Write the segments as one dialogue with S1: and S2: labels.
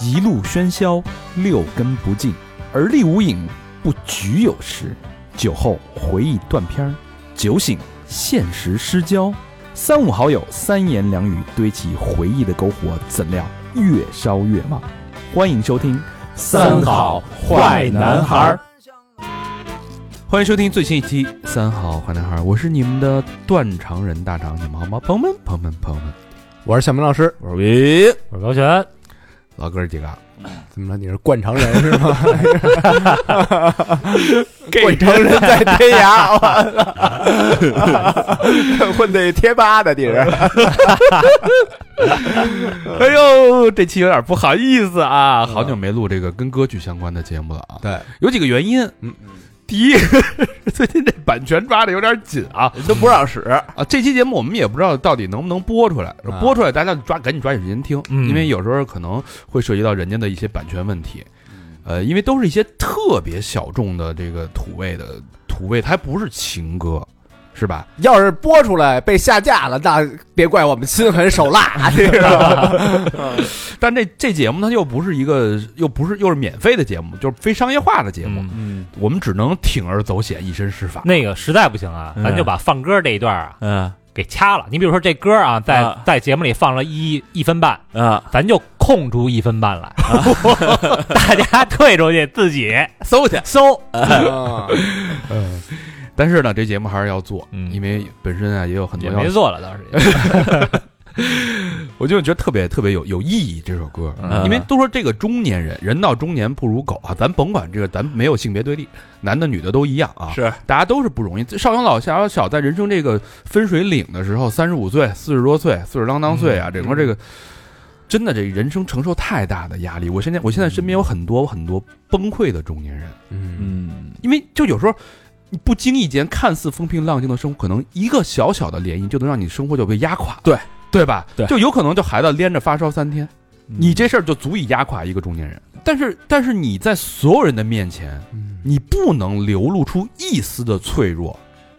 S1: 一路喧嚣，六根不净，而立无影，不局有时。酒后回忆断片儿，酒醒现实失焦。三五好友，三言两语堆起回忆的篝火，怎料越烧越旺。欢迎收听《
S2: 三好坏男孩儿》，
S1: 欢迎收听最新一期《三好坏男孩儿》，我是你们的断肠人大肠，你们好吗？朋友们，朋友们，朋友们，
S2: 我是小明老师，
S1: 我是
S3: 我是高璇，
S1: 老哥儿几个，
S2: 嗯怎么了？你是灌肠人是吗？ 灌肠人在天涯，我操！ 混的贴吧的你是？嗯
S1: 哎呦，这期有点不好意思啊，好久没录这个跟歌曲相关的节目了啊。
S2: 对，
S1: 有几个原因，嗯，第一， 最近这版权抓的有点紧啊
S2: 都不让使，
S1: 啊！这期节目我们也不知道到底能不能播出来，
S2: 啊
S1: 播出来大家抓赶紧抓紧时间听，
S3: 嗯
S1: 因为有时候可能会涉及到人家的一些版权问题。
S2: 嗯
S1: 呃，因为都是一些特别小众的这个土味的土味，它还不是情歌，是吧？
S2: 要是播出来被下架了，那别怪我们心狠手辣， 你知道吗？
S1: 但这这节目它又不是一个，又不是又是免费的节目，就是非商业化的节目，
S3: 嗯，
S2: 嗯，
S1: 我们只能铤而走险，以身试法。
S3: 那个实在不行啊，
S4: 嗯
S3: 咱就把放歌这一段啊
S4: 嗯
S3: 给掐了。你比如说这歌啊，在、
S4: 啊
S3: 在节目里放了一一分半，
S4: 啊，
S3: 咱就空出一分半来， 大家退出去自己
S1: 搜去。啊
S3: 搜。啊
S1: 但是呢，这节目还是要做，
S3: 嗯
S1: 因为本身啊也有很
S3: 也
S1: 多要
S3: 没，做了倒是，
S1: 我就觉得特别特别有有意义这首歌，
S4: 嗯
S1: 因为都说这个中年人，人到中年不如狗啊，咱甭管这个，咱没有性别对立，男的女的都一样啊，
S2: 是
S1: 大家都是不容易，上有老下有小，在人生这个分水岭的时候，三十五岁、四十多岁、四十啷当岁
S3: 嗯
S1: 啊，整个这个真的这人生承受太大的压力。我现在我现在身边有很多很多崩溃的中年人，
S2: 嗯，
S4: 嗯，
S1: 因为就有时候你不经意间看似风平浪静的生活，可能一个小小的涟漪就能让你生活就被压垮，
S2: 对
S1: 对吧？
S4: 对
S1: 就有可能就孩子连着发烧三天，你这事儿就足以压垮一个中年人。但是但是你在所有人的面前。你不能流露出一丝的脆弱，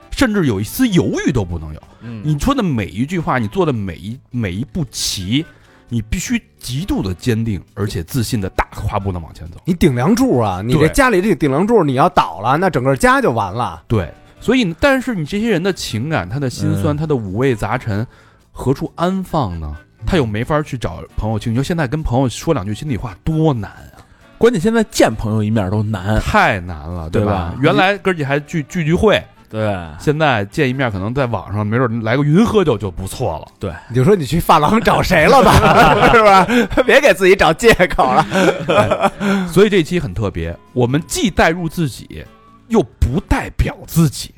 S1: 甚至有一丝犹豫都不能有。你说的每一句话，你做的每一每一步棋，你必须极度的坚定，而且自信的大跨步的往前走。
S2: 你顶梁柱啊！你这
S1: 对
S2: 家里这顶梁柱，你要倒了，那整个家就完了。
S1: 对，所以呢，但是你这些人的情感，他的心酸，
S4: 嗯
S1: 他的五味杂陈，何处安放呢？他又没法去找朋友倾诉。你说现在跟朋友说两句心里话多难啊，
S4: 关键现在见朋友一面都难，
S1: 太难了，对
S4: 对
S1: 吧
S4: 吧？
S1: 原来哥儿几还聚聚聚会，
S4: 对，
S1: 现在见一面可能在网上没准来个云喝酒就不错了。
S2: 你就说你去发廊 找谁了 吧， 是吧？别给自己找借口了。
S1: 哎所以这期很特别，我们既代入自己，又不代表自己。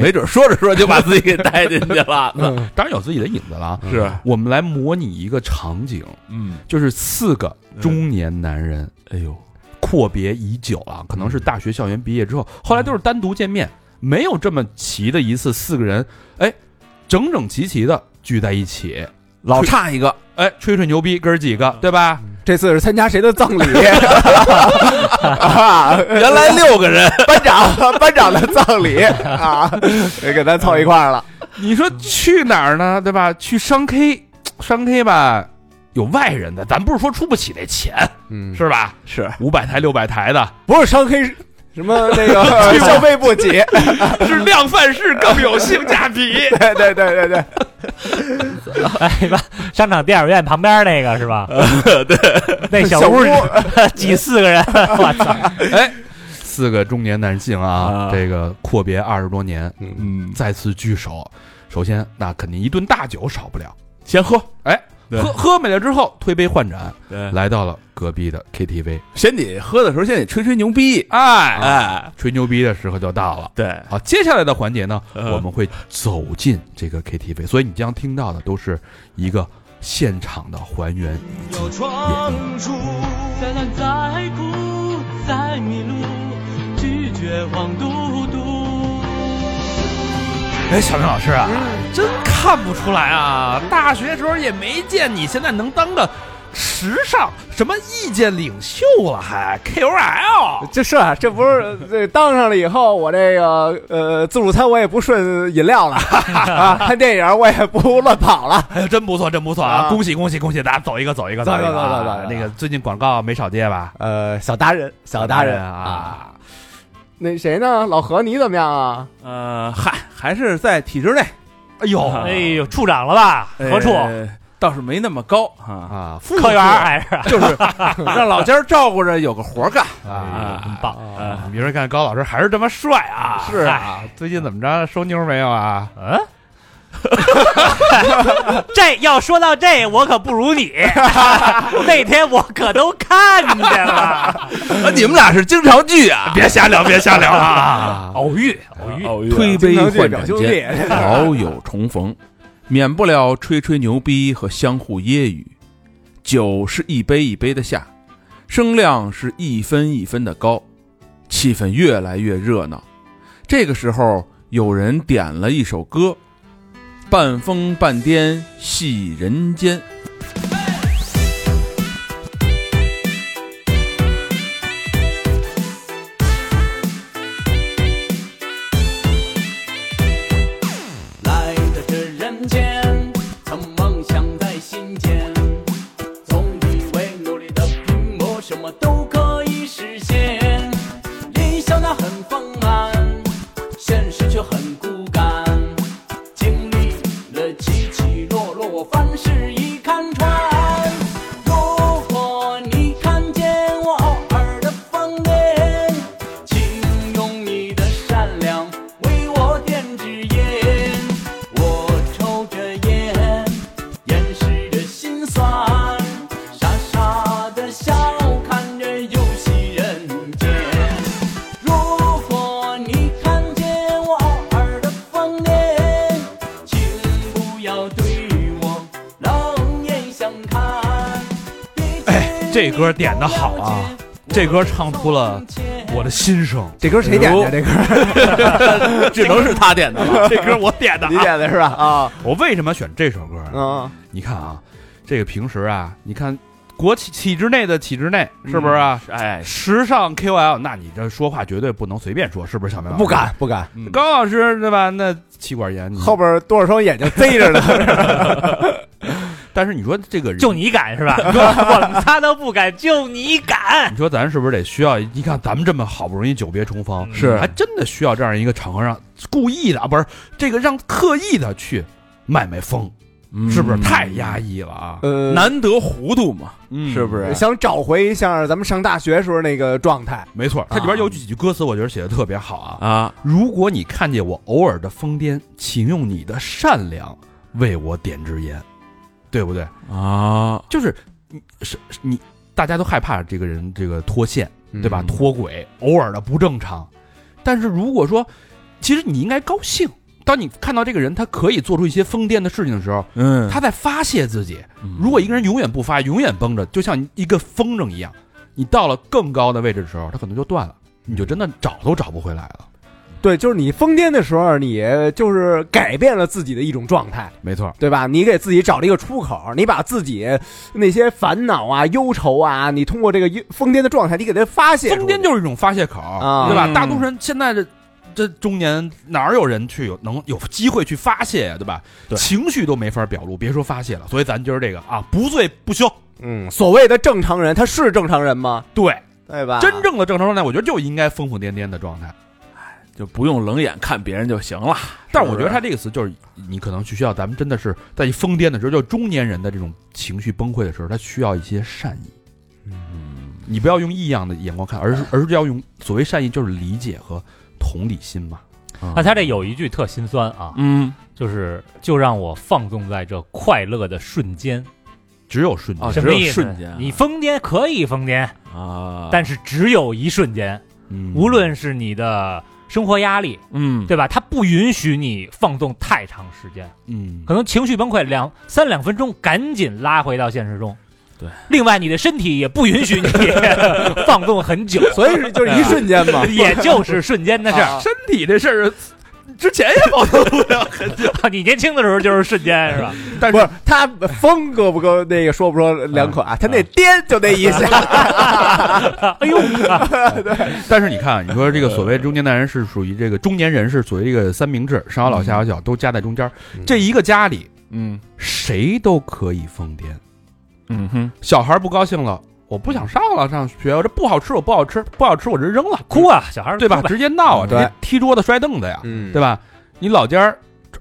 S4: 没准说着说着就把自己给带进去 了，
S2: 嗯
S1: 啊当然有自己的影子了啊。
S4: 是，
S1: 我们来模拟一个场景，
S4: 嗯，
S1: 就是四个中年男人
S4: 哎呦，嗯
S1: 阔别已久啊，可能是大学校园毕业之后，后来都是单独见面，没有这么齐的一次，四个人哎，整整齐齐的聚在一起，
S4: 老差一个，嗯
S1: 哎，吹吹牛逼，哥儿几个，对吧？
S2: 这次是参加谁的葬礼？啊，
S4: 原来六个人，
S2: 班长， 班长的葬礼啊， 给咱凑一块儿了。
S1: 你说去哪儿呢？对吧？去商 K，商 K 吧，有外人的，咱不是说出不起那钱，
S2: 嗯，
S1: 是吧？
S2: 是，
S1: 五百台、六百台的，
S2: 不是商 K 是什么那 个消费不起？
S1: 是量贩式更有性价比。
S2: 对对对对对，
S3: 哎吧，商场电影院旁边那个是吧？
S1: 啊
S3: 对，那小屋
S2: 小屋
S3: 里挤 四个人，我操！
S1: 哎，四个中年男性啊，
S4: 啊
S1: 这个阔别二十多年，
S2: 嗯，
S4: 嗯，
S1: 再次聚首，首先那肯定一顿大酒少不了，
S4: 先喝，
S1: 哎。
S4: 对
S1: 喝喝美了之后，推杯换盏，
S4: 对，
S1: 来到了隔壁的 KTV。
S4: 先得喝的时候先得吹吹牛逼，
S1: 哎，
S4: 哎，
S1: 吹牛逼的时候就到了。
S4: 对，
S1: 好，接下来的环节呢，
S4: 嗯
S1: 我们会走进这个 KTV，所以你将听到的都是一个现场的还原。
S5: 要闯出。再难再苦再迷路，拒绝黄嘟嘟。
S1: 哎，小明老师啊，真看不出来啊，大学时候也没见你现在能当个时尚什么意见领袖了还哎 KOL，
S2: 这是啊，这不是这当上了以后，我这个呃自助餐我也不顺饮 料了啊，看电影我也不乱跑了。
S1: 哎呦，真不错，真不错
S2: 啊
S1: 啊！恭喜恭喜恭喜，大家走一个走一个
S2: 走
S1: 一个
S2: 走走走
S1: 啊
S2: 走！走
S1: 那个最近广告没少接吧？
S2: 呃，小达人，小达人啊，
S1: 啊，
S2: 那谁呢？老何，你怎么样啊？
S6: 呃，嗨，还是在体制内，
S1: 哎呦
S6: 啊
S3: 哎呦，处长了吧？何处？
S6: 呃倒是没那么高啊，
S1: 啊，
S3: 科员儿还是
S6: 就是 让老家照顾着有个活儿干
S1: 啊，
S3: 很棒。
S1: 啊明儿看高老师还是这么帅啊！
S2: 是
S1: 啊，最近怎么着收妞没有啊？
S3: 嗯，这要说到这，我可不如你。那天我可都看见了，
S6: 啊你们俩是经常聚啊，
S1: 别瞎聊，别瞎聊 啊！
S3: 偶遇，偶遇，
S6: 偶遇啊推杯
S2: 经常去
S6: 换
S2: 表
S6: 盏
S2: 兄
S6: 间，
S2: 弟，
S6: 好友重逢，免不了吹吹牛逼和相互揶揄。酒是一杯一杯的下，声量是一分一分的高，气氛越来越热闹。这个时候，有人点了一首歌，《半疯半癫戏人间》。
S5: 来到这人间，曾梦想在心间，总以为努力的拼搏，什么都可以实现。理想它很丰满，现实却很骨感。经历了起起落落，我凡事已看穿。如果你看见我偶尔的疯癫，请用你的善良为我点支烟。我抽着烟，掩饰着心酸，傻傻的笑，看着游戏人间。如果你看见我偶尔的疯癫，请不要对我冷眼相看。哎，
S1: 这歌点得好啊！这歌唱出了我的心声，
S2: 这歌谁点的？这 歌
S6: 只能是他点的了。
S1: 这歌我点的
S2: 你点的是吧？啊，
S1: 我为什么选这首歌？
S2: 嗯，
S1: 你看啊，这个平时啊，你看国企体制内的体制内，
S2: 嗯
S1: 是不是啊？
S6: 哎，
S1: 时尚 KOL，那你这说话绝对不能随便说，是不是小明？嗯
S2: 不。敢不敢，
S1: 高老师对吧？那气管炎，你
S2: 后边多少双眼睛贼着呢。
S1: 但是你说这个人，
S3: 就你敢是 吧？我们仨都不敢，就你 敢。
S1: 你说咱是不是得需要？你看咱们这么好不容易久别重逢，
S6: 是
S1: 还真的需要这样一个场合让故意的啊，不是这个让刻意的去卖卖风，是不是太压
S6: 抑？
S1: 抑了啊？
S2: 呃，
S6: 难得糊涂 嘛，
S1: 嗯
S6: 是不是？
S2: 想找回一下咱们上大学时候那个状态。
S1: 没错，它里边有几句歌词，我觉得写的特别好啊。
S6: 啊，
S1: 如果你看见我偶尔的疯癫，请用你的善良为我点支烟，对不对？
S6: 啊，
S1: 就是你是是你，大家都害怕这个人这个脱线，对吧？
S6: 嗯
S1: 脱轨，偶尔的不正常。但是如果说，其实你应该高兴，当你看到这个人他可以做出一些疯癫的事情的时候，
S6: 嗯，
S1: 他在发泄自己。
S6: 嗯
S1: 如果一个人永远不发，永远绷着，就像一个风筝一样，你到了更高的位置的时候，它可能就断了，
S6: 嗯
S1: 你就真的找都找不回来了。
S2: 对，就是你疯癫的时候，你就是改变了自己的一种状态，
S1: 没错，
S2: 对吧？你给自己找了一个出口，你把自己那些烦恼啊、忧愁啊，你通过这个忧疯癫的状态，你给它发泄出来。
S1: 疯癫就是一种发泄口，
S2: 啊
S1: 对吧？
S6: 嗯
S1: 大多数人现在的这中年哪儿有人去有能有机会去发泄呀，对吧？
S6: 对
S1: 情绪都没法表露，别说发泄了。所以咱今儿这个啊，不醉不休。
S2: 嗯，所谓的正常人，他是正常人吗？
S1: 对，
S2: 对吧？
S1: 真正的正常状态，我觉得就应该疯疯癫癫的状态。
S6: 哎就不用冷眼看别人就行了。
S1: 但我觉得他这个词就是，你可能需要咱们真的是在一疯癫的时候，就中年人的这种情绪崩溃的时候，他需要一些善意。嗯，你不要用异样的眼光看，而是而是要用所谓善意，就是理解和同理心嘛。啊
S3: 那他这有一句特心酸啊，
S6: 嗯
S3: 就是就让我放纵在这快乐的瞬间，
S1: 哦只有瞬间
S6: 啊，
S3: 什
S6: 只
S3: 么
S6: 有
S3: 意思？
S6: 瞬间啊
S3: 你疯癫可以疯癫，
S6: 啊，
S3: 但是只有一瞬间，
S1: 嗯
S3: 无论是你的生活压力，
S6: 嗯，
S3: 对吧？它不允许你放纵太长时间，
S1: 嗯，
S3: 可能情绪崩溃两三两分钟，赶紧拉回到现实中。
S6: 对，
S3: 另外你的身体也不允许你放纵很久，。
S2: 所以是就是一瞬间嘛
S3: 也就是瞬间的事儿。
S2: 啊
S1: 身体这事儿，之前也保存不了。
S3: 你年轻的时候就是瞬间是吧？
S1: 但
S2: 不是他风搁不搁那个说不说两可啊？他那颠就那意思，
S1: 啊
S3: 哎呦，
S1: 但是你看，你说这个所谓中年男人是属于这个中年人是属于这个三明治，上有老下有小都夹在中间儿，这一个家里
S6: 嗯
S1: 谁都可以疯癫。
S6: 嗯哼，
S1: 小孩不高兴了，我不想上了，上学我这不好吃，我不好吃，不好吃我这扔了，
S3: 哭啊，小孩儿
S1: 对吧？
S3: 哭
S1: 直接闹啊，
S2: 嗯
S1: 直接踢桌子摔凳子呀，
S2: 嗯
S1: 对吧？你老家儿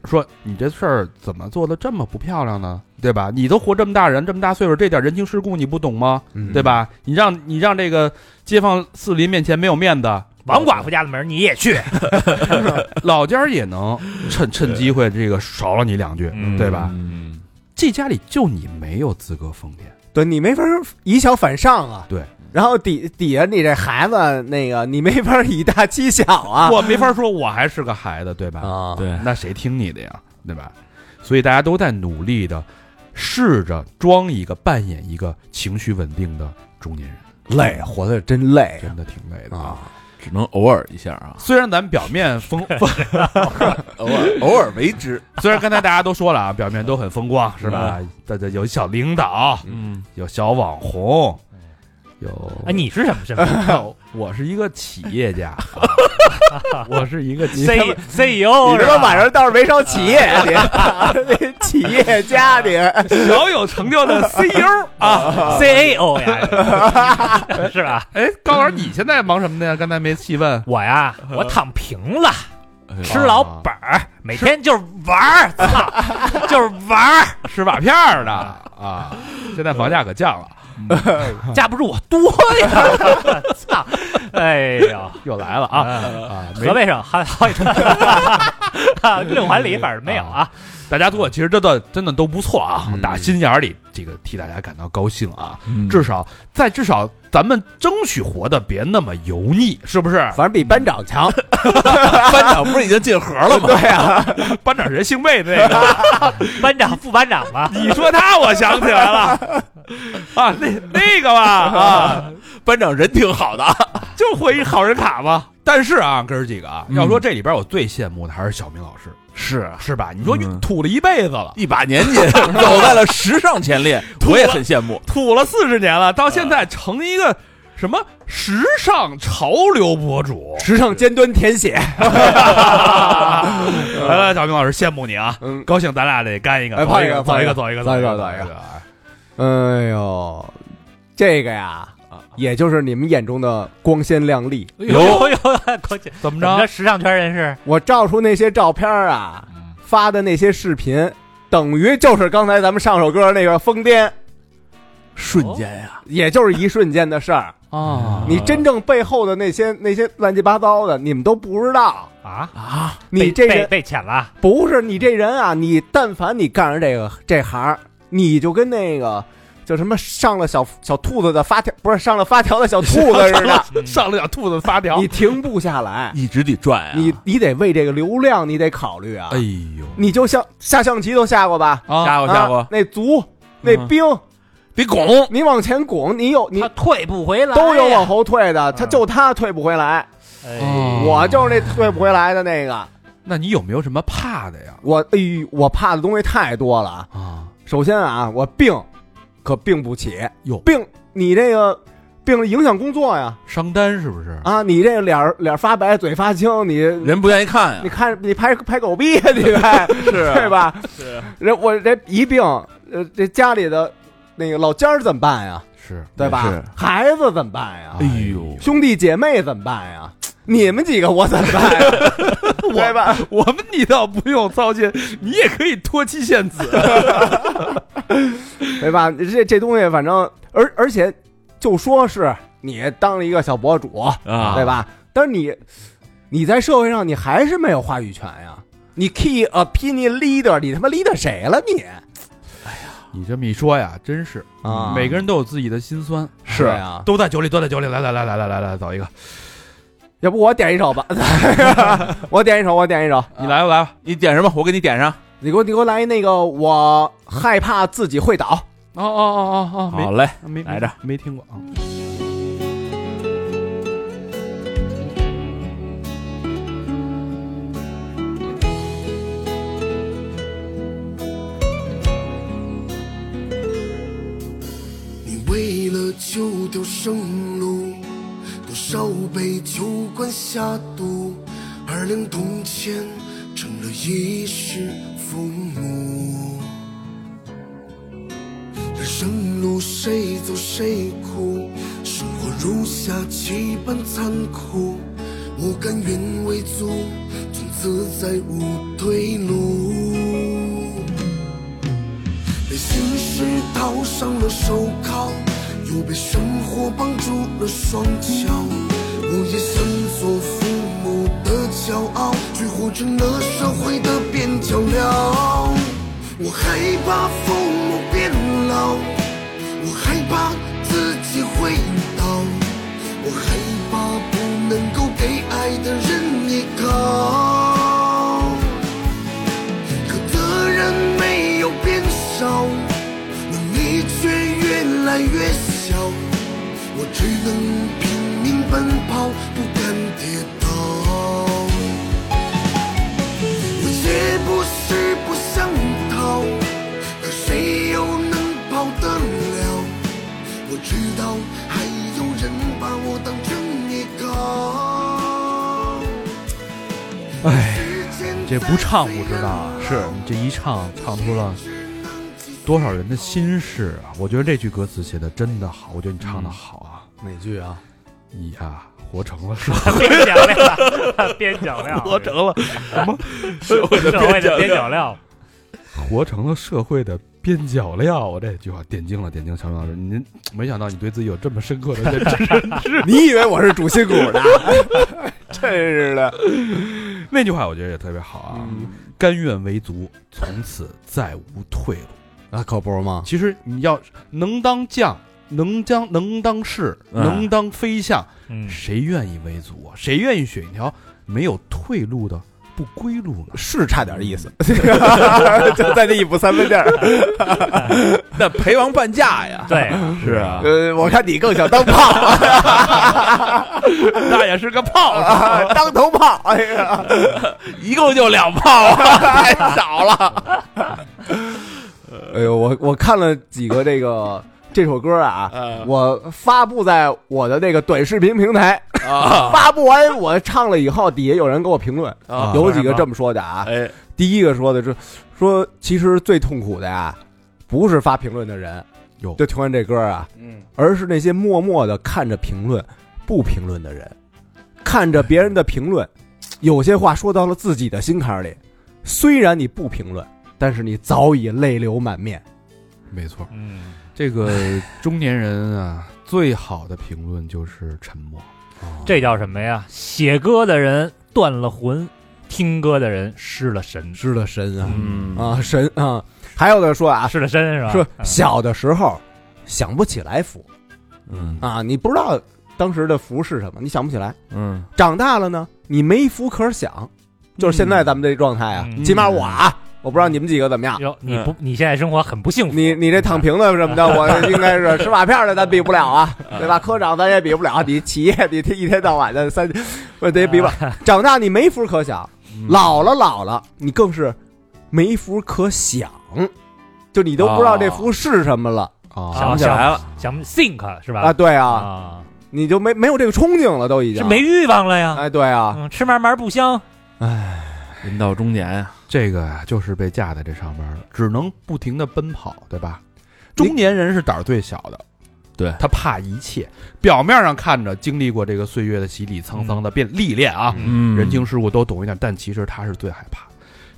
S1: 说你这事儿怎么做的这么不漂亮呢？对吧？你都活这么大人，这么大岁数，这点人情世故你不懂吗？对？吧？你让你让这个街坊四邻面前没有面子，
S3: 王寡妇家的门你也去，
S1: 老家儿也能趁趁机会这个勺了你两句，
S3: 嗯
S1: 对吧？
S6: 嗯
S1: 这家里就你没有资格疯癫，
S2: 对你没法以小反上啊。
S1: 对，
S2: 然后底底下你这孩子那个你没法以大欺小啊。
S1: 我没法说我还是个孩子，对吧？
S2: 啊，
S6: 对，
S1: 那谁听你的呀？对吧？所以大家都在努力的试着装一个、扮演一个情绪稳定的中年人，
S2: 累，活得真累
S1: 真的挺累的。
S2: 啊。
S6: 只能偶尔一下 啊，
S1: 虽然咱们表面风， 风
S6: 偶尔偶尔为之，
S1: 虽然刚才大家都说了啊，表面都很风
S3: 嗯
S1: 光，是吧？大家有小领导，
S6: 嗯，
S1: 有小网红，有
S3: 哎，你是什么身份
S1: 我是一个企业 家，我是一个企业
S3: ？C C E O
S2: 你
S3: 是
S2: 他妈
S3: 吧？
S2: 晚上倒是啊没少企业， 你企业家你
S1: 小有成就的 CEO 啊！
S3: C A O 呀，是吧？
S1: 哎，高老师，你现在忙什么呢？刚才没细问。呃
S3: 我呀，我躺平了，吃
S1: 啊
S3: 老本儿，每天就是玩儿，操，就是玩儿，
S1: 吃瓦片儿的啊！现在房价可降了，嗯
S3: 架不住我多呀，操！哎呦，
S1: 又来了啊啊！没
S3: 河，北省还好几个，六环里反正没有啊。
S1: 大家做其实真的真的都不错啊，
S2: 嗯
S1: 打心眼儿里这个替大家感到高兴啊。
S6: 这
S1: 至少在至少咱们争取活得别那么油腻，是不是？
S2: 反正比班长强。
S6: 班长不是已经进盒了吗？
S2: 对啊，。
S1: 班长谁姓魏的那个？
S3: 班长、副班长吧，
S1: 你说他，我想起来了啊，那那个吧啊，
S6: 班长人挺好的啊，
S1: 就会一好人卡嘛。但是啊，哥儿几个啊，
S6: 嗯
S1: 要说这里边我最羡慕的还是小明老师，
S6: 是
S1: 是吧？你说
S6: 嗯
S1: 土了一辈子了。
S6: 一把年纪 走在了时尚前列，我也很羡慕。
S1: 土了四十年了，到现在成一个什么时尚潮流博主
S2: 时尚尖端 舔血，
S1: 来来，小明老师，羡慕你啊！
S2: 嗯
S1: 高兴，咱俩得干一个，
S2: 哎
S1: 走
S2: 碰
S1: 一
S2: 一个
S1: 走一个，走
S2: 碰
S1: 一个，走
S2: 一个走
S1: 走
S2: 一个
S1: 一
S2: 走
S1: 个。哎啊
S2: 哎呦，这个呀，也就是你们眼中的光鲜亮丽。
S1: 哎
S3: 有有，过去
S1: 怎么
S3: 怎么着？
S1: 着？
S3: 时尚圈人士
S2: 我照出那些照片儿啊，
S1: 嗯
S2: 发的那些视频，等于就是刚才咱们上首歌那个疯癫，
S6: 瞬间呀，
S2: 也就是一瞬间的事儿。
S1: 啊
S2: 你真正背后的那些那些乱七八糟的，你们都不知道。
S3: 啊，
S2: 你
S3: 被
S2: 这
S3: 被
S2: 人
S3: 被遣了，
S2: 不是你这人啊，你但凡你干上这个这行儿，你就跟那个叫什么上了小小兔子的发条，不是 上了发条的小兔子似 的，
S1: 上了小兔子发条
S2: 你，停不下来，
S6: 一直得转呀。
S2: 你你得为这个流量你得考虑啊。
S1: 哎呦
S2: 你就像下象棋都下过吧？
S1: 啊！嗯
S6: 下过下
S2: 啊
S6: 过，
S2: 那卒那兵，
S6: 得拱。
S2: 你往前拱，你有你
S3: 他退不回来，
S2: 都有往后退的，
S1: 嗯
S2: 他就他退不回来，
S3: 哎
S2: 我就是那退不回来的那个。
S1: 那你有没有什么怕的呀？
S2: 我哎呦，我怕的东西太多了啊！
S1: 啊，
S2: 首先啊，我病可病不起，
S1: 哟
S2: 病你这个病影响工作呀
S1: 商单是不是？
S2: 啊！你这脸儿脸儿发白，嘴发青，你
S6: 人不愿意看
S2: 你
S6: 呀，
S2: 看你拍拍狗逼呀，你呗，
S6: 是啊
S2: 对吧？
S6: 是
S2: 人我这一病，呃，这家里的那个老家儿怎么办呀？
S1: 是，
S2: 对吧？
S6: 是
S2: 孩子怎么办呀？
S6: 哎呦，
S2: 兄弟姐妹怎么办呀？你们几个我怎么办呀？对吧？
S1: 我们你倒不用操心，你也可以脱妻献子。
S2: 对吧？这这东西反正，而而且就说是你当了一个小博主，
S6: 啊
S2: 对吧？但是你你在社会上你还是没有话语权呀。你 key opinion leader，你他妈 leader 谁了你？
S1: 你这么一说呀，真是
S2: 啊
S1: 每个人都有自己的心酸，
S2: 是啊
S1: 都在酒里，都在酒里，来来来来来来来，走一个，
S2: 要不我点一首 吧？我点一首，我点一首。
S1: 你来吧，来吧。
S6: 你点什么？我给你点上。
S2: 你给我，你给我来那个，我害怕自己会倒。
S1: 哦哦哦哦哦，没
S6: 好嘞，
S1: 没
S6: 来着，
S1: 没听过啊。
S7: 酒丢生路，多少杯酒灌下肚，二两铜钱成了一世风物。人生路谁走谁苦，生活如下棋般残酷，我甘愿为足，从此再无退路。被现实套上了手铐，又被生活绑住了双脚。我也想做父母的骄傲，却活成了社会的边角料。我害怕父母变老，我害怕自己会倒，我害怕不能够给爱的人依靠。可责任没有变少，能力却越来越小。我只能拼命奔跑，不敢跌倒。我也不是不想逃，可谁又能跑得了？我知道还有人把我当成依靠。
S1: 哎，这
S7: 这
S1: 不
S7: 不
S1: 唱
S7: 唱
S1: 不
S7: 不
S1: 知
S7: 知
S1: 道
S7: 道
S1: 啊
S7: 啊，
S1: 是你这一唱唱
S7: 唱
S1: 出
S7: 出
S1: 了
S7: 了
S1: 多少人的心事啊！我觉得这句歌词写的真的好，我觉得你唱的好啊！
S2: 哪句啊？
S1: 你呀、活成 了社
S3: 边角料，边角 料，
S8: 我成了
S3: 所谓的边角料。
S1: 活成了社会的边角料。我这句话点睛了，点睛小明老师， 您没想到你对自己有这么深刻的认知。
S2: 你以为我是主心骨 呢？真是的，
S1: 那句话我觉得也特别好啊，
S2: 嗯
S1: 甘愿为卒，从此再无退路。
S2: 那可不是啊吗？
S1: 其实你要能当将，能将能当士，
S6: 嗯
S1: 能当飞象，
S3: 嗯，
S1: 谁愿意为卒啊？谁愿意选一条没有退路的不归路呢？
S2: 是差点意思，
S6: 哦
S2: 就在这一步三分 地儿。
S6: 那陪王伴驾呀，
S3: 对，
S6: 是啊，
S2: 呃，我看你更想当炮，
S6: 那也是个 炮手，
S2: 当头炮。哎呀，
S6: 一共就两炮啊，
S2: 太少了。哎呦，我我看了几个这个这首歌啊，我发布在我的那个短视频平台， 发布完我唱了以后，底下有人给我评论，
S6: 啊
S2: 有几个这么说的啊。
S6: 哎，
S2: 第一个说的是说，其实最痛苦的呀，不是发评论的人，
S1: 哟
S2: 就听完这歌啊，
S6: 嗯，
S2: 而是那些默默的看着评论不评论的人，看着别人的评论，有些话说到了自己的心坎里，虽然你不评论，但是你早已泪流满面。
S1: 没错，
S3: 嗯，
S1: 这个中年人啊，最好的评论就是沉默。啊
S3: 这叫什么呀？写歌的人断了魂，听歌的人失了神，
S2: 失了神啊、
S6: 嗯
S2: 啊神啊！还有的说啊，
S3: 失了身是吧？
S2: 说
S3: 嗯
S2: 小的时候想不起来福
S6: 嗯
S2: 啊，你不知道当时的福是什么，你想不起来。
S6: 嗯，
S2: 长大了呢，你没福可享，就是现在咱们这状态啊。
S3: 嗯
S2: 起码我啊，我不知道你们几个怎么样。
S3: 哟，你不，你现在生活很不幸福。
S2: 你你这躺平的什 么的，我应该是吃瓦片的，咱比不了啊，对吧？科长咱也比不了，你企业你一天到晚的 三，我得比不了。
S3: 啊
S2: 长大你没福可享，
S3: 嗯
S2: 老了老了，你更是没福可享，就你都不知道这福是什么了
S1: 啊
S3: 哦想
S6: 想不起来了，
S3: 想 think 是吧？
S2: 啊！对啊，
S3: 啊，
S2: 你就没没有这个憧憬了，都已
S3: 是
S2: 经
S3: 没欲望了呀。
S2: 哎，对啊，
S3: 嗯，吃嘛嘛不香，
S6: 人到中年啊，
S1: 这个呀，就是被架在这上面了，只能不停的奔跑，对吧？中年人是胆儿最小的，
S6: 对
S1: 他怕一切。表面上看着经历过这个岁月的洗礼，沧桑的变历练啊，
S6: 嗯
S1: 人情世故都懂一点，但其实他是最害怕的。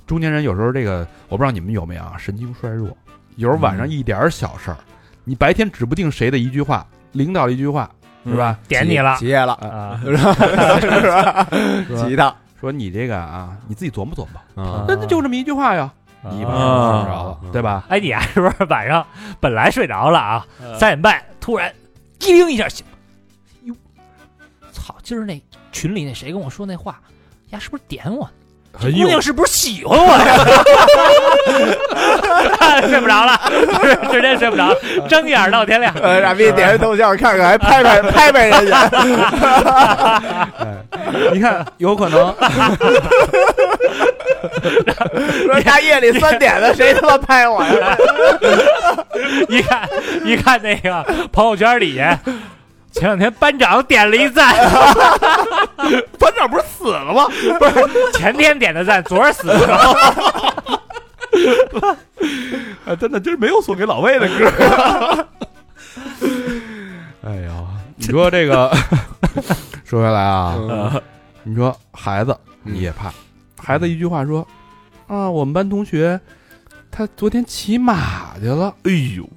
S1: 中年人有时候这个，我不知道你们有没有啊，神经衰弱，有时候晚
S6: 嗯
S1: 上一点儿小事儿，你白天指不定谁的一句话，领导的一句话，是吧？
S3: 嗯点你了
S2: 企业了，
S3: 啊！
S2: 是 吧？是吧？
S1: 说
S2: 急的，
S1: 说你这个啊，你自己琢磨琢磨，
S2: 啊
S1: 那那就 这么一句话呀，
S3: 啊
S1: 你晚上睡不着了，对吧？
S3: 哎，你啊， 是不是晚上本来睡着了啊，三点半突然机灵一下醒，哟，操！今儿那群里那谁跟我说那话，呀，是不是点我？
S1: 很
S3: 姑
S1: 有
S3: 娘是不是喜欢
S6: 哎
S3: 我 呀？睡不着了， 直接睡不着，睁眼到天亮。
S2: 呃，傻逼点个头像看看， 还拍拍拍拍人家，
S1: 你看，有可 能
S2: 说大夜里三点的，谁他妈拍我呀？
S3: 一看一看那个朋友圈里，前两天班长点了一赞，
S9: 班长不是死了吗？
S3: 前天点的赞，昨儿死了。
S9: 啊，真的，这没有送给老魏的歌。
S1: 哎呀，你说这个， 说回来
S6: 嗯
S1: 啊，你说孩子你也怕，孩子一句话说啊，我们班同学他昨天骑马去了，
S6: 哎呦，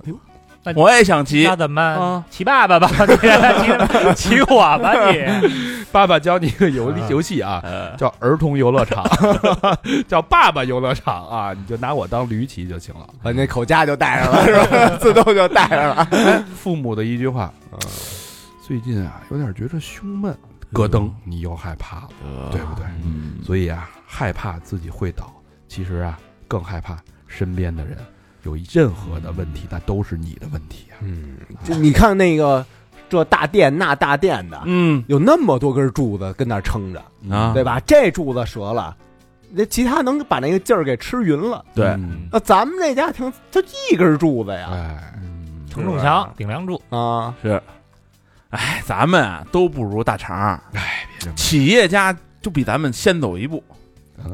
S6: 我也想骑
S3: 那，怎么办
S1: 啊
S3: 骑爸爸吧？你 骑骑我吧 你？呃
S1: 爸爸教你一个游戏游戏啊，叫儿童游乐场， 叫爸爸游乐场啊，你就拿我当驴骑就行了。
S2: 把那 口夹就带 上了，是吧？自动就带上了。
S1: 父母的一句话，
S2: 嗯
S1: 最近啊有点觉着胸闷，
S3: 嗯
S1: 咯噔，你又害怕了，
S3: 呃
S1: 对不对？
S6: 嗯
S1: 所以啊，害怕自己会倒，其实啊，更害怕身边的人有任何的问
S3: 嗯
S1: 题，那都是你的问题啊。
S2: 嗯，就你看那个这大殿那大殿的，
S6: 嗯
S2: 有那么多根柱子跟那儿撑着，
S6: 啊，
S2: 对吧？这柱子折了，那其他能把那个劲儿给吃匀了。
S6: 对
S1: 嗯
S2: 那咱们这家庭就一根柱子呀，
S1: 哎，
S3: 承重墙顶梁柱，
S2: 啊，
S6: 哎，咱们啊都不如大肠儿，哎，企业家就比咱们先走一步，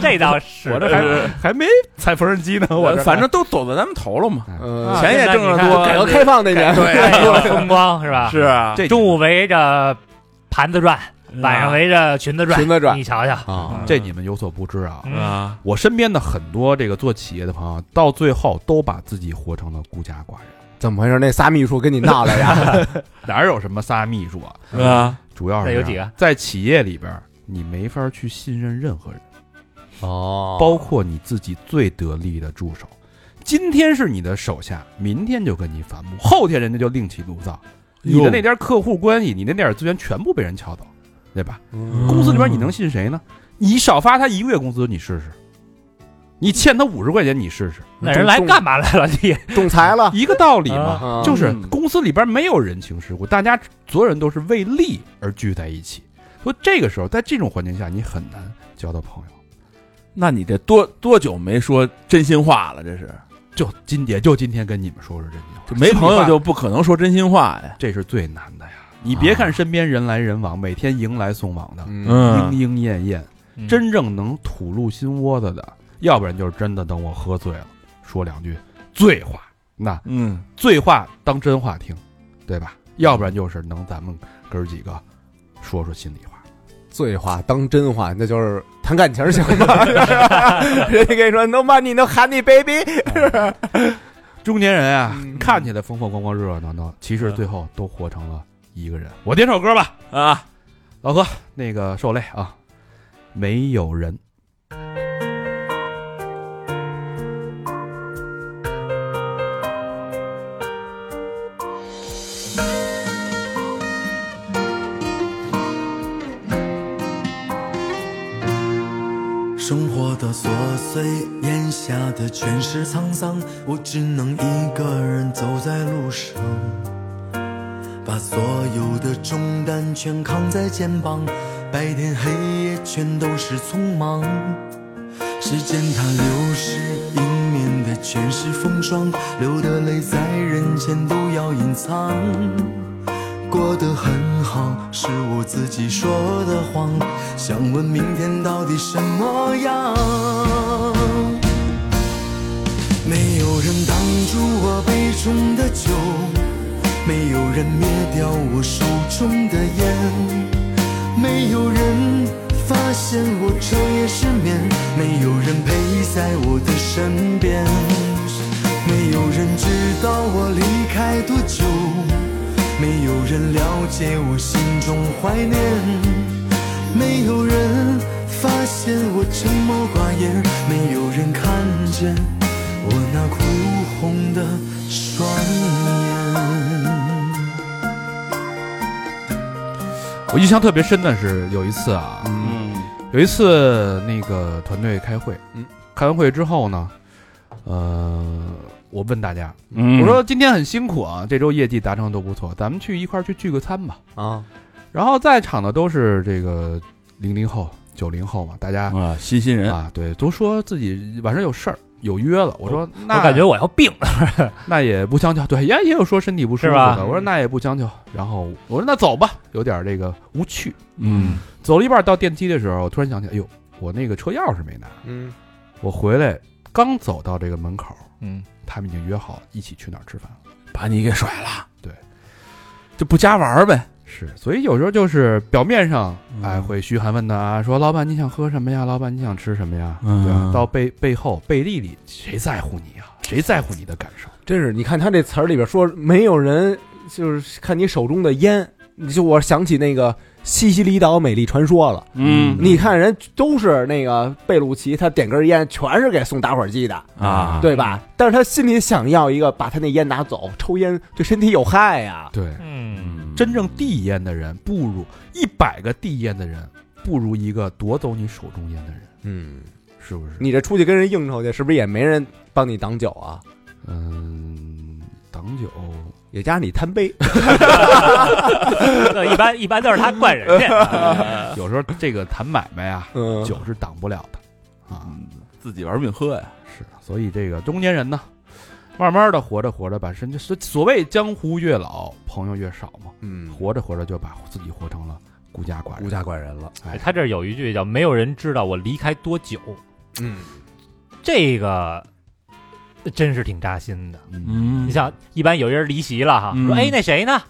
S3: 这倒是。
S1: 我这还还没踩缝纫机呢，我这还
S6: 呃反正都走在咱们头了嘛，
S2: 呃，
S6: 嗯钱也挣得
S3: 啊
S2: 改革
S6: 多，
S2: 开放那年，
S6: 哎
S3: 对，有哎风光是吧？
S6: 是啊，
S1: 这嗯
S3: 中午围着盘子转，晚上围着裙子转，
S2: 裙子转
S3: 你瞧瞧，
S2: 啊，
S1: 这你们有所不知啊。
S3: 嗯
S6: 啊，
S1: 我身边的很多这个做企业的朋友，啊到最后都把自己活成了孤家寡人，
S2: 怎么回事？那仨秘书跟你闹来呀？
S1: 哪有什么仨秘书啊？
S6: 是吧？
S1: 主要是
S3: 那有
S1: 这样
S3: 几
S1: 在企业里边，你没法去信任任何人。
S2: 哦
S1: 包括你自己最得力的助手。今天是你的手下，明天就跟你反目，后天人家就另起炉灶。你的那点客户关系，你那点资源全部被人撬走，对吧？
S3: 嗯
S1: 公司里边你能信谁呢？你少发他一个月工资，你试试；你欠他五十块钱，你试试，
S3: 那人来干嘛来了？ 你
S2: 仲裁了，
S1: 一个道理嘛。
S2: 啊
S1: 就是
S6: 嗯
S1: 公司里边没有人情世故，大家所有人都是为利而聚在一起。所以这个时候，在这种环境下，你很难交到朋友。
S6: 那你这多多久没说真心话了？这是
S1: 就今也就今天跟你们说说真心话，
S6: 就没朋友
S1: 就。
S6: 就不可能说真心话呀，啊
S1: 这是最难的呀。你别看身边人来人往，每天迎来送往的，
S2: 嗯，
S6: 嗯
S1: 莺莺燕燕，真正能吐露心窝子的，要不然就是真的等我喝醉了说两句醉话，那
S6: 嗯，
S1: 醉话当真话听，对吧？要不然就是能咱们哥儿几个说说心里话。
S2: 醉话当真话，那就是谈感情行吗？ 人家跟你说 “No money, no honey, baby”，
S1: 中年人啊，
S2: 嗯
S1: 看起来风风光光、热热闹闹，其实最后都活成了一个人。我点首歌吧，
S6: 啊，
S1: 老何，那个受累啊，没有人。
S4: 生活的琐碎，眼下的全是沧桑，我只能一个人走在路上，把所有的重担全扛在肩膀，白天黑夜全都是匆忙。时间它流逝，迎面的全是风霜，流的泪在人前都要隐藏。过得很好，是我自己说的谎。想问明天到底什么样？没有人挡住我杯中的酒，没有人灭掉我手中的烟，没有人发现我彻夜失眠，没有人陪在我的身边，没有人知道我离开多久。没有人了解我心中怀念，没有人发现我沉默寡言，没有人看见我那哭红的双眼。
S1: 我印象特别深的是有一次啊，
S6: 嗯
S1: 有一次那个团队开会，嗯，开完会之后呢，呃，我问大家，
S6: 嗯
S1: 我说今天很辛苦啊，这周业绩达成得都不错，咱们去一块儿去聚个餐吧。
S2: 啊，
S1: 然后在场的都是这个零零后、九零后嘛，大家
S6: 啊，新新人，
S1: 啊，对，都说自己晚上有事儿，有约了。我说
S3: 我
S1: 那
S3: 感觉我要病了，
S1: 那也不相求，对，也也有说身体不舒服
S3: 是吧
S1: 的。
S6: 嗯
S1: 我说那也不相求，然后我说那走吧，有点这个无趣。
S6: 嗯，
S1: 走了一半到电梯的时候，我突然想起，哎呦，我那个车钥匙没拿。
S2: 嗯，
S1: 我回来刚走到这个门口，
S6: 嗯，
S1: 他们已经约好一起去哪儿吃饭了。
S6: 把你给甩了，
S1: 对，
S6: 就不加玩儿呗，
S1: 是，所以有时候就是表面上，
S6: 嗯
S1: 哎，会嘘寒问暖啊，说老板你想喝什么呀？老板你想吃什么呀？
S6: 嗯
S1: 对吧？到背背后背地里，谁在乎你啊？谁在乎你的感受？
S2: 真是，你看他这词儿里边说，没有人就是看你手中的烟，你就我想起那个西西里岛美丽传说了。
S6: 嗯
S2: 你看人都是那个贝鲁奇，他点根烟全是给送打火机的，
S6: 啊，
S2: 对吧？但是他心里想要一个，把他那烟拿走，抽烟对身体有害呀。
S1: 对，
S3: 嗯，
S1: 啊真正递烟的人，不如一百个递烟的人，不如一个夺走你手中烟的人，
S2: 嗯，
S1: 是不是？
S2: 你这出去跟人应酬去，是不是也没人帮你挡酒啊？
S1: 嗯，挡酒，
S2: 也加上你 贪杯，
S3: 对一般一般都是他怪人 家，
S1: 有时候这个谈买卖啊，
S2: 嗯，
S1: 酒是挡不了的啊。
S6: 自己玩命喝呀，
S1: 是，所以这个中年人呢，慢慢的活着活着，把身体所所谓江湖越老，朋友越少嘛，
S2: 嗯，
S1: 活着活着就把自己活成了孤家寡人。
S2: 无家寡人了，
S1: 哎，
S3: 他这儿有一句叫“ 没有人知道我离开多久
S2: 嗯，”，
S3: 这个真是挺扎心的。
S6: 嗯
S3: 你想，一般有人离席了哈，
S6: 嗯
S3: 说：“哎，那谁呢？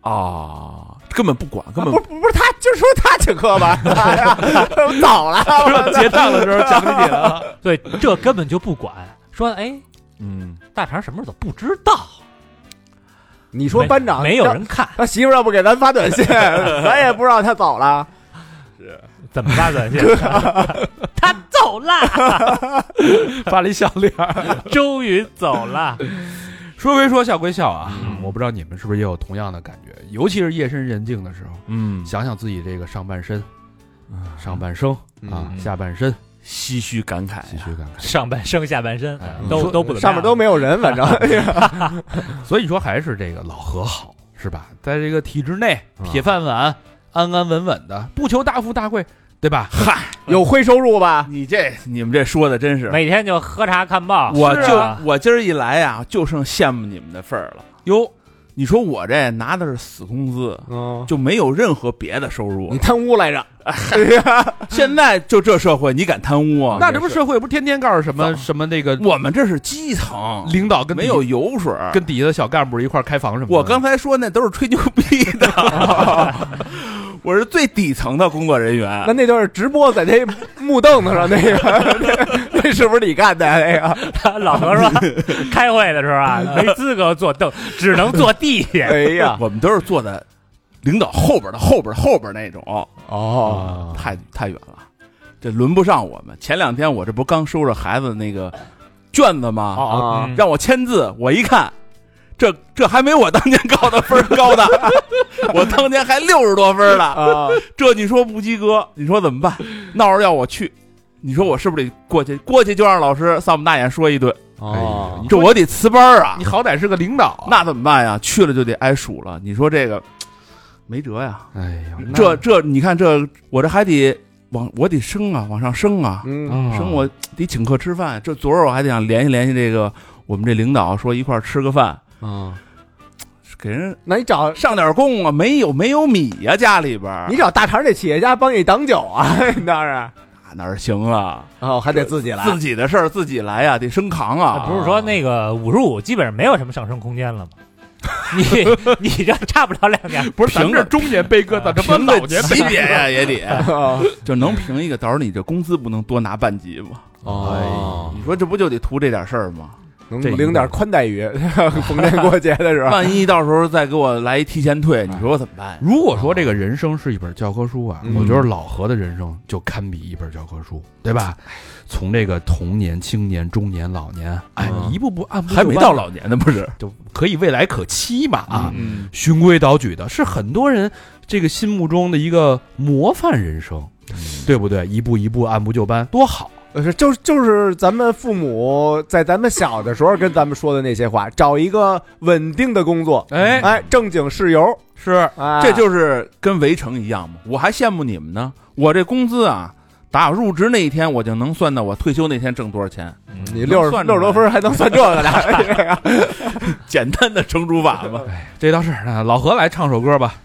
S6: 啊，根本不管，根本
S2: 不不不是他，就说他请客 吧，哎呀我走了，
S1: 结账的时候讲给你了，
S3: 啊对，这根本就不 管。说，哎，
S6: 嗯，
S3: 大肠什么时候走？不知道。
S2: 你说
S3: 没
S2: 班长
S3: 没有人看，
S2: 他媳妇儿要不给咱发短 信，咱也不知道他走了。
S3: 怎么发短信？他走了，
S1: 发了一笑脸。
S3: 终于走了。
S1: 说归说，笑归笑啊，我不知道你们是不是也有同样的感觉，尤其是夜深人静的时候，
S6: 嗯，
S1: 想想自己这个上半身、
S3: 嗯
S1: 上半生啊、
S6: 嗯
S1: 下半身，
S6: 唏嘘感慨呀，
S1: 继续看看。
S3: 上半身、下半身
S1: 哎
S3: 啊都
S1: 说
S3: 都不怎么样
S2: 上面都没有人，反正
S1: 所以说还是这个老和好是吧？在这个体制内，
S3: 嗯
S1: 铁饭碗，安安稳稳的，不求大富大贵，对吧？
S2: 有灰收入吧？
S6: 你这你们这说的真是，
S3: 每天就喝茶看报。
S6: 我
S3: 是
S6: 就、
S3: 啊
S6: 我今儿一来呀、就剩羡慕你们的份儿了。哟，你说我这拿的是死工资，
S2: 嗯，
S6: 就没有任何别的收入哎
S2: 你。贪污来着？
S6: 现在就这社会，你敢贪污啊？
S1: 那这不社会不是天天告诉什么
S6: 早
S1: 什么那个
S6: 我们这是基层，
S1: 领导跟
S6: 没
S1: 底
S6: 有油水。
S1: 跟底下的小干部一块儿开房什么的？
S6: 我刚才说那都是吹牛逼的，我是最底层的工作人员
S2: 那。那段直播在那木凳子上那 个，那那是不是你干的呀？那个？
S3: 哎老何说， 开会的时候啊，没资格坐凳， 只能坐地
S2: 哎
S3: 铁。
S2: 呀，
S6: 我们都是坐在领导后边的后边后边那种，
S2: 哦，
S1: 啊
S6: 太太远了，这轮不上我们。前两天我这不刚收拾孩子那个卷子吗？
S2: 啊
S3: 嗯
S6: 让我签字，我一看，这这还没我当年高的分儿 高呢，我当年还六十多分儿呢，
S2: 啊，
S6: 这你说不及格，你说怎么办？闹着要我去，你说我是不是得过去？过去就让老师丧不大眼说一顿，
S1: 哦
S2: 哦，
S6: 这我得辞班儿啊
S1: 你，好歹是个领导啊，
S6: 那怎么办呀？去了就得挨数了，你说这个没辙呀，
S1: 哎呀，那
S6: 这这你看这我这还得往我得升啊，往上升啊，
S2: 嗯，
S1: 啊
S6: 生我得请客吃饭。这昨儿我还得想联系联系这个我们这领导，说一块儿吃个饭，
S2: 嗯，
S6: 给人
S2: 那你找
S6: 上点供啊，没有没有米
S2: 啊
S6: 呀、家里边儿
S2: 你找大肠这企业家帮你挡酒啊？你当然，
S6: 啊哪儿行啊？
S2: 哦，还得自己来，
S6: 自己的事儿自己
S3: 哎
S6: 来呀、得生扛啊！
S3: 不是说那个五十五基本上没有什么上升空间了吗？ 你你这差不了两年，
S1: 不是咱们这中年悲歌，咋这么
S6: 啊评
S1: 老
S6: 个
S1: 年
S6: 级别呀、也得
S2: 哦
S6: 就能评一个，到时候你这工资不能多拿半级吗？哎
S2: 哦，
S6: 你说这不就得图这点事儿吗？
S2: 能
S1: 这
S2: 领点宽带 鱼，逢年过节的时候，
S6: 万一到时候再给我来一提前退，你说我怎么办呀？
S1: 如果说这个人生是一本教科书啊，
S2: 嗯
S1: 我觉得老何的人生就堪比一本教科书，对吧？从这个童年、青年、中年、老年，哎，
S2: 嗯
S1: 一步步按部
S6: 还
S1: 就
S6: 没
S1: 班
S6: 到
S1: 的，
S6: 老年呢，不是？
S1: 就可以未来可期嘛啊！
S6: 嗯，
S1: 循规蹈矩的是很多人这个心目中的一个模范人生，
S6: 嗯
S1: 对不对？一步一步按部就班，多好！
S2: 呃，是就是就是咱们父母在咱们小的时候跟咱们说的那些话，找一个稳定的工作，
S1: 哎，
S2: 哎，正经事由，
S1: 是
S2: 哎，
S6: 这就是跟围城一样嘛。我还羡慕你们呢，我这工资啊，打入职那一天，我就能算到我退休那天挣多少钱，
S2: 嗯你六十
S6: 算出
S2: 六
S6: 来
S2: 十多分还能算这个呢？
S6: 简单的乘除法嘛。
S1: 这倒是，那老何来唱首歌吧，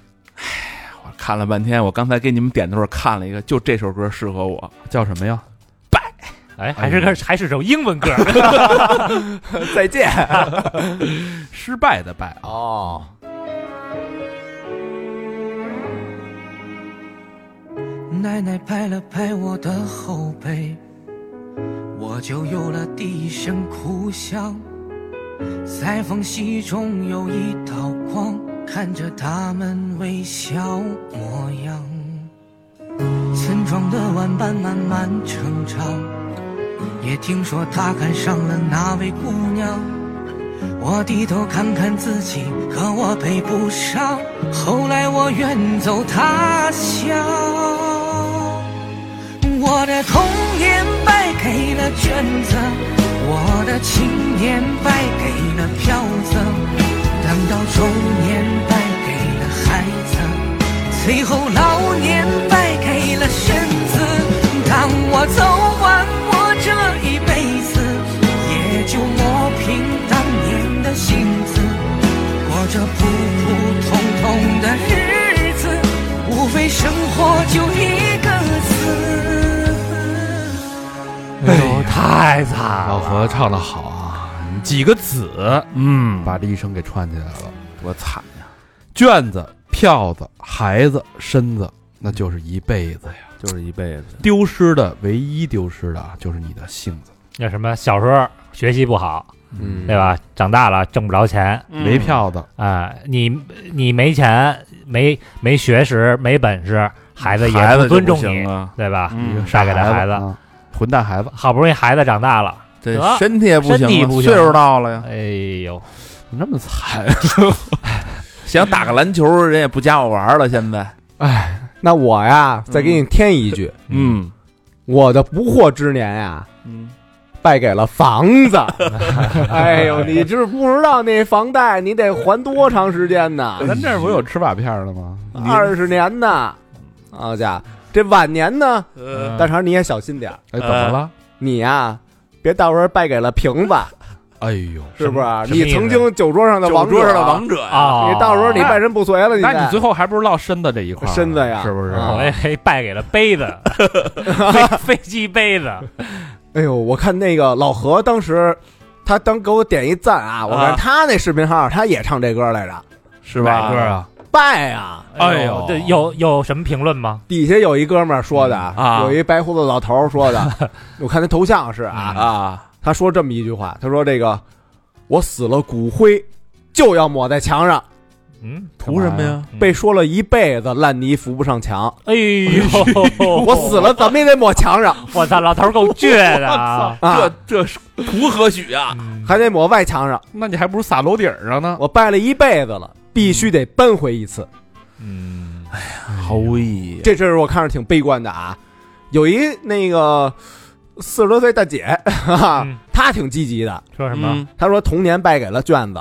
S6: 我看了半天，我刚才给你们点的时候看了一个，就这首歌适合我，
S1: 叫什么呀？
S3: 哎，还是个还是首英 文歌，
S2: 再见
S1: 失败的败啊，
S2: 哦，
S10: 奶奶拍了拍我的后背，我就有了第一声哭响。在缝隙中有一道光，看着他们微笑模样。村庄的玩伴慢慢成长，也听说他看上了那位姑娘。我低头看看自己，可我配不上。后来我远走他乡，我的童年败给了卷子，我的青年败给了票子，等到中年败给了孩子，最后老年败给了身子。当我走完我这一辈子，也就磨平当年的性子，过着普普通通的日子，无非生活就一个字。
S3: 哎呦，太惨
S1: 老
S3: 了，
S1: 何唱的好啊，几个子
S3: 嗯，
S1: 把这一生给串起来了，
S6: 多惨呀、
S1: 卷子、票子、孩子、身子，那就是一辈子呀。
S6: 就是一辈子。
S1: 丢失的唯一丢失的啊，就是你的性子，
S3: 那什么，小时候学习不好，
S2: 嗯
S3: 对吧？长大了挣不着钱
S1: 没票子，
S3: 啊，你你没钱，没没学识，没本事，孩子也
S6: 孩
S3: 不
S6: 子就
S3: 尊
S6: 不
S3: 重
S6: 行
S3: 你，
S6: 啊，
S3: 对吧？
S6: 嗯，
S3: 带给的孩子，
S1: 啊混蛋孩子，
S3: 好不容易孩子长大了，
S6: 这
S3: 得
S6: 身体也不行
S3: 身体
S6: 了，
S3: 不 行
S6: 岁数到了呀，
S3: 哎呦，
S1: 怎么那么惨？
S6: 想打个篮球，人也不加我玩了。现在，
S2: 哎那我呀，再给你添一句，
S6: 嗯
S2: 我的不惑之年呀，
S6: 嗯，
S2: 败给了房子。 哎呦，你这不知道那房贷你得还多长时间呢？
S1: 咱这儿不有吃瓦片的吗？
S2: 二十年呢，
S6: 嗯
S2: 好家伙，这晚年呢，
S6: 呃
S2: 大肠你也小心点儿，
S1: 嗯
S2: 呃
S1: 哎，怎么了？
S2: 你呀、别到时候败给了瓶子，
S1: 哎呦，
S2: 是不是？
S3: 什么意思
S2: 啊你曾经酒桌上的王
S6: 酒
S2: 者啊
S6: 桌上的，王者呀，
S3: 啊，
S2: 你到时候你败人不遂了，你
S1: 那
S2: 再
S1: 你最后还不是落身子这一块儿了
S2: 身子呀
S1: 是不是？
S2: 啊
S3: 我也败给了杯子，飞飞机杯子，
S2: 哎呦，我看那个老何当时。他当给我点一赞啊！我看他那视频号，他也唱这歌来着，
S6: 是吧？
S1: 哪个啊？
S2: 败啊！
S3: 哎呦，这有有什么评论吗？
S2: 底下有一哥们儿说的
S3: 嗯
S6: 啊
S2: 有一白胡子老头儿说 的，我看他头像是啊，
S3: 嗯
S6: 啊，
S2: 他说这么一句话，他说这个我死了骨灰就要抹在墙上，
S3: 嗯，
S6: 图什么呀？
S2: 被说了一辈子烂泥扶不上墙，
S3: 哎呦，
S2: 我死了怎么也得抹墙上，
S3: 我操，老头儿够倔的啊！嗯
S2: 啊，
S6: 这这图何许呀？
S2: 还得抹外墙上，
S1: 啊那你还不如撒楼顶上呢？
S2: 我拜了一辈子了，必须得扳回一次。
S3: 嗯，
S6: 毫无意义。
S2: 这事儿我看着挺悲观的啊。有一那个四十多岁大姐，哈哈
S3: 嗯
S2: 她挺积极的，
S3: 说什么？
S2: 她说童年败给了卷子，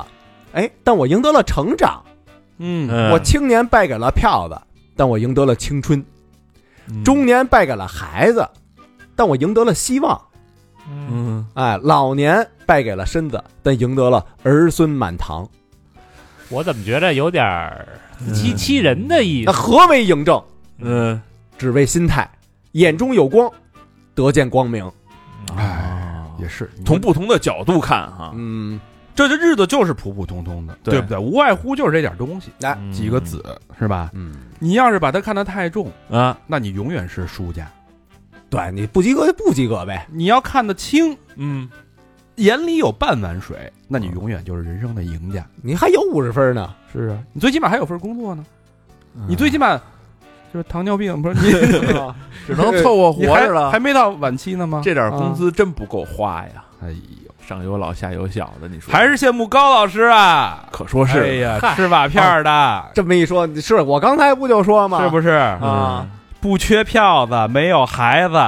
S2: 哎，但我赢得了成长。
S1: 嗯，
S6: 嗯？
S2: 我青年败给了票子，但我赢得了青春；
S3: 嗯
S2: 中年败给了孩子，但我赢得了希望；
S3: 嗯，
S6: 嗯，
S2: 哎，老年败给了身子，但赢得了儿孙满堂。
S3: 我怎么觉得有点儿自欺欺人的意
S2: 嗯那
S3: 思？
S2: 何为赢政？
S6: 嗯，
S2: 只为心态，眼中有光，得见光明。
S1: 哎，也是，你
S6: 从不同的角度看哈，
S2: 嗯，
S1: 这这日子就是普普通通的，
S6: 对嗯
S1: 对不对？无外乎就是这点东西，
S2: 哎
S1: 几个子是吧？
S2: 嗯，
S1: 你要是把它看得太重，
S6: 啊，
S1: 那你永远是输家。
S2: 对你不及格就不及格呗。
S1: 你要看得清，
S6: 嗯，
S1: 眼里有半碗水，那你永远就是人生的赢家。
S2: 你还有五十分呢，
S1: 是啊，你最起码还有份工作呢，
S6: 嗯
S1: 你最起码就是糖尿病，不是你
S6: 只能凑合活
S1: 你还
S6: 着了
S1: 还。没到晚期呢吗？
S6: 这点工资真不够花呀，
S1: 哎呦，
S6: 上有老下有小的，你说
S1: 还是羡慕高老师啊！
S6: 可说
S1: 哎
S6: 是
S1: 呀，吃瓦片儿的，
S2: 啊这么一说，你是我刚才不就说吗？
S1: 是嗯不是？
S2: 啊，
S1: 不缺票子，没有孩子，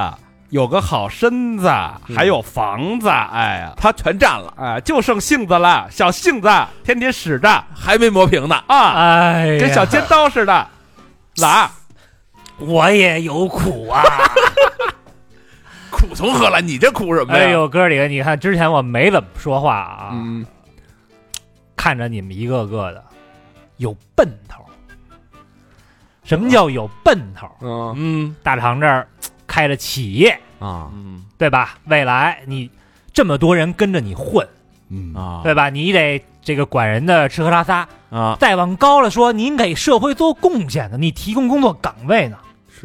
S1: 有个好身子，还有房子，哎呀，
S6: 嗯他全占了，
S1: 哎，就剩性子了，小性子天天使着
S6: 还没磨平呢。
S1: 啊，
S3: 哎呀，
S1: 跟小尖 刀似的，拉
S3: 我也有苦啊！
S6: 苦从何来？你这苦什么呀？
S3: 哎呦，哥儿几个，你看之前我没怎么说话啊，
S6: 嗯，
S3: 看着你们一个个的有奔头。什么叫有奔头？
S2: 嗯
S6: 嗯
S3: 大厂这儿嘖开了企业，
S2: 啊，
S6: 嗯
S3: 对吧？未来你这么多人跟着你混，
S1: 嗯
S6: 啊
S3: 对吧？你得这个管人的吃喝拉撒。
S6: 啊，
S3: 再往高了说，您给社会做贡献呢，你提供工作岗位呢，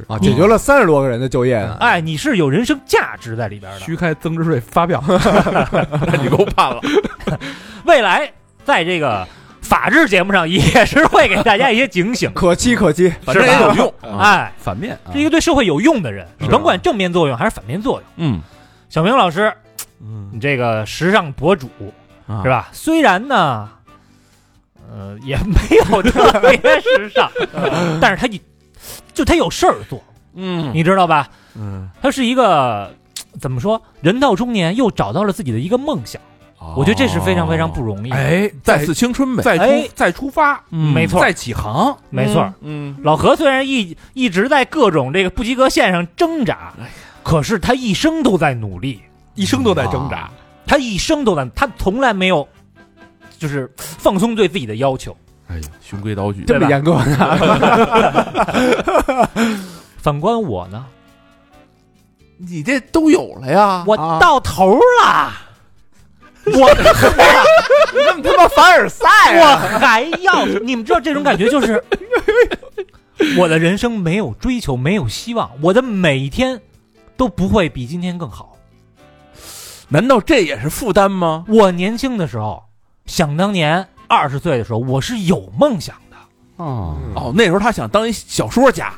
S2: 啊，解决了三十多个人的就业呢。，
S3: 哎，你是有人生价值在里边的。
S9: 虚开增值税发 票，
S6: 那你够判了。
S3: 未来在这个法制节目上也是会给大家一些警醒
S1: 嗯
S2: 可期可期，
S6: 反正也有用啊。
S3: 哎，
S9: 反面啊
S3: 是一个对社会有用的人，你甭管正面作用还是反面作用。
S6: 嗯
S3: 小明老师，
S6: 嗯
S3: 你这个时尚博主
S6: 啊
S3: 是吧？虽然呢，呃，也没有特别时 尚，但是他一就他有事儿做，
S6: 嗯
S3: 你知道吧？
S6: 嗯，
S3: 他是一个怎么说？人到中年又找到了自己的一个梦想，我觉得这是非常非常不容易的。
S9: 哦哎，
S6: 再
S9: 再
S6: 次青春呗。
S9: 再
S3: 哎
S9: 出再出发，
S3: 没错，
S9: 再起航，
S3: 没错。
S6: 嗯，
S3: 老何虽然一一直在各种这个不及格线上挣扎，可是他一生都在努力，
S9: 哎
S3: 啊
S9: 一生都在挣扎。
S3: 他一生都在，他从来没有就是放松对自己的要求。
S6: 哎循规蹈
S9: 嗯
S6: 矩。
S3: 对
S2: 这么
S3: 吧
S2: 严格呢？
S9: 啊
S1: 啊
S3: 反观我呢，
S6: 你这都有了呀，
S3: 我
S2: 啊
S3: 到头了，
S2: 那他妈凡尔赛
S3: 我
S2: 啊！
S3: 还要你们知道这种感觉 就是，我的人生没有追求，没有希望，我的每一天都不会比今天更好。
S6: 难道这也是负担吗？
S3: 我年轻的时候，想当年二十岁的时候，我是有梦想的。
S9: 哦，
S6: 哦，那时候他想当一小说家。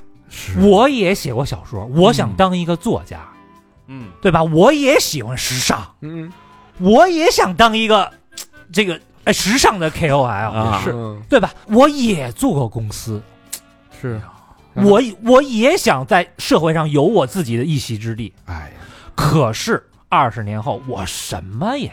S3: 我也写过小说，我想当一个作家，
S6: 嗯
S3: 对吧？我也喜欢时尚，
S2: 嗯，
S3: 我也想当一个嘖这个哎时尚的 KOL，、
S6: 啊，
S2: 是
S3: 对吧？我也做过公司，
S9: 是，
S2: 啊
S3: 我我也想在社会上有我自己的一席之地。
S9: 哎
S3: 可是二十年后，我什么也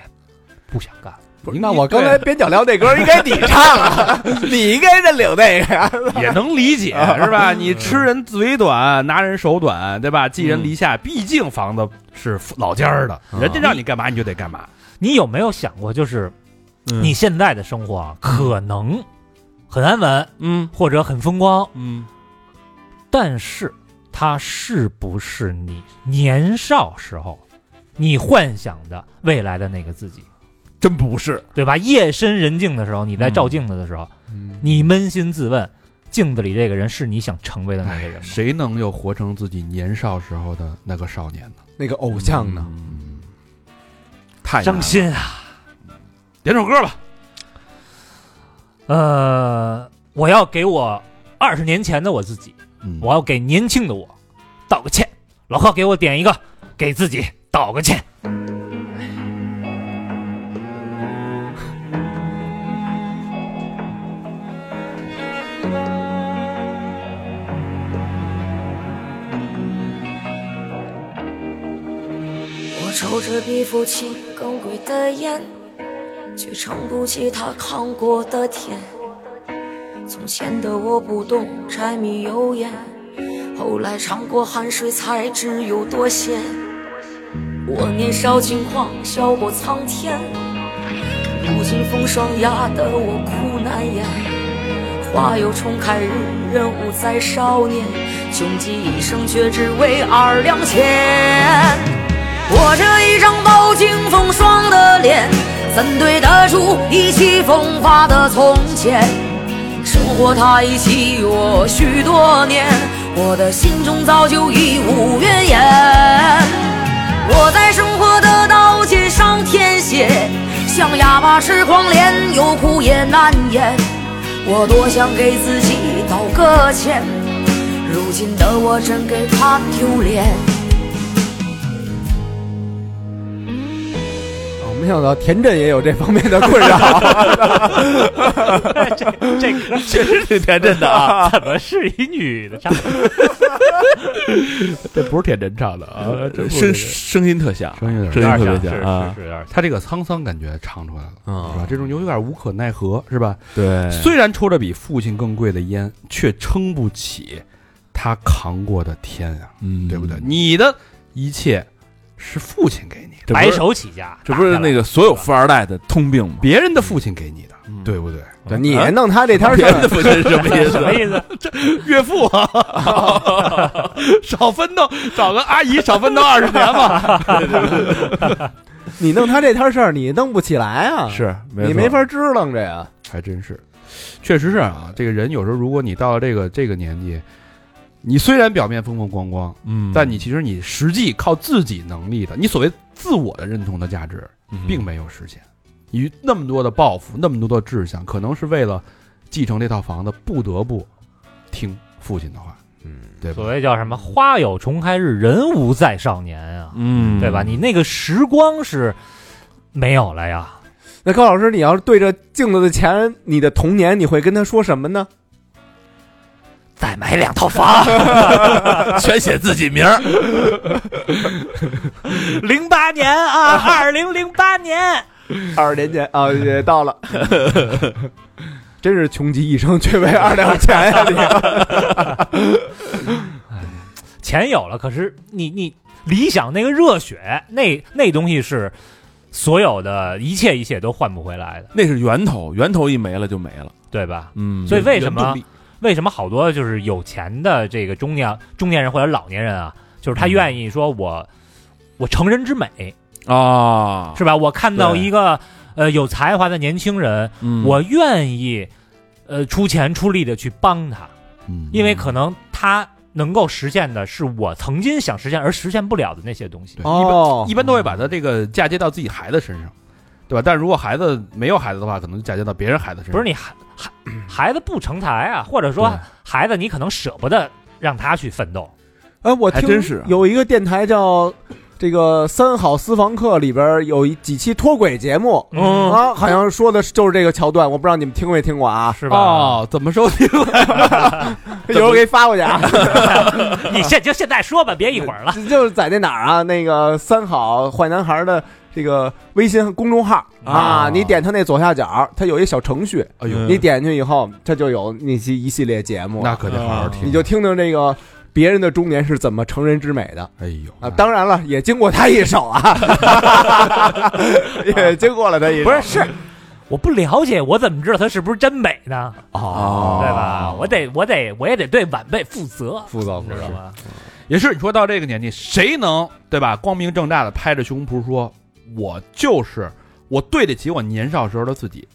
S3: 不想干了。啊
S9: 呀，
S2: 那我刚才边角聊那歌儿应该你唱啊，你应该认领 那个呀。
S9: 也能理解是吧？你吃人嘴短，拿人手短，对吧？寄人篱
S6: 嗯
S9: 下，毕竟房子是老家儿的，人家让你干嘛你就得干嘛。
S3: 啊你有没有想过，就是
S6: 嗯
S3: 你现在的生活啊
S9: 嗯
S3: 可能很安稳，
S6: 嗯
S3: 或者很风光，
S6: 嗯
S3: 但是它是不是你年少时候你幻想的未来的那个自己，
S6: 真不是。嗯
S3: 对吧？夜深人静的时候，你在照镜子的时候，你扪心自问，镜子里这个人是你想成为的那个人吗？
S9: 谁能又活成自己年少时候的那个少年呢？嗯
S2: 那个偶像呢？
S6: 太难
S3: 伤
S6: 了
S3: 心啊！
S9: 点首歌吧，
S3: 呃，我要给我二十年前的我自己，
S6: 嗯
S3: 我要给年轻的我道个歉。老贺给我点一个，给自己道个 歉。
S11: 我抽着比父亲更贵的烟，却撑不起他扛过的天。从前的我不懂柴米油盐，后来尝过汗水才知有多咸。我年少轻狂，笑过苍天，如今风霜压得我苦难言。花又重开日，人无再少年，穷极一生却只为二两钱。我这一张饱经风霜的脸，怎对得住意气风发的从前？生活它已欺我许多年，我的心中早就已无怨言。我在生活的刀尖上舔血，像哑巴吃黄连，有苦也难言。我多想给自己道个歉，如今的我真给他丢脸。
S2: 我没想到田震也有这方面的困 扰。
S3: 这个
S6: 确实挺天真的啊。
S3: 怎么是一女的唱？
S9: 这不是铁人唱的啊，这
S6: 呃声声音特像，
S9: 声音有
S6: 声
S9: 点
S6: 音
S9: 像
S6: 特别
S3: 是
S6: 像
S3: 是
S6: 啊。嗯
S3: 是有点像。
S9: 他这个沧桑感觉唱出来了，是吧？这种有点无可奈何，是吧？
S6: 对，
S9: 虽然抽着比父亲更贵的烟，却撑不起他扛过的天呀、啊
S6: 嗯
S9: 对不对？？你的一切
S1: 是父亲给你的，
S6: 这不
S3: 白
S6: 是
S3: 手起家，
S6: 这不是那
S3: 个
S6: 个所有富二代的通病吗？嗯
S1: 别人的父亲给你的，对不对？
S2: 对你弄他这摊
S6: 别
S2: 事
S6: 人
S2: 儿，
S6: 的父亲是什么意
S3: 什
S6: 思？
S3: 么意思？
S1: 岳 父啊， 少奋斗，找个阿姨少奋斗二十年嘛。
S2: 你弄他这摊事儿，你弄不起来 啊，
S6: 是，
S2: 你没法支棱着呀。
S1: 还真是，确实是啊。这个人有时候，如果你到了这个这个年纪，你虽然表面风风光光，
S6: 嗯，
S1: 但你其实你实际靠自己能力的，你所谓自我的认同的价值，
S6: 嗯
S1: 并没有实现。你那么多的抱负，那么多的志向，可能是为了继承这套房子，不得不听父亲的话，嗯，对吧
S3: 所？谓叫什么“花有重开日，人无再少年”啊，
S6: 嗯，
S3: 对吧？你那个时光是没有了呀。
S2: 那高老师，你要是对着镜子的钱，你的童年，你会跟他说什么呢？
S3: 再买两 套房，
S6: 全写自己 名儿，
S3: 零八年啊，二零零八年，
S2: 二十年前啊，也到了， 真是穷极一生 却为二两钱哎呀、你
S3: 钱有了，可是你你理想那个热血，那那东西是所有的一切一切都换不回来的，
S6: 那是源头，源头一没了就没了。
S3: 对吧？
S6: 嗯，
S3: 所以为什
S6: 原
S3: 么
S6: 动力
S3: 为什么好多就是有钱的这个中年中年人或者老年人啊，就是
S6: 嗯
S3: 他愿意说我我成人之美
S6: 啊？
S3: 是吧？我看到
S6: 对
S3: 一个呃有才华的年轻人，
S6: 嗯
S3: 我愿意呃出钱出力的去帮他，
S1: 嗯，
S3: 因为可能他能够实现的是我曾经想实现而实现不了的那些东西。
S1: 对
S2: 哦
S1: 一般
S3: 嗯
S1: 都会把他这个嫁接到自己孩子身上，对吧？但如果孩子没有孩子的话，可能就嫁接到别人孩子身上。
S3: 不是你孩孩孩子不成才啊，或者说
S6: 对
S3: 孩子你可能舍不得让他去奋斗，
S2: 哎，我
S6: 还
S2: 听
S6: 真是啊
S2: 有一个电台叫这个“三好私房课”，里边有一几期脱轨节目，
S3: 嗯
S2: 啊，好像说的是就是这个桥段，我不知道你们听没听过啊？
S3: 是吧？
S1: 哦，怎么收听？
S2: 一会儿给你发过去啊，
S3: 你现就现在说吧，别一会儿了。
S2: 就 就是在那哪儿啊？那个“三好坏男孩”的这个微信公众号啊，你点他那左下角，他有一小程序，
S1: 哎呦，
S2: 你点进去以后，它就有那些一系列节目，
S1: 那可得好好听。
S2: 你就听听这个别人的中年是怎么成人之美的
S1: 哎呦
S2: 啊！当然了，也经过他一手啊， 也经过了他一手，
S3: 不是，是我不了解，我怎么知道它是不是真美呢？
S2: 哦，
S3: 对吧？我得，我得，我也得对晚辈负责，
S2: 负责
S3: 你知道吗？
S1: 也是，你说到这个年纪，谁能对吧？光明正大的拍着胸脯说，我就是我对得起我年少时候的自己。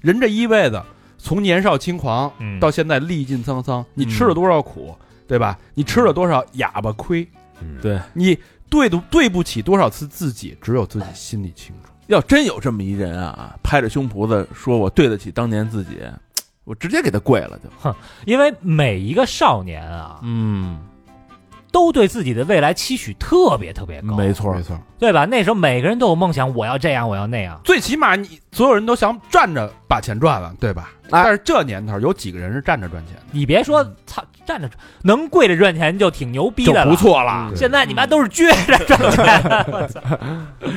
S1: 人这一辈子，从年少轻狂
S3: 嗯
S1: 到现在历尽沧桑，你吃了多少苦，对吧？你吃了多少哑巴亏，
S6: 对，
S1: 你对不对不起多少次自己，只有自己心里清楚。
S6: 要真有这么一人啊，拍着胸脯子说我对得起当年自己，我直接给他跪了就。
S3: 因为每一个少年啊，
S6: 嗯，
S3: 都对自己的未来期许特别特别高，
S6: 没错，
S1: 错，
S3: 对吧？那时候每个人都有梦想，我要这样，我要那样。
S1: 最起码你所有人都想站着把钱赚了，对吧？
S2: 哎
S1: 但是这年头有几个人是站着赚钱的？
S3: 你别说，操，站着能跪着赚钱就挺牛逼
S1: 就
S3: 的了，嗯
S1: 不错了。
S3: 现 在你妈都是撅着赚
S6: 嗯
S3: 钱，我操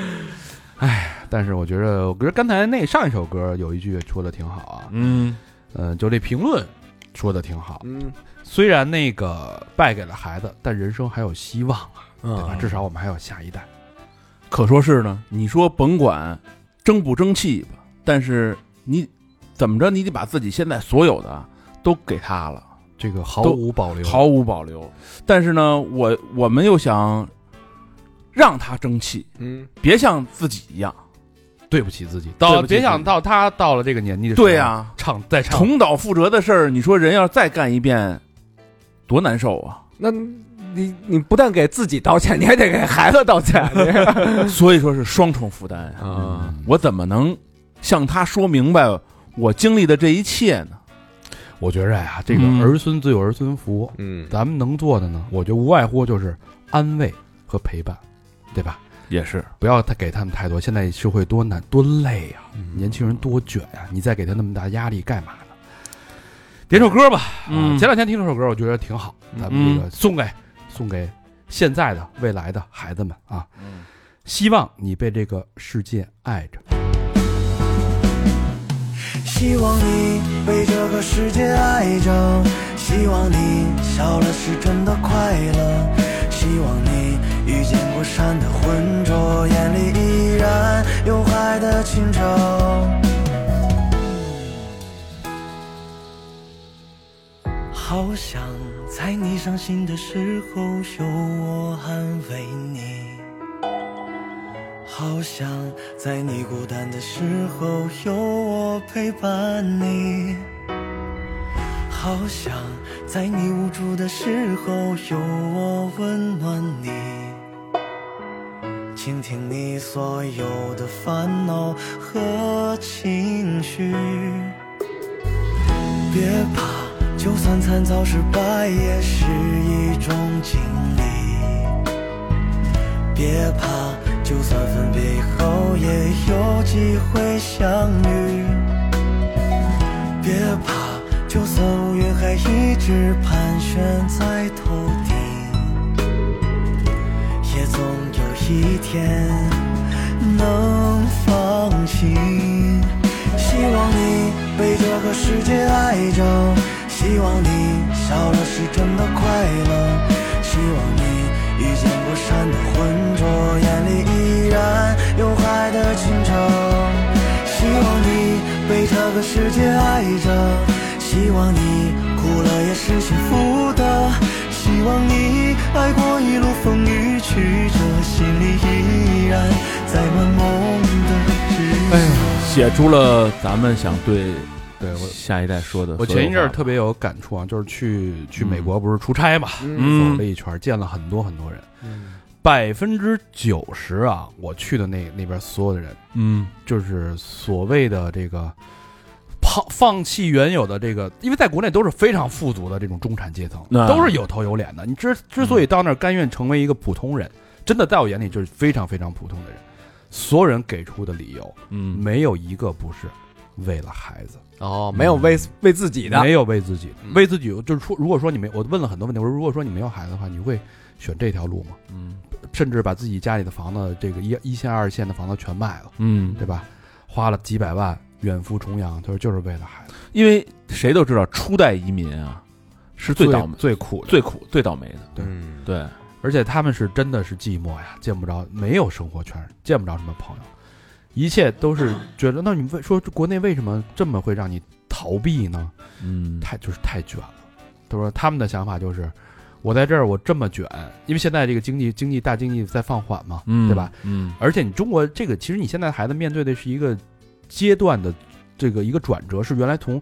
S1: 但是我觉得，我觉得刚才那上一首歌有一句说的挺好啊，
S6: 嗯，
S1: 嗯、就这评论说的挺好。啊
S2: 嗯
S1: 虽然那个败给了孩子，但人生还有希望啊，对吧？
S2: 嗯，
S1: 至少我们还有下一代。
S6: 可说是呢。你说甭管争不争气吧，但是你怎么着，你得把自己现在所有的啊都给他了。
S1: 这个毫
S6: 都
S1: 无保留，
S6: 毫无保留。但是呢，我我们又想让他争气，
S2: 嗯，
S6: 别像自己一样。
S1: 对不起自己。啊
S6: 对
S3: 呃
S1: 到
S6: 不起
S1: 别
S6: 自
S1: 想
S6: 己
S1: 到他到了这个年纪的时候，
S6: 对呀
S1: 唱再唱
S6: 重蹈覆辙的事儿，你说人要再干一遍，多难受啊！
S2: 那你你不但给自己 道歉，你还得给孩子道歉，
S6: 所以说是双重负担呀、嗯
S2: 啊
S6: 我怎么能向他说明白我经历的这一切呢？
S1: 我觉着呀、这个
S6: 嗯
S1: 儿孙自有儿孙福，
S2: 嗯，
S1: 咱们能做的呢，我觉得无外乎就是安慰和陪伴，对吧？
S6: 也是，
S1: 不要太给他们太多。现在社会多难多累呀、
S6: 嗯
S1: 年轻人多卷呀、你再给他那么大压力干嘛呢？点首歌吧，啊
S6: 嗯
S1: 前两天听这首歌，我觉得挺好，咱们这个送给送给现在的未来的孩子们啊，
S6: 嗯
S1: 希望你被这个世界爱着。
S12: 希望你被这个世界爱着，希望你笑了是真的快乐，希
S8: 希望你遇见过山的浑浊，眼里依然有海的清澈。好想在你伤心的时候有我安慰你，好想在你孤单的时候有我陪伴你。好想在你无助的时候有我温暖你，倾听你所有的烦恼和情绪。别怕，就算惨遭失败也是一种经历。别怕，就算分别以后也有机会相遇。别怕，就算乌云还一直盘旋在头顶，也总有一天能放晴。希望你被这个世界爱着，希望你笑了是真的快乐，希望你遇见过山的浑浊，眼里依然有海的清澈。希望你被这个世界爱着，希望你哭了也是幸福的，希望你爱过一路风雨曲折，心里依然载满梦的执
S6: 哎
S8: 着。
S6: 写出了咱们想对
S1: 对我
S6: 下一代说的。
S1: 我前一阵儿特别有感触啊，就是去去美国不是出差嘛，走
S6: 嗯
S1: 了一圈，见了很多很多人，
S9: 嗯
S1: 百分之九十啊，我去的那那边所有的人，
S6: 嗯
S1: 就是所谓的这个抛放弃原有的这个，因为在国内都是非常富足的这种中产阶层，
S6: 那
S1: 都是有头有脸的。你之之所以到那儿甘愿成为一个普通人，真的在我眼里就是非常非常普通的人。所有人给出的理由，
S6: 嗯
S1: 没有一个不是为了孩子。
S2: 哦，没有为为自己的
S1: 没有为自己的，为自己就是说，如果说你没，我问了很多问题，我说如果说你没有孩子的话，你会选这条路吗？
S6: 嗯
S1: 甚至把自己家里的房子，这个一一线、二线的房子全卖了，
S6: 嗯，
S1: 对吧？花了几百万远赴重洋，就是就是为了孩子，
S6: 因为谁都知道初代移民啊是最
S1: 最
S6: 倒霉、
S1: 最苦的，
S6: 最苦、最倒霉的。
S2: 嗯，
S6: 对，
S1: 而且他们是真的是寂寞呀，见不着，没有生活圈，见不着什么朋友，一切都是觉得，那你为说国内为什么这么会让你逃避呢？
S6: 嗯
S1: 太就是太卷了。他说他们的想法就是，我在这儿我这么卷，因为现在这个经济经济大经济在放缓嘛，
S6: 嗯，
S1: 对吧？？
S6: 嗯
S1: 而且你中国这个，其实你现在孩子面对的是一个阶段的这个一个转折，是原来从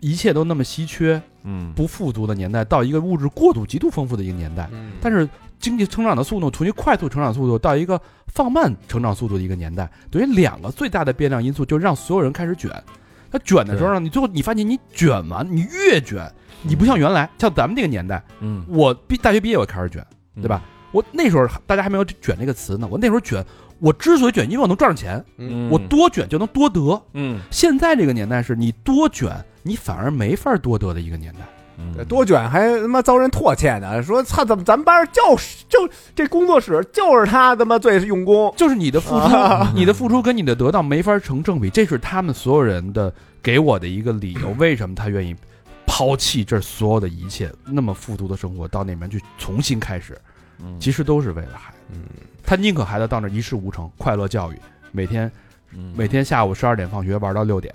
S1: 一切都那么稀缺、
S6: 嗯
S1: 不富足的年代，到一个物质过度极度丰富的一个年代。但是经济成长的速度从一个快速成长速度到一个放慢成长速度的一个年代，等于两个最大的变量因素，就让所有人开始卷。他卷的时候呢，你最后你发现你卷完，你越卷，你不像原来，像咱们这个年代，
S6: 嗯，
S1: 我毕大学毕业我开始卷，
S6: 嗯
S1: 对吧？我那时候大家还没有“卷”这个词呢，我那时候卷，我之所以卷，因为我能赚着钱，
S6: 嗯
S1: 我多卷就能多得。
S6: 嗯
S1: 现在这个年代是你多卷，你反而没法多得的一个年代。
S6: 嗯
S2: 多卷还他妈遭人唾弃呢，说操，怎么咱们班就是就这工作室就是他他妈最用功，
S1: 就是你的付出，啊你的付出跟你的得到没法成正比，这是他们所有人的给我的一个理由，为什么他愿意抛弃这所有的一切，那么富足的生活到那边去重新开始，
S6: 嗯
S1: 其实都是为了孩子。他宁可孩子到那儿一事无成，快乐教育，每天
S6: 嗯
S1: 每天下午十二点放学玩到六点，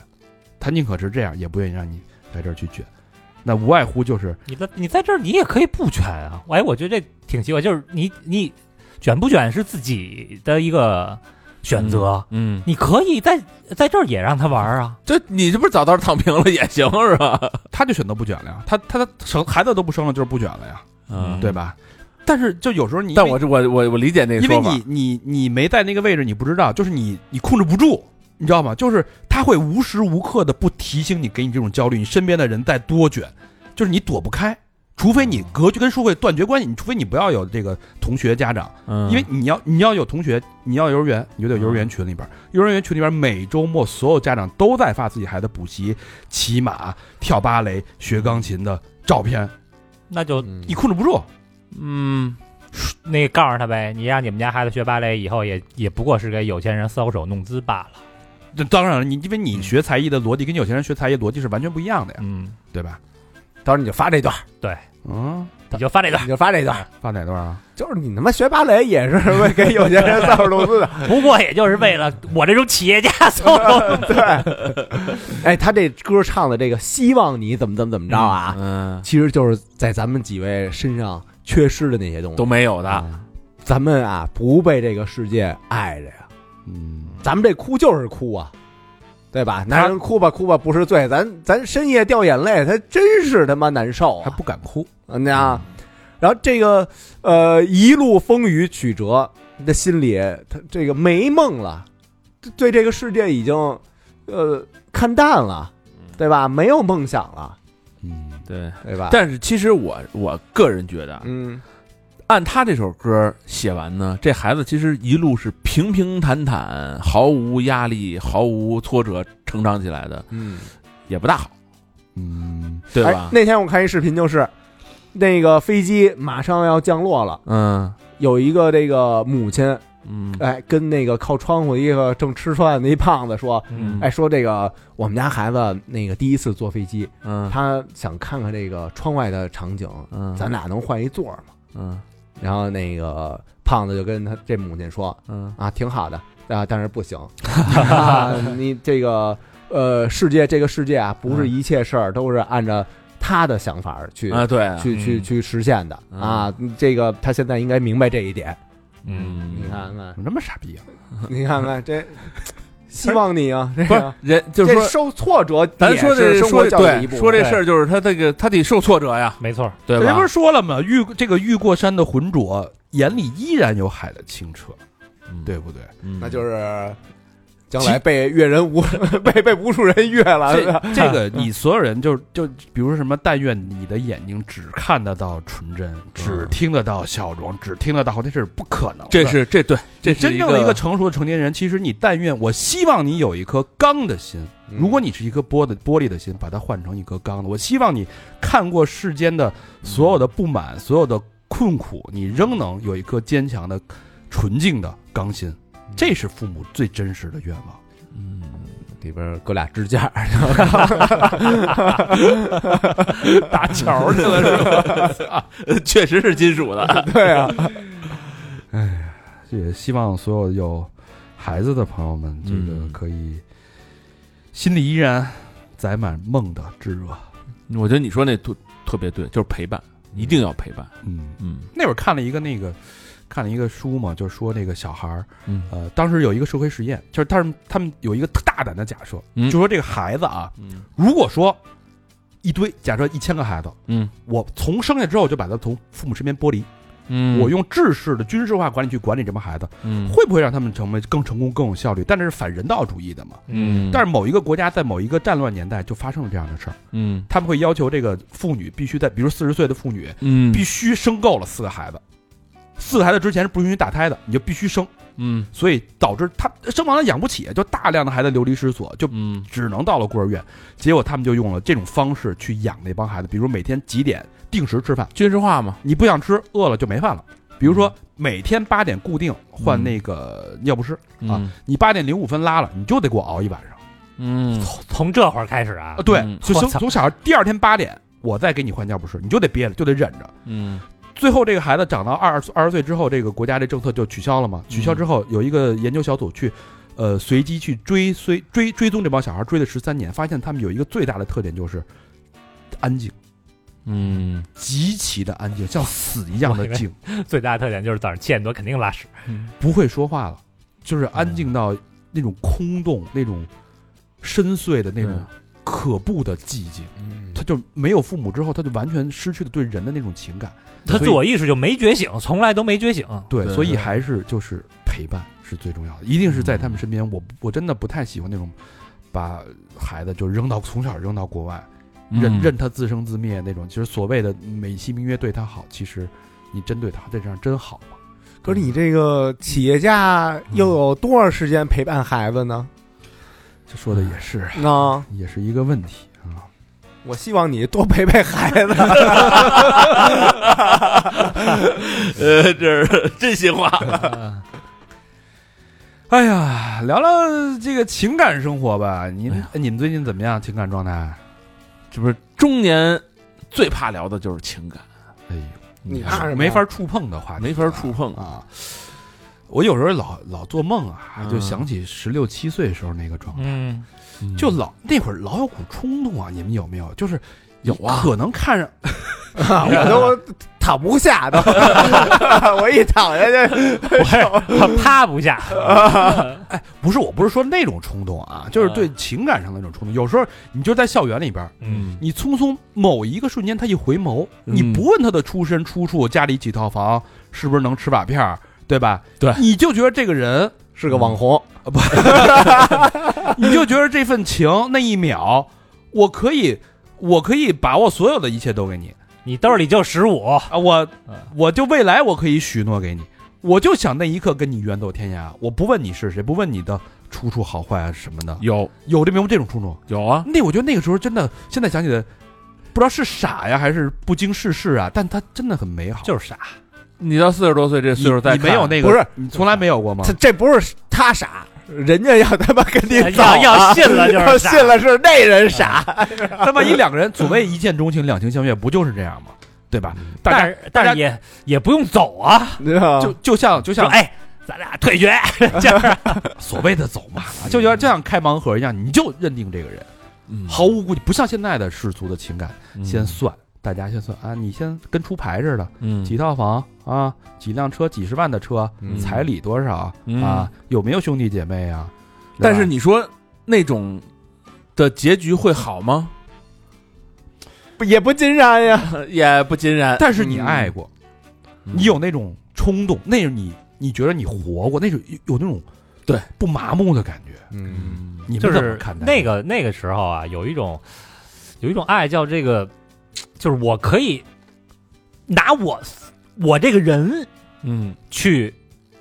S1: 他宁可是这样，也不愿意让你在这儿去卷。那无外乎就是
S3: 你在你在这儿，你也可以不卷啊。哎，我觉得这挺奇怪，就是你你卷不卷是自己的一个选择，
S6: 嗯，
S3: 你可以在在这儿也让他玩儿啊。
S6: 这你这不是早道躺平了也行是吧？
S1: 他就选择不卷了呀，他他他生孩子都不生了，就是不卷了呀，
S6: 嗯
S1: 对吧？但是就有时候你
S6: 但我这我我我理解那个
S1: 因为
S6: 说法，
S1: 你你你没在那个位置，你不知道，就是你你控制不住，你知道吗？就是他会无时无刻的不提醒你，给你这种焦虑，你身边的人在多卷，就是你躲不开，除非
S6: 嗯
S1: 你隔绝跟社会断绝关系，你除非你不要有这个同学家长，
S6: 嗯
S1: 因为你要你要有同学，你要幼儿园，你就得有幼儿园群里边儿，幼儿园群里边儿每周末所有家长都在发自己孩子补习、骑马、跳芭蕾、学钢琴的照片，
S3: 那就
S1: 你控制不住，
S6: 嗯
S3: 那个告诉他呗，你让你们家孩子学芭蕾，以后也也不过是给有钱人搔首弄姿罢了。
S1: 这当然了，你因为你学才艺的逻辑跟有钱人学才艺逻辑是完全不一样的呀，
S3: 嗯，
S1: 对吧？
S2: 到时候你就发这段，
S3: 对，
S1: 嗯，
S3: 你就发这段
S2: 你就发这段，
S1: 发哪段啊？
S2: 就是你他妈学芭蕾也是为给有钱人造融资的，
S3: 不过也就是为了我这种企业家送。
S2: 对。哎，他这歌唱的这个希望你怎么怎么怎么着啊，
S6: 嗯，
S2: 其实就是在咱们几位身上缺失的那些东西嗯
S6: 都。没有的，
S2: 咱们啊不被这个世界爱着呀，
S1: 嗯，
S2: 咱们这哭就是哭啊，对吧？男人哭吧哭吧不是罪，咱咱深夜掉眼泪，他真是他妈难受
S1: 还
S2: 啊！
S1: 不敢哭，
S2: 嗯那，然后这个呃一路风雨曲折，他心里他这个没梦了，对这个世界已经呃看淡了，
S6: 嗯
S2: 对吧？没有梦想了，
S1: 嗯，
S6: 对。
S2: 对吧？
S6: 但是其实我我个人觉得啊，
S2: 嗯，
S6: 按他这首歌写完呢，这孩子其实一路是平平坦坦、毫无压力、毫无挫折成长起来的，
S2: 嗯，
S6: 也不大好，
S1: 嗯，
S6: 对
S2: 哎
S6: 吧，？
S2: 那天我看一视频，就是那个飞机马上要降落了。
S6: 嗯
S2: 有一个这个母亲，
S6: 嗯
S2: 哎，跟那个靠窗户一个正吃饭的一胖子说，
S3: 嗯
S2: 哎，说这个我们家孩子那个第一次坐飞机，
S6: 嗯
S2: 他想看看这个窗外的场景，
S6: 嗯，
S2: 咱俩能换一座儿吗？
S6: 嗯
S2: 然后那个胖子就跟他这母亲说
S6: 嗯
S2: 啊，挺好的啊，但是不 行， 啊、你这个呃世界这个世界啊，不是一切事儿都是按照他的想法儿去、
S6: 嗯啊，对啊，
S2: 去去去实现的、
S6: 嗯
S2: 啊，这个他现在应该明白这一点。
S6: 嗯
S2: 你，看看，
S1: 怎么这么傻逼啊？
S2: 你看看 这，希望你啊，这
S6: 不是
S2: 个
S6: 人，就是
S2: 这
S6: 说，
S2: 受挫折，
S6: 咱说这
S2: 生
S6: 说
S2: 活教育的一
S6: 对
S2: 部分
S6: 说这
S3: 对
S6: 事儿，就是他这个他得受挫折呀，
S3: 没错，
S6: 对
S1: 人
S6: 吧
S1: 不 是？说了吗？遇这个遇过山的浑浊，眼里依然有海的清澈，
S6: 嗯
S1: 对，不对？
S6: 嗯
S2: 那就是将来被阅人无 被被无数人阅了，是吧
S1: 这这 个你所有人就就比如说什么，但愿你的眼睛只看得到纯真，只听得到笑容，只听得到好，那是不可能的。
S6: 这是这对，这是
S1: 真正的一个成熟的成年人，其实你但愿我希望你有一颗刚的心。
S2: 嗯
S1: 如果你是一颗玻的玻璃的心，把它换成一颗钢的，我希望你看过世间的所有的不满，所有的困苦，你仍能有一颗坚强的、纯净的钢心。
S2: 嗯
S1: 这是父母最真实的愿望。
S2: 里边搁俩支架，
S3: 打桥去了。
S6: 确实是金属的，
S2: 对啊，
S1: 也希望所有有孩子的朋友们，这个
S6: 嗯
S1: 可以心里依然载满梦的炙热。
S6: 我觉得你说那特特别对，就是陪伴，一定要陪伴，
S1: 嗯。
S6: 嗯
S1: 那会儿看了一个那个，看了一个书嘛，就说那个小孩儿，
S6: 嗯
S1: 呃，当时有一个社会实验，就是他们他们有一个大胆的假设，
S6: 嗯
S1: 就说这个孩子啊，
S6: 嗯
S1: 如果说一堆假设一千个孩子，
S6: 嗯
S1: 我从生下之后就把他从父母身边剥离，
S6: 嗯
S1: 我用制式的军事化管理去管理这帮孩子，
S6: 嗯
S1: 会不会让他们成为更成功、更有效率？但这是反人道主义的嘛。
S6: 嗯，
S1: 但是某一个国家在某一个战乱年代就发生了这样的事儿，
S6: 嗯
S1: 他们会要求这个妇女必须在，比如四十岁的妇女
S6: 嗯
S1: 必须生够了四个孩子，四个孩子之前是不允许打胎的，你就必须生，
S6: 嗯
S1: 所以导致他生完了养不起，就大量的孩子流离失所，就
S6: 嗯
S1: 只能到了孤儿院。结果他们就用了这种方式去养那帮孩子，比如每天几点定时吃饭，
S6: 军事化嘛，嗯
S1: 你不想吃，饿了就没饭了。比如说每天八点固定换那个尿不湿，
S6: 啊
S1: 你八点零五分拉了，你就得给我熬一晚上
S6: 嗯
S3: 从这会儿开始啊
S1: 啊！，对
S6: 嗯，
S1: 就
S3: 我
S1: 从
S3: 操
S1: 从小孩第二天八点，我再给你换尿不湿，你就得憋着，就得忍着。
S6: 嗯
S1: 最后这个孩子长到二十二十岁之后，这个国家这政策就取消了嘛？取
S3: 嗯
S1: 消之后，有一个研究小组去，呃，随机去追随追追踪这帮小孩，追了十三年，发现他们有一个最大的特点就是安静，
S6: 嗯
S1: 极其的安静，像死一样的静，
S3: 最大的特点就是早上七点多肯定拉屎，
S6: 嗯
S1: 不会说话了，就是安静到那种空洞、那种深邃的那种
S3: 啊
S6: 嗯
S1: 可怖的寂静。
S3: 嗯
S1: 他就没有父母之后，他就完全失去了对人的那种情感。
S3: 他
S1: 所
S3: 自
S1: 以
S3: 我意识就没觉醒，从来都没觉醒。
S1: 对，
S6: 对
S1: 所以
S6: 对
S1: 还是就是陪伴是最重要的，一定是在他们身边。我
S3: 嗯
S1: 我真的不太喜欢那种把孩子就扔到从小扔到国外，
S3: 嗯
S1: 任任他自生自灭那种。其实所谓的美其名曰对他好，其实你针对他，这样真好吗？
S2: 可是你这个企业
S6: 嗯
S2: 家又有多少时间陪伴孩子呢？
S1: 这说的
S3: 嗯
S1: 也是啊，
S2: 啊，
S1: 也是一个问题啊。
S2: 我希望你多陪陪孩子。
S6: 呃，这是真心 话，
S1: 哎呀，聊聊这个情感生活吧。你们、哎你们最近怎么样？情感状态？
S6: 这不是中年最怕聊的就是情感，
S1: 哎呦，
S2: 你
S1: 还
S2: 看
S1: 是
S2: 着
S1: 没法触碰的话题，
S6: 没法触碰。
S1: 啊。我有时候老老做梦啊，就想起十六七岁时候那个状态，
S3: 嗯，
S1: 就老那会儿老有股冲动啊，你们有没有？就是有
S6: 啊
S1: 可能看 上
S2: 啊，我都躺不下都，我一躺下去，
S3: 我趴不下，
S1: 哎不是，我不是说那种冲动啊，就是对情感上的那种冲动。有时候你就在校园里边儿，
S3: 嗯
S1: 你匆匆某一个瞬间，他一回眸，
S6: 嗯
S1: 你不问他的出身出处，家里几套房，是不是能吃瓦片儿，对吧？
S6: 对
S1: 你就觉得这个人，
S2: 是个网红，
S1: 你就觉得这份情，那一秒，我可以，我可以把我所有的一切都给你
S3: 你兜里就十五，
S1: 啊！我
S3: 嗯，
S1: 我就未来我可以许诺给你，我就想那一刻跟你远走天涯，我不问你是谁，不问你的出处好坏啊什么的，
S6: 有
S1: 有这没有这种冲动？
S6: 有啊，
S1: 那我觉得那个时候真的，现在想起来，不知道是傻呀还是不经世事啊，但他真的很美好。
S3: 就是傻，
S6: 你到四十多岁这岁数
S1: 你
S6: 再
S1: 你没有
S6: 看
S1: 那个，
S2: 不是
S1: 你从来没有过吗
S2: 他？ 这不是他傻，人家要他妈跟你走
S3: 要
S2: 啊，
S3: 哎要信了就
S2: 要
S3: 是傻，
S2: 信了是那人傻，
S1: 那嗯万一两个人所谓一见钟情、两情相悦，不就是这样吗？对吧？大
S3: 但
S1: 家
S3: 是但是也也不用走啊，
S2: 你知道
S1: 就
S2: 吗？
S1: 就像就
S3: 说
S1: 像
S3: 哎，咱俩退学，就是
S1: 所谓的走马，就像就像开盲盒一样，你就认定这个人
S6: 嗯
S1: 毫无顾忌，不像现在的世俗的情感，
S6: 嗯
S1: 先算。大家先算啊，你先跟出牌似的，
S6: 嗯
S1: 几套房啊，几辆车，几十万的车，
S6: 嗯
S1: 彩礼多少、
S6: 嗯
S1: 啊？有没有兄弟姐妹啊？
S6: 但
S1: 对吧
S6: 是你说那种的结局会好吗？
S2: 也不尽然呀，
S6: 也哎不尽然。
S1: 但是你爱过，
S6: 嗯
S1: 你有那种冲动，那是你你觉得你活过，那是有有那种
S6: 对
S1: 不麻木的感觉。
S2: 嗯，
S6: 嗯
S1: 你
S3: 就
S1: 们怎么
S3: 是
S1: 看待
S3: 那个那个时候啊，有一种有一种爱叫这个，就是我可以拿我我这个人
S6: 嗯
S3: 去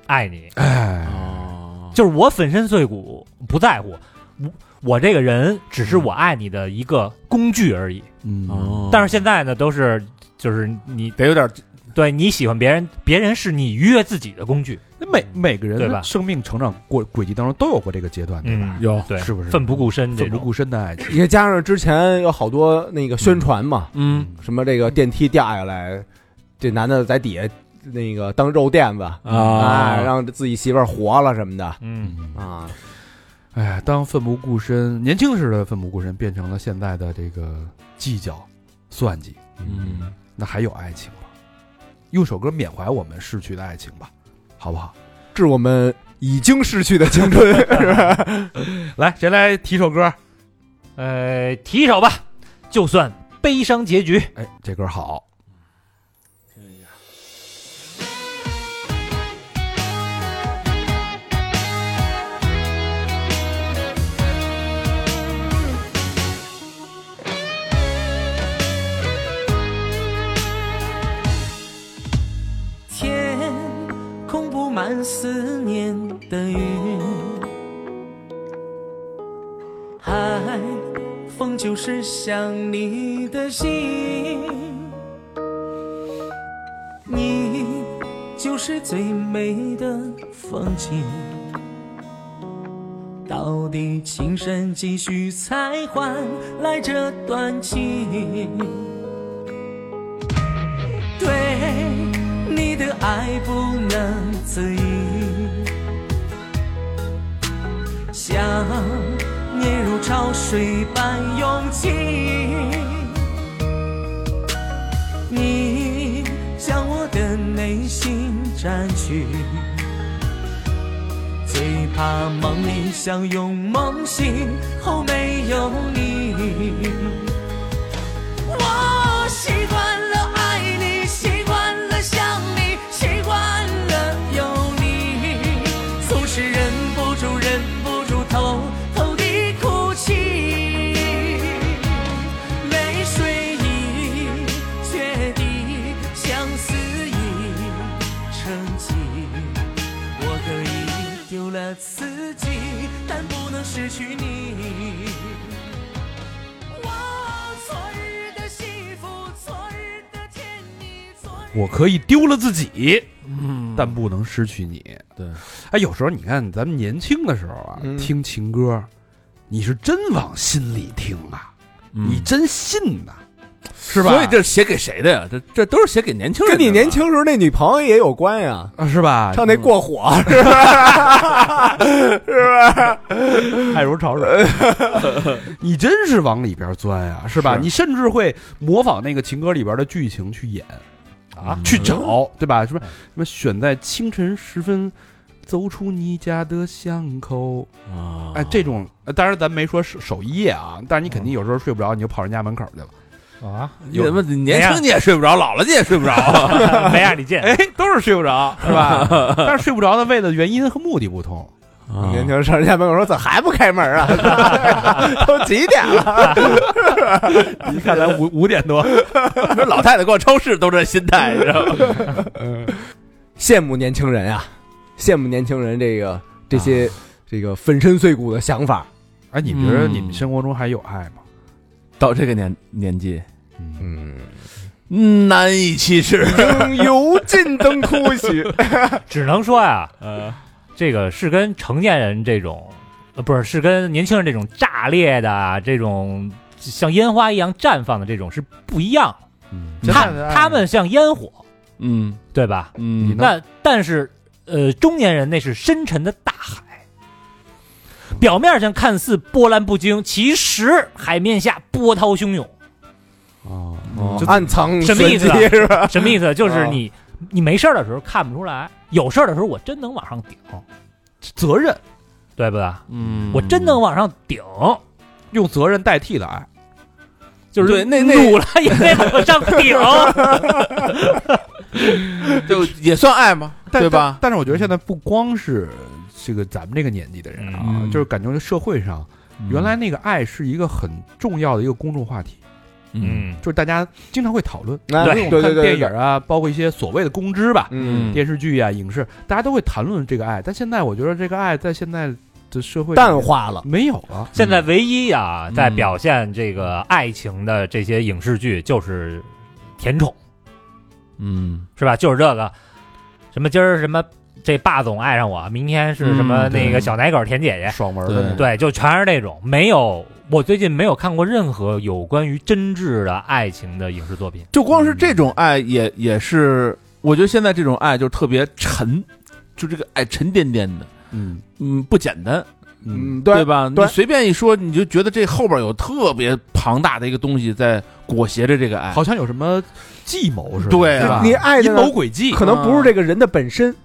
S3: 爱你，
S1: 哎，
S6: 哦，
S3: 就是我粉身碎骨不在乎，我我这个人只是我爱你的一个工具而已。
S1: 嗯，
S6: 哦
S3: 但是现在呢，都是就是你
S6: 得有点
S3: 对你喜欢别人，别人是你愉悦自己的工具，嗯
S1: 那每每个人
S3: 对吧
S1: 的生命成长过轨迹当中都有过这个阶段，对吧？
S6: 有
S1: 嗯
S3: 对，
S1: 是不是
S3: 奋不顾身这
S1: 奋
S3: 种？
S1: 不顾身的爱情，
S2: 也加上之前有好多那个宣传嘛，
S6: 嗯
S2: 什么这个电梯掉下来，这男的在底下那个当肉垫子啊，
S6: 啊，
S2: 让自己媳妇儿活了什么的
S3: 嗯，
S2: 啊，
S1: 哎呀，当奋不顾身，年轻时的奋不顾身变成了现在的这个计较、算计，
S6: 嗯，
S1: 那还有爱情吗？用首歌缅怀我们逝去的爱情吧，好不好？
S2: 致我们已经逝去的青春， 是吧？
S1: 来，谁来提首歌？
S3: 呃，提一首吧，就算悲伤结局。
S1: 哎，这歌好。
S12: 天空布满思念的云，海风就是想你的心，你就是最美的风景。到底情深几许才换来这段情？对你的爱不能自已，想念如潮水般涌起。你将我的内心占据，最怕梦里相拥，梦醒后没有你。我习惯了爱你，习惯了想你，习惯了有你，总是忍不住，忍不住偷偷地哭泣，泪水已决堤，相思已成疾，我可以丢了自己，但不能失去你。我昨日的幸福，昨日的甜蜜，昨日
S1: 我可以丢了自己，但不能失去你。
S6: 对，
S1: 哎，有时候你看咱们年轻的时候啊，
S2: 嗯
S1: 听情歌，你是真往心里听啊，
S6: 嗯
S1: 你真信呐、是吧？
S6: 所以这是写给谁的呀？这这都是写给年轻人
S2: 跟
S6: 的吧。
S2: 你年轻时候那女朋友也有关呀，
S1: 啊是吧？
S2: 唱那过火是吧？是不是？
S1: 爱如潮水，你真是往里边钻呀，是吧？
S6: 是
S1: 你甚至会模仿那个情歌里边的剧情去演啊，去找，对吧？什么什么选在清晨时分走出你家的巷口，
S6: 啊，
S1: 哎，这种呃当然咱没说是守夜啊，但是你肯定有时候睡不着，你就跑人家门口去了。
S3: 啊，
S6: 你怎么年轻你也睡不着，老了你也睡不着啊？
S3: 没让你进，
S1: 哎，都是睡不着，是吧？但是睡不着的为的原因和目的不同，
S2: 年轻人上人家门口说：“怎么还不开门啊？ 都几点了
S1: 你看咱五五点 多，
S6: 说老太太逛超市都这心态，你知道吗？？”
S2: 羡慕年轻人啊，羡慕年轻人这个这些这个粉身碎骨的想法。
S1: 哎，你觉得
S6: 嗯
S1: 你们生活中还有爱吗？
S6: 到这个年年纪，
S2: 嗯，
S6: 难以启 齿。
S2: 应油尽灯枯许。
S3: 只能说呀，
S1: 嗯
S3: 呃，这个是跟成年人这种，呃，不是是跟年轻人这种炸裂的啊这种像烟花一样绽放的这种是不一样。
S1: 嗯
S3: 他他们像烟火，
S6: 嗯
S3: 对吧？
S6: 嗯，
S3: 那但是，呃，中年人那是深沉的大海，表面上看似波澜不惊，其实海面下波涛汹涌。
S12: 哦
S2: 暗藏
S3: 哦什么意思啊
S2: 玄机 是吧？
S3: 什么意思？就是
S2: 啊
S3: 你、你没事儿的时候看不出来，有事儿的时候我真能往上顶，
S1: 责任
S3: 对不对？
S6: 嗯
S3: 我真能往上顶，
S1: 用责任代替了爱。
S3: 就是
S6: 对那那
S3: 努了也得往上 顶。
S6: 就也算爱吗？
S1: 但
S6: 对吧？嗯
S1: 但？但是我觉得现在不光是这个咱们这个年纪的人啊，
S6: 嗯
S1: 就是感觉社会上原来那个爱是一个很重要的一个公众话题，
S3: 嗯，
S1: 就是大家经常会讨论。
S2: 哎
S3: 对
S1: 因为我们
S2: 对对
S1: 看
S2: 对，
S1: 电影啊，包括一些所谓的公知吧，
S2: 嗯，
S1: 电视剧啊、影视，大家都会谈论这个爱。但现在我觉得这个爱在现在的社会
S2: 淡化了。
S1: 没有了。
S3: 现在唯一啊，
S6: 嗯
S3: 在表现这个爱情的这些影视剧就是甜宠。
S6: 嗯
S3: 是吧？就是这个，什么今儿什么这霸总爱上我，明天是什么
S6: 嗯
S3: 那
S6: 对
S3: 个小奶狗甜姐姐，
S1: 爽文
S6: 对
S1: 的，
S3: 对，就全是那种没有。我最近没有看过任何有关于真挚的爱情的影视作 品，
S6: 就光是这种爱也也是，我觉得现在这种爱就特别沉，就这个爱沉甸甸的，
S1: 嗯
S6: 嗯，不简单，
S1: 嗯，
S2: 嗯，对
S6: 吧？
S2: 对
S6: 你随便一说，你就觉得这后边有特别庞大的一个东西在裹挟着这个爱，
S1: 好像有什么计谋似的，
S6: 对啊
S1: 是吧？
S2: 啊你爱的
S1: 阴
S2: 呢
S1: 谋诡计，
S2: 可能不是这个人的本身，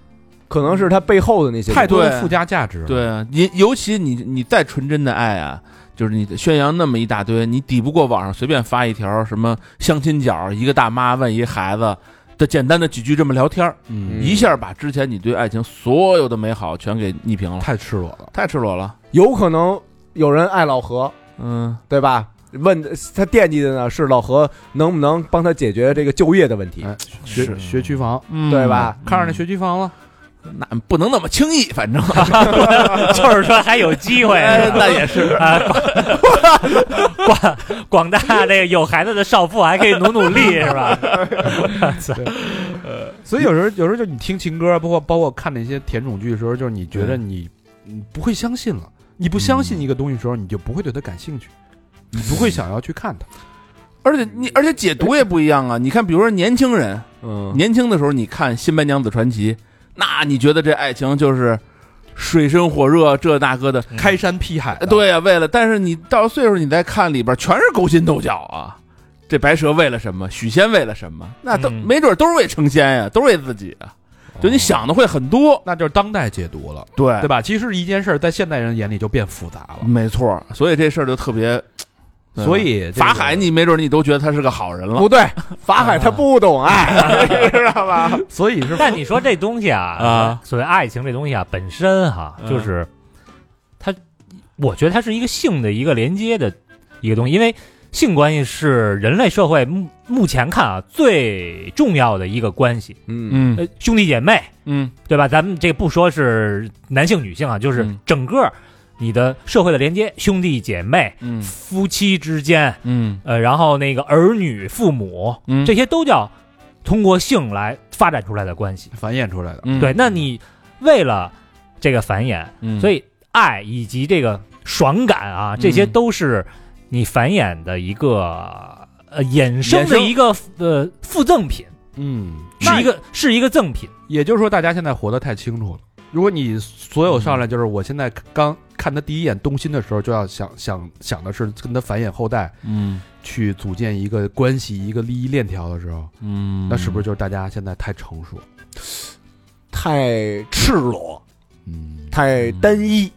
S2: 可能是他背后的那些
S1: 太多的
S6: 对
S1: 附加价值了。
S6: 对啊，你尤其你你再纯真的爱啊，就是你宣扬那么一大堆，你抵不过网上随便发一条什么相亲角，一个大妈问一孩子的简单的几句这么聊天儿，
S1: 嗯，
S6: 一下把之前你对爱情所有的美好全给逆平了，
S1: 太赤裸了。
S6: 太赤裸了。
S2: 有可能有人爱老何，
S6: 嗯，
S2: 对吧？问他惦记的呢是老何能不能帮他解决这个就业的问题，
S1: 哎，学学区房，
S3: 嗯
S6: 嗯
S2: 对吧？
S1: 看上那学区房了，
S6: 那不能那么轻易，反正
S3: 就是说还有机会。
S6: 哎那也是
S3: 啊，广广广大那个有孩子的少妇还可以努努力，是吧？
S6: 呃
S1: 所以有时候有时候就你听情歌，啊包括包括看那些甜宠剧的时候，就是你觉得
S6: 嗯
S1: 你你不会相信了，你不相信一个东西的时候，你就不会对它感兴趣，你不会想要去看它。
S6: 而且你而且解读也不一样啊。你看，比如说年轻人，
S2: 嗯，
S6: 年轻的时候你看《新白娘子传奇》，那你觉得这爱情就是水深火热，这那个的。
S1: 开山劈海的，
S6: 呃对呀、为了，但是你到岁数，你再看里边全是勾心斗角啊。这白蛇为了什么？许仙为了什么？那都、
S3: 嗯
S6: 没准都是为成仙呀、都是为自己啊。就你想的会很多，
S1: 哦那就是当代解读了，
S6: 对
S1: 对吧？其实一件事儿在现代人眼里就变复杂了，
S6: 没错，所以这事儿就特别。对吧
S1: 所以这个
S6: 法海，你没准你都觉得他是个好人了
S2: 不。 对，法海他不懂
S6: 啊
S1: 哎
S2: 爱，知道吧？
S1: 所以是
S3: 但你说这东西啊，
S6: 啊
S3: 所谓爱情这东西啊，本身哈、
S6: 嗯
S3: 就是它，我觉得它是一个性的一个连接的一个东西，因为性关系是人类社会目目前看啊最重要的一个关系，
S2: 嗯，
S6: 嗯
S3: 呃，兄弟姐妹
S6: 嗯
S3: 对吧？咱们这不说是男性女性啊，就是
S6: 嗯
S3: 整个你的社会的连接，兄弟姐妹、
S6: 嗯
S3: 夫妻之间，
S6: 嗯
S3: 呃，然后那个儿女、父母，
S6: 嗯
S3: 这些都叫通过性来发展出来的关系。
S1: 繁衍出来的，
S6: 嗯
S3: 对，那你为了这个繁衍，
S6: 嗯
S3: 所以爱以及这个爽感啊，这些
S6: 嗯
S3: 都是你繁衍的一个呃衍生的一个呃附赠品，
S1: 嗯，
S3: 是一个是一个赠品。
S1: 也就是说，大家现在活得太清楚了。如果你所有
S3: 嗯
S1: 上来就是我现在刚看他第一眼动心的时候，就要想想想的是跟他繁衍后代，
S6: 嗯
S1: 去组建一个关系、一个利益链条的时候，
S6: 嗯
S1: 那是不是就是大家现在太成熟？
S2: 太赤裸，
S1: 嗯，
S2: 太单一，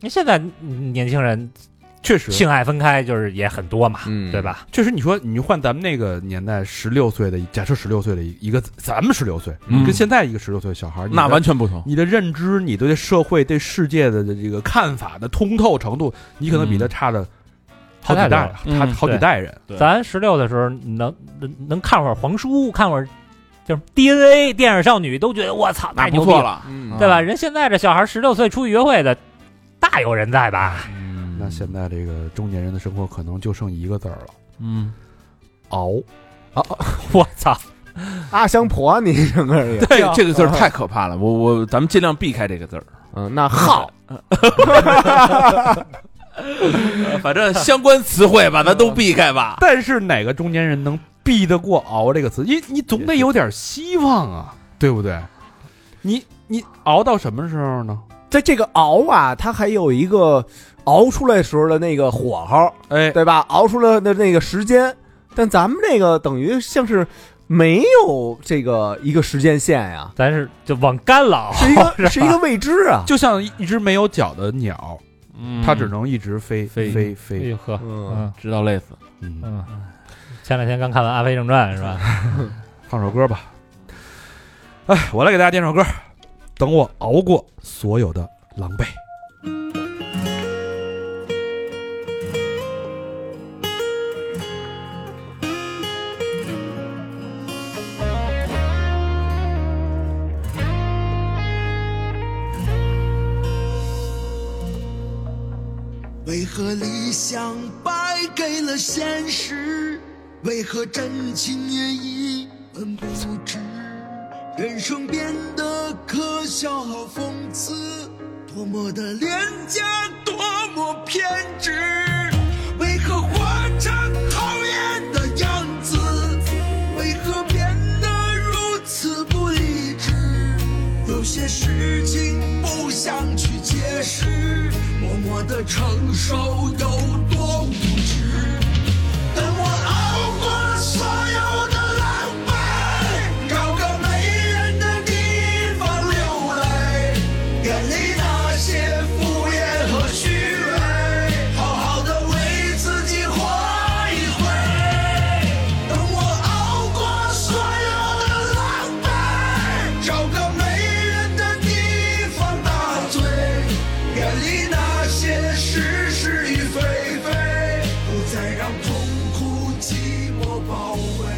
S3: 那现在嗯年轻人
S1: 确实，
S3: 性爱分开就是也很多嘛，
S2: 嗯
S3: 对？吧？
S1: 确实，你说你换咱们那个年代十六岁的，假设十六岁的一个，咱们十六岁，
S6: 嗯
S1: 跟现在一个十六岁的小孩，你的
S6: 那完全不同。
S1: 你的认知、你对社会、对世界的这个看法的通透程度，你可能比他差了好几
S3: 差太多
S1: 代，
S3: 了
S1: 他
S6: 嗯
S1: 好几
S3: 对
S1: 代人。
S6: 对
S3: 咱十六的时候能能能看会儿黄书，看会儿就是 DNA 电影少女，都觉得我操
S6: 那
S3: 太牛
S6: 不
S3: 逼
S6: 错，了，
S2: 嗯
S3: 对吧？人现在这小孩十六岁出去约会的，大有人在吧？
S6: 嗯
S1: 那现在这个中年人的生活可能就剩一个字儿了：
S6: 嗯，
S1: 熬。
S6: 啊
S3: 我操！
S2: 嗯阿香婆，你整个人也，
S6: 这这个字儿太可怕了，我我咱们尽量避开这个字儿。
S2: 嗯，那好，
S6: 反正相关词汇吧，咱都避开吧。
S1: 但是哪个中年人能避得过“熬”这个词？你你总得有点希望啊，对不对？你你熬到什么时候呢？
S2: 在这个熬啊，它还有一个熬出来时候的那个火候，
S1: 哎，
S2: 对吧？熬出来的那个时间，但咱们这个等于像是没有这个一个时间线呀，
S3: 咱是就往干了，
S2: 是一个是
S3: 吧
S2: 一个未知啊。
S1: 就像一只没有脚的鸟，
S6: 嗯
S1: 它只能一直飞
S6: 飞
S1: 飞
S3: 哎
S1: 飞。
S3: 呦呵，
S2: 嗯
S3: 嗯
S6: 直到累死。
S1: 嗯，
S3: 嗯。前两天刚看完《阿飞正传》是吧？
S1: 唱首歌吧。哎，我来给大家点首歌，等我熬过所有的狼狈。
S9: 为何理想败给了现实？为何真情也一文不值？人生变得可笑和讽刺，多么的廉价，多么偏执。为何活成讨厌的样子？为何变得如此不理智？有些事情不想去解释，默默的承受有多无知。等我熬过所有的狼狈，找个没人的地方流泪，远离那些敷衍和虚伪，好好的为自己活一回。等我熬过所有的狼狈，找个没人的地方大醉，远离那些是是与非非，不再让痛苦寂寞包围。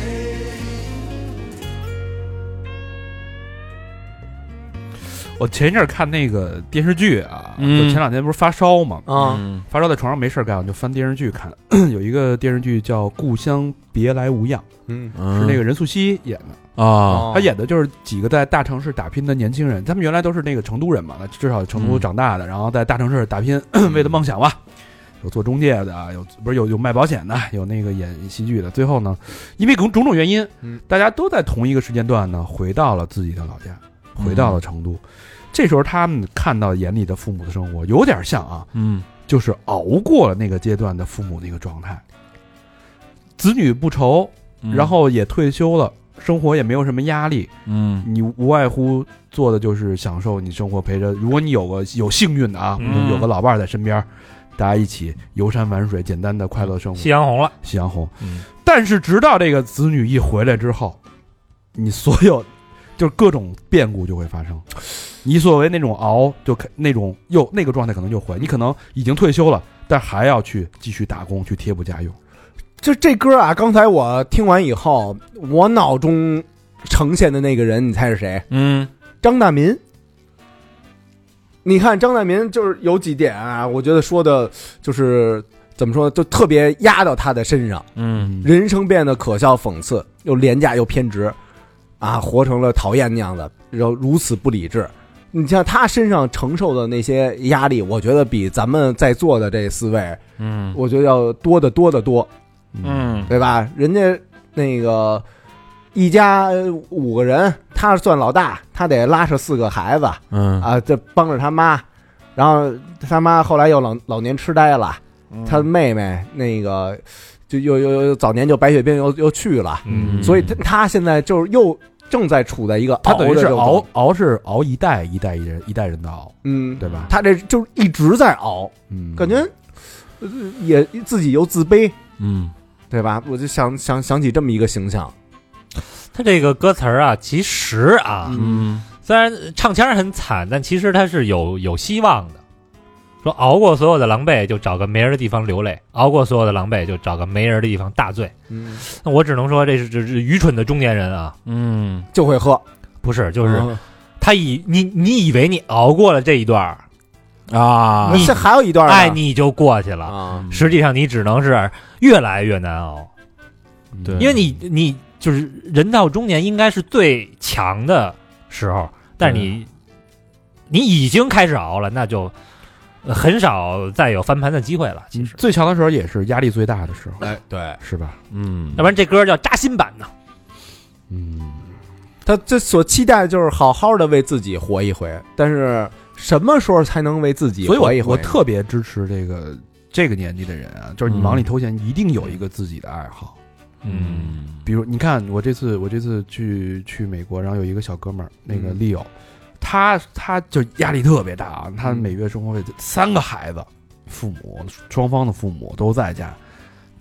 S1: 我前一阵儿看那个电视剧啊，
S6: 嗯
S1: 就前两天不是发烧嘛，
S2: 啊，
S6: 嗯
S1: 发烧在床上没事儿干，我就翻电视剧看。 有一个电视剧叫《故乡别来无恙
S2: 嗯，》，
S1: 是
S6: 是
S1: 那个任素汐演的。
S6: 啊，
S1: 她演的就是几个在大城市打拼的年轻人，他们原来都是那个成都人嘛，那至少成
S6: 嗯
S1: 都长大的，然后在大城市打拼， 为了梦想吧。有做中介的，有不是有有卖保险的，有那个演戏剧的。最后呢，因为种种种原因
S2: 嗯，
S1: 大家都在同一个时间段呢，回到了自己的老家，回到了成都。这时候他们看到眼里的父母的生活，有点像啊，
S6: 嗯
S1: 就是熬过了那个阶段的父母的一个状态，子女不愁，
S6: 嗯
S1: 然后也退休了，生活也没有什么压力，
S6: 嗯
S1: 你无外乎做的就是享受你生活，陪着。如果你有个有幸运的啊，
S3: 嗯
S1: 有个老伴儿在身边，大家一起游山玩水，简单的快乐生活
S3: 夕，阳红了，
S1: 夕阳红。
S6: 嗯
S1: 但是直到这个子女一回来之后，你所有就是各种变故就会发生。你所谓那种熬，就可那种又那个状态可能就会，你可能已经退休了，但还要去继续打工去贴补家用。
S2: 就这歌啊，刚才我听完以后，我脑中呈现的那个人，你猜是谁？
S6: 嗯
S2: 张大民。你看张大民就是有几点啊，我觉得说的就是怎么说呢，就特别压到他的身上。
S6: 嗯
S2: 人生变得可笑、讽刺，又廉价又偏执，啊，活成了讨厌那样的，然后如此不理智。你像他身上承受的那些压力，我觉得比咱们在座的这四位，
S6: 嗯
S2: 我觉得要多得多得多。
S6: 嗯
S2: 对吧？人家那个一家呃五个人，他算老大，他得拉扯四个孩子
S6: 嗯
S2: 啊，这帮着他妈。然后他妈后来又老老年痴呆了，他
S6: 嗯
S2: 妹妹那个就又又又又早年就白血病又又去了，
S6: 嗯
S2: 所以他他现在就是又正在处在一个
S1: 他等于
S2: 熬的
S1: 是
S2: 这种
S1: 熬，熬是熬一代一代一人一代人的熬，
S2: 嗯，
S1: 对吧？
S2: 他这就是一直在熬，
S1: 嗯，
S2: 感觉呃也自己又自卑，
S6: 嗯
S2: 对吧？我就想想想起这么一个形象，
S3: 他这个歌词儿啊，其实啊，
S6: 嗯
S3: 虽然唱腔很惨，但其实他是有有希望的。说熬过所有的狼狈，就找个没人的地方流泪；熬过所有的狼狈，就找个没人的地方大醉。
S2: 嗯，
S3: 那我只能说，这是这是愚蠢的中年人啊，
S6: 嗯，
S2: 就会喝，
S3: 不是，就是
S2: 嗯
S3: 他以你你以为你熬过了这一段儿，
S6: 啊，
S3: 你
S2: 这还有一段呢
S3: 哎，你就过去了，
S2: 啊，
S3: 实际上你只能是越来越难熬。
S6: 对，
S3: 因为你你就是人到中年应该是最强的时候，但是你你已经开始熬了，那就呃很少再有翻盘的机会了。其实，
S1: 最强的时候也是压力最大的时候，
S2: 哎，对
S1: 是吧？
S6: 嗯，
S3: 要不然这歌叫扎心版呢。
S1: 嗯，
S2: 他这所期待就是好好的为自己活一回，但是什么时候才能为自己
S1: 所以
S2: 活一
S1: 我
S2: 回
S1: 我
S2: 呢？
S1: 特别支持这个这个年纪的人啊，就是你忙里偷闲，一定有一个自己的爱好。
S6: 嗯
S1: 比如你看，我这次我这次去去美国，然后有一个小哥们儿，那个
S2: 嗯
S1: Leo，、他他就压力特别大啊，他
S2: 嗯
S1: 每月生活费三个孩子，父母双方的父母都在家，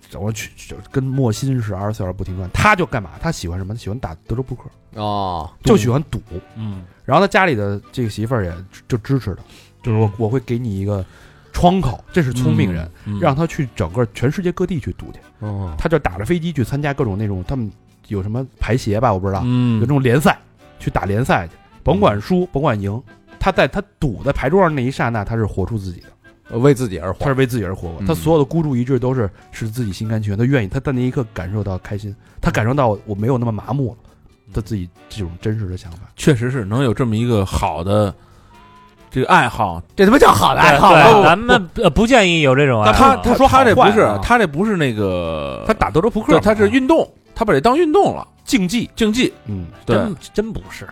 S1: 然后去就跟莫心似的，二十四小时不停转。他就干嘛？他喜欢什么？喜欢打德州扑克，
S2: 哦，
S1: 就喜欢赌。
S6: 嗯
S1: 然后他家里的这个媳妇儿也就支持他，就是我我会给你一个窗口，这是聪明人，让他去整个全世界各地去赌去。
S2: 嗯哦，
S1: 他就打着飞机去参加各种那种他们有什么排协吧，我不知道，
S6: 嗯
S1: 有这种联赛，去打联赛去，甭管输，甭管赢，他在他赌在牌桌上那一刹那，他是活出自己的，
S2: 呃为自己而
S1: 他
S2: 活嗯
S1: 是为自己而活过，他所有的孤注一掷都是是自己心甘情愿，他愿意，他在那一刻感受到开心，他感受到我没有那么麻木了，他自己这种真实的想法。
S6: 确实是能有这么一个好的这个爱好。
S2: 这他妈叫好的爱好
S3: 对
S2: 吗？
S3: 咱们呃不建议有这种爱好
S6: 他他说他这不是
S2: 坏啊
S6: 他这不是那个
S1: 他打德州扑
S6: 对
S1: 克，
S6: 他是运动，他把这当运动了，竞技竞技。
S1: 嗯，
S6: 对，
S3: 真真不是。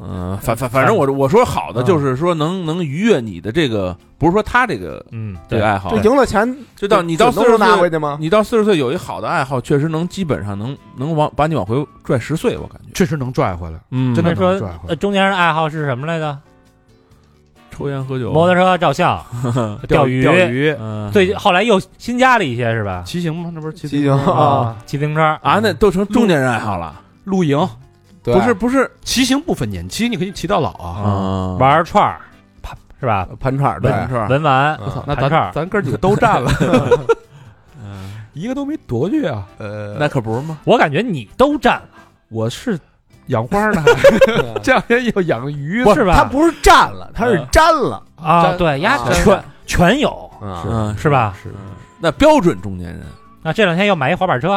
S6: 嗯，反反反正我我说好的就是说能能愉悦你的这个，不是说他这个
S3: 嗯，
S6: 这个爱好
S2: 就，赢了钱，
S6: 就到你到
S2: 准
S6: 四
S2: 都
S6: 十
S2: 能拿回
S6: 岁，
S2: 去吗？
S6: 你到四十岁有一好的爱好，确实能基本上能能往把你往回拽十岁，我感觉。
S1: 确实能拽回来，
S6: 嗯
S1: 真的
S3: 那说
S1: 能拽回
S3: 呃
S1: 来。
S3: 中年人的爱好是什么来着？
S6: 抽烟喝酒，
S3: 摩托车、照 相、钓鱼。
S1: 钓鱼、
S6: 嗯，
S3: 对，后来又新加了一些是吧？
S1: 骑行吗？那不是骑
S2: 骑行啊，
S3: 啊，骑自行车
S6: 啊，那都成中年人爱好了，
S1: 露营，
S2: 对
S6: 不是不是
S1: 骑行不分年期，你可以骑到老啊。
S6: 啊，
S3: 玩儿串儿，啪是吧？
S2: 嗯呃盘串儿，嗯对，
S6: 文串，
S3: 文玩，
S1: 我操，
S3: 那
S1: 那
S3: 咱
S1: 咱咱哥几个都占 了， 一个都没夺去啊！
S2: 呃，
S6: 那可不是吗？
S3: 我感觉你都占了，
S1: 我是养花 呢，这两天又养鱼呃
S3: 不是吧？
S2: 他不是占了，他是粘了，
S3: 啊，
S1: 沾
S3: 对，
S2: 啊
S3: 呀，全全有
S2: 啊，
S6: 嗯，
S3: 是吧？
S1: 是
S6: 那标准中年人，
S3: 啊，这两天要买一滑板车，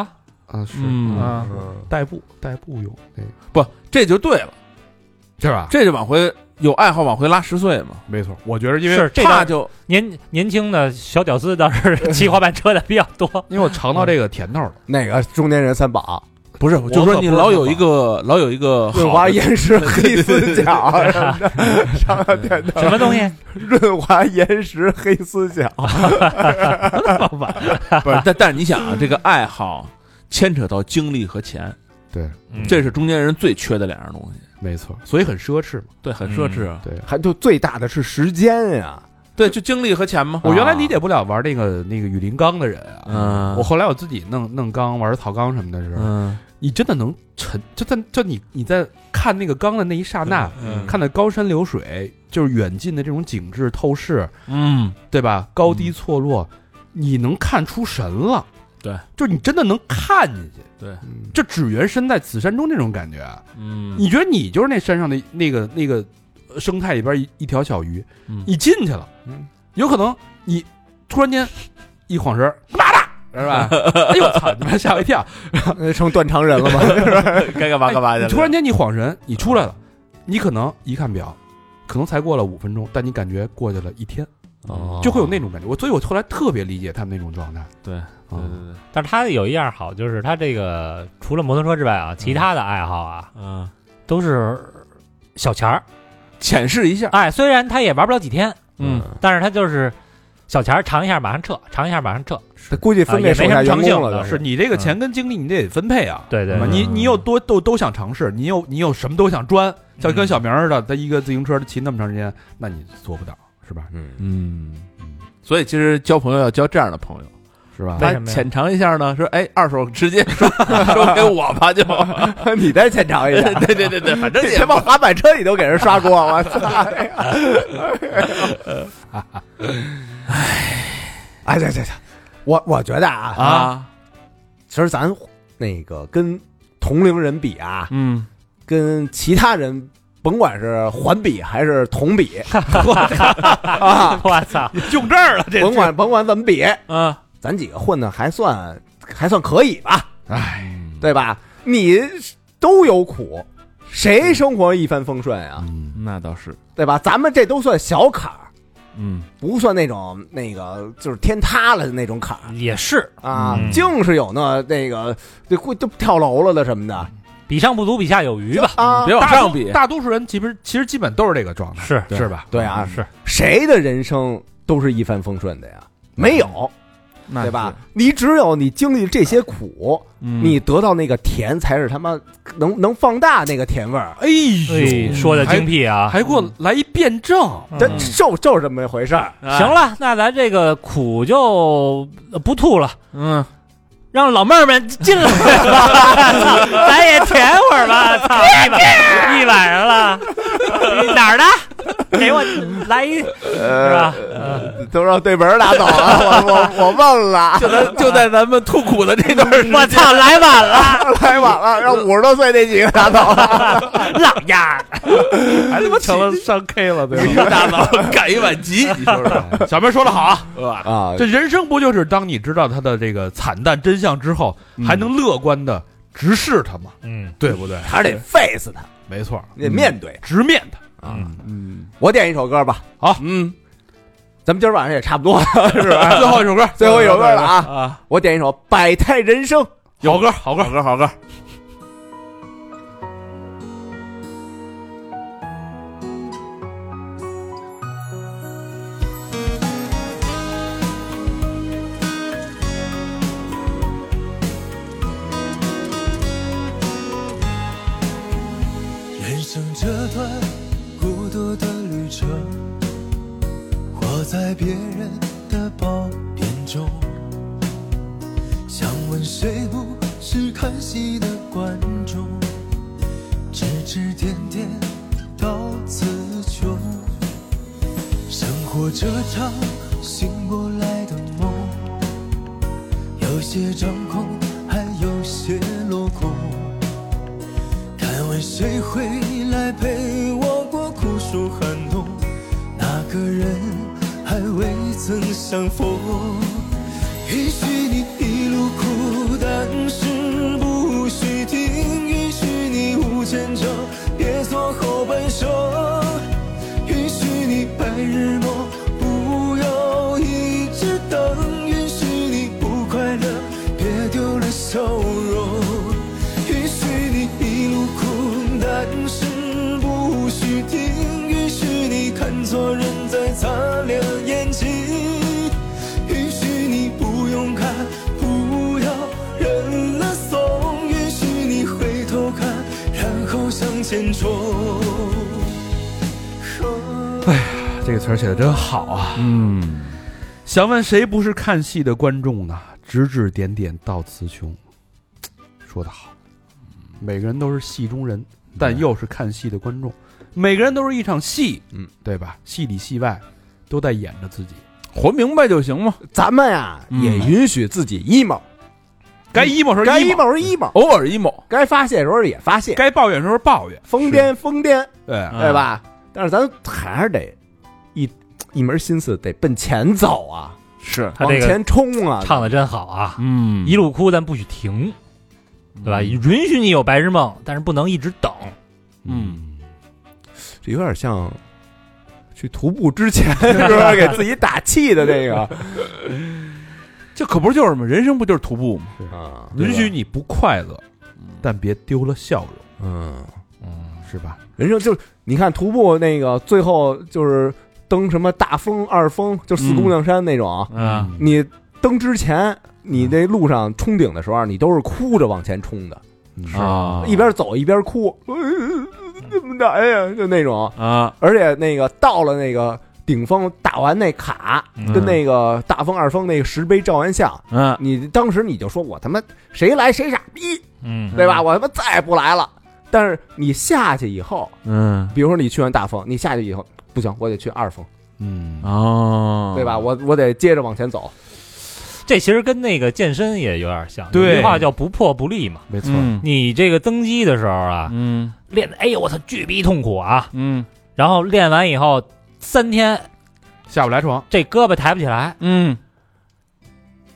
S1: 啊是
S6: 嗯
S1: 啊，
S2: 嗯
S1: 代步代步用那个
S6: 不，这就对了，
S1: 是吧？
S6: 这就往回有爱好往回拉十岁嘛，
S1: 没错，我觉得因为
S3: 是这
S6: 怕
S3: 倒
S6: 就
S3: 年年轻的小屌丝倒是 骑滑板车的比较多，
S1: 因为我尝到这个甜头了，
S2: 哪个中年人三宝？
S6: 不是，就说你老有一个老有一个
S2: 润
S6: 好
S2: 滑
S6: 的
S2: 岩石、黑丝脚，上了电脑，
S3: 什么东西？
S2: 润滑岩石、黑丝 脚，
S6: 不是，但但是你想啊，这个爱好牵扯到精力和钱，
S1: 对，
S3: 嗯
S6: 这是中间人最缺的两样东西，
S1: 没错，所以很奢侈嘛。
S6: 对，很奢侈
S3: 嗯
S6: 啊，
S1: 对，
S2: 还就最大的是时间呀。
S6: 对，就精力和钱嘛。
S1: 我原来理解不了玩那个那个雨林钢的人啊
S6: 嗯，
S1: 我后来我自己弄弄钢玩草钢什么的时候，
S6: 嗯，
S1: 你真的能沉，就在就你你在看那个钢的那一刹那，
S6: 嗯
S1: 看到高山流水，就是远近的这种景致透视，
S6: 嗯，
S1: 对吧？高低错落，你能看出神了。
S6: 对，
S1: 就是你真的能看进去，
S6: 对，
S1: 就只缘身在此山中这种感觉啊。
S6: 嗯，
S1: 你觉得你就是那山上的那个那个呃生态里边一一条小鱼，
S6: 嗯
S1: 你进去了，有可能你突然间一晃神儿，干嘛 呢？是吧？哎呦我操！你妈吓我一跳！哎
S2: 呃成断肠人了吗？
S6: 该 干嘛干嘛去
S1: 你
S6: 了。
S1: 突然间你晃神，你出来了，你可能一看表，可能才过了五分钟，但你感觉过去了一天。
S3: 哦
S1: 就会有那种感觉。我所以，我后来特别理解他们那种状态。
S6: 对对对对，
S3: 但是他有一样好，就是他这个除了摩托车之外啊，其他的爱好啊
S6: 嗯，
S3: 都是小钱儿。
S6: 浅试一下，
S3: 哎，虽然他也玩不了几天，
S6: 嗯，
S3: 但是他就是小钱儿尝一下马上撤，尝一下马上撤。
S2: 他估计分
S3: 啊
S2: 给
S3: 也没
S2: 手
S3: 什
S2: 下
S3: 么
S2: 员
S3: 成就
S2: 工了
S3: 倒
S2: 都，
S1: 是你这个钱跟精力，你得分配啊。
S3: 对对
S1: 吧
S3: 对
S1: 你你又多都都想尝试，你又你又什么都想钻，像跟小明似的，他一个自行车骑那么长时间，那你做不到，是吧？
S2: 嗯，
S6: 嗯，所以其实交朋友要交这样的朋友，
S1: 是吧？
S3: 为
S6: 他
S3: 什么呀
S6: 浅尝一下呢，说哎，二手直接 说说给我吧，就，
S2: 你再浅尝一下。
S6: 对对对对，反正
S2: 你
S6: 也
S2: 他妈滑板车你都给人刷锅，我 操！ 哎，对对对，我我觉得啊，
S6: 啊，
S2: 其实咱那个跟同龄人比啊，
S6: 嗯，
S2: 跟其他人，甭管是环比还是同比啊，
S3: 我操，
S1: 用这儿了，这
S2: 甭管甭管怎么比，
S6: 嗯，
S2: 咱几个混的还算还算可以吧？
S1: 哎，
S2: 对吧？你都有苦，谁生活一帆风顺啊？
S1: 嗯，
S6: 那倒是，
S2: 对吧？咱们这都算小坎儿，
S6: 嗯，
S2: 不算那种那个就是天塌了的那种坎儿
S3: 也是
S2: 啊，
S3: 嗯
S2: 净是有那那个这会都跳楼了的什么的
S3: 比上不足，比下有余吧。嗯
S2: 啊
S6: 别。往上比，
S1: 大多数人其实其实基本都是这个状态，
S3: 是嗯
S1: 是吧？
S2: 对啊，
S3: 是
S2: 谁的人生都是一帆风顺的呀？
S3: 嗯
S2: 没有，
S6: 那
S2: 对吧？你只有你经历这些苦，
S6: 是？嗯
S2: 你得到那个甜，才是他妈能能放大那个甜味儿。
S1: 哎
S3: 哎，
S1: 呦，
S3: 说的精辟啊！
S1: 还给我来一辩证，
S2: 这就就是这么一回事儿。
S6: 啊
S3: 行了，那咱这个苦就呃不吐了，
S6: 嗯，
S3: 让老妹儿们进来吧， 咱也舔会儿吧。操，一晚一晚上了，你哪儿的？给我来一，是吧？嗯
S2: 呃都让对门儿拿走了，我我我问了，啊
S6: 就在就在咱们痛苦 的这段时
S3: 我
S6: 间，
S3: 操，来晚了，
S2: 来晚了，让五十多岁那几个拿走了。
S3: 老样儿。
S1: 还他妈成了上 K 了，对吧？
S6: 大佬赶一晚集，你说说，
S1: 小明说的好 啊，
S2: 啊
S1: 这人生不就是当你知道他的这个惨淡真相之后，
S2: 嗯
S1: 还能乐观的直视他吗？
S3: 嗯，
S1: 对不对？
S2: 还是得 face 他，
S1: 没错，嗯
S2: 你得面对。啊嗯
S1: 直面他。
S2: 我点一首歌吧，
S6: 嗯
S2: 咱们今儿晚上也差不多 了，是吧？
S1: 最后一首歌，
S2: 最后一首歌了啊，
S6: 啊，
S2: 我点一首《百态人生》。
S1: 有歌，好歌，
S6: 好歌好歌，
S12: 人生这段孤独的旅程，活在别人的褒贬中。想问谁不是看戏的观众？指指点点到词穷。生活这场醒不来的梦，有些掌控，还有些落空。敢问谁会来陪我过酷暑寒冬？那个人还未曾相逢。也许你一路哭，但是不许停；也许你无牵扯，别做后半生。也许你白日梦，不要一直等；也许你不快乐，别丢了笑容。也许你一路哭，但是不许停；也许你看错人，再擦亮眼睛；也许你不用看，不要认了怂；也许你回头看，然后向前冲。
S1: 哎这个词儿写的真好啊！
S6: 嗯，
S1: 想问谁不是看戏的观众呢？指指点点到词穷，说得好。每个人都是戏中人，但又是看戏的观众。每个人都是一场戏，
S2: 嗯，
S1: 对吧？戏里戏外都在演着自己。
S6: 活明白就行嘛，
S2: 咱们呀
S6: 嗯
S2: 也允许自己 emo，
S1: 该 emo 时候
S2: 该
S1: emo，
S2: emo 是 emo，
S6: 偶尔 emo，
S2: 该发泄的时候也发泄，
S1: 该抱怨时候抱怨，
S2: 疯癫疯癫，
S1: 对，
S2: 对吧？但是咱还是得一一门心思得奔前走啊，
S6: 是，
S3: 他
S2: 往
S3: 这个
S2: 前冲啊！
S3: 唱的真好啊！
S6: 嗯
S3: 一路哭，但不许停，对吧？允许你有白日梦，但是不能一直等。
S6: 嗯，
S2: 这有点像去徒步之 前是吧？给自己打气的那个
S6: 这可不就是吗？人生不就是徒步吗？
S2: 啊，
S1: 允许你不快乐，
S3: 嗯
S1: 但别丢了笑容，
S2: 嗯，
S1: 是吧？
S2: 人生就是你看徒步那个最后就是登什么大峰、二峰，就四姑娘山那种，
S3: 嗯
S6: 啊，
S2: 你登之前。你
S1: 嗯
S2: 那路上冲顶的时候，你都是哭着往前冲的，
S1: 嗯
S6: 啊
S2: 一边走一边哭， 呃怎么难呀？就那种，
S6: 啊，
S2: 而且那个到了那个顶峰，打完那卡，跟那个大风二风那个石碑照完相，
S6: 嗯
S2: 你当时你就说我他妈谁来谁傻逼，
S3: 嗯，
S2: 对吧？我他妈再也不来了。但是你下去以后，
S6: 嗯
S2: 比如说你去完大风，你下去以后不行，我得去二风，
S1: 嗯，
S6: 哦，
S2: 对吧？？我我得接着往前走。
S3: 这其实跟那个健身也有点像，
S6: 对
S3: 有句话叫不破不立嘛。
S1: 没错，
S6: 嗯
S3: 你这个增肌的时候啊，
S6: 嗯
S3: 练的哎呦我操巨逼痛苦啊，
S6: 嗯
S3: 然后练完以后三天
S1: 下不来床，
S3: 这胳膊抬不起来，
S6: 嗯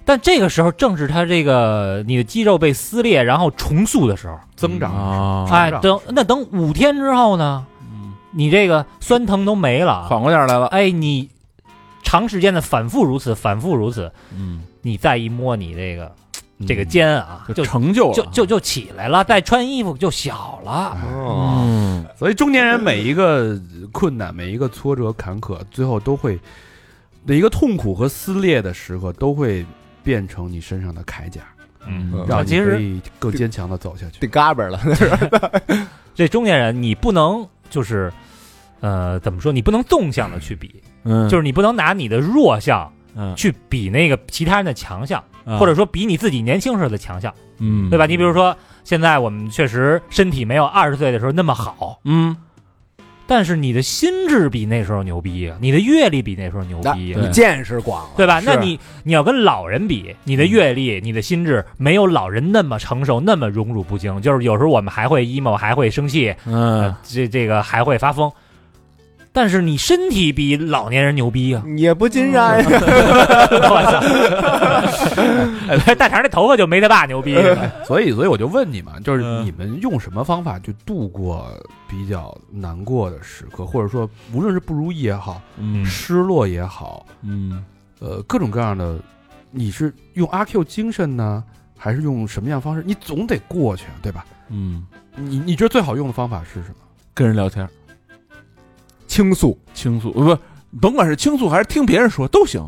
S3: 但这个时候正是它这个你的肌肉被撕裂然后重塑的时候。
S1: 增长
S6: 啊，
S3: 哎，等那等五天之后呢，你这个酸疼都没了，
S6: 嗯缓过劲儿来了，
S3: 哎，你长时间的反复如此，反复如此，
S6: 嗯，
S3: 你再一摸你这个这个肩啊，就
S6: 就成就了，
S3: 就就就起来了，再穿衣服就小了。
S2: 哦，
S6: 嗯
S1: 所以中年人每一个困难、每一个挫折、坎坷，最后都会的一个痛苦和撕裂的时刻，都会变成你身上的铠甲，
S3: 嗯
S2: 嗯
S1: 让
S3: 那
S1: 你
S3: 其
S1: 可
S3: 实
S1: 以更坚强的走下去。
S2: 得嘎巴了，
S3: 这中年人你不能就是，呃，怎么说？你不能纵向的去比，
S6: 嗯，
S3: 就是你不能拿你的弱项
S6: 嗯
S3: 去比那个其他人的强项，
S6: 啊
S3: 或者说比你自己年轻时候的强项，
S6: 嗯，
S3: 对吧？你比如说，现在我们确实身体没有二十岁的时候那么好，
S6: 嗯，
S3: 但是你的心智比那时候牛逼啊，你的阅历比那时候牛
S2: 那
S3: 逼啊，
S2: 你见识广了，
S3: 对吧？
S2: 是
S3: 那你你要跟老人比，你的阅历、你的心智没有老人那么成熟，那么荣辱不惊。就是有时候我们还会 emo，还会生气，
S6: 嗯
S3: 呃，这这个还会发疯。但是你身体比老年人牛逼啊！
S2: 也不尽然
S6: 嗯
S2: 呀。
S3: 我操， 大肠这头发就没他爸牛 逼。
S1: 所以，所以我就问你们，就是
S6: 嗯
S1: 你们用什么方法去度过比较难过的时刻，或者说无论是不如意也好，
S6: 嗯
S1: 失落也好，
S6: 嗯
S1: 呃，各种各样的，你是用阿 Q 精神呢，还是用什么样的方式？你总得过去啊，对吧？
S6: 嗯，
S1: 你你觉得最好用的方法是什么？
S6: 跟人聊天儿
S2: 倾诉，
S6: 倾诉，呃不，甭管是倾诉还是听别人说都行，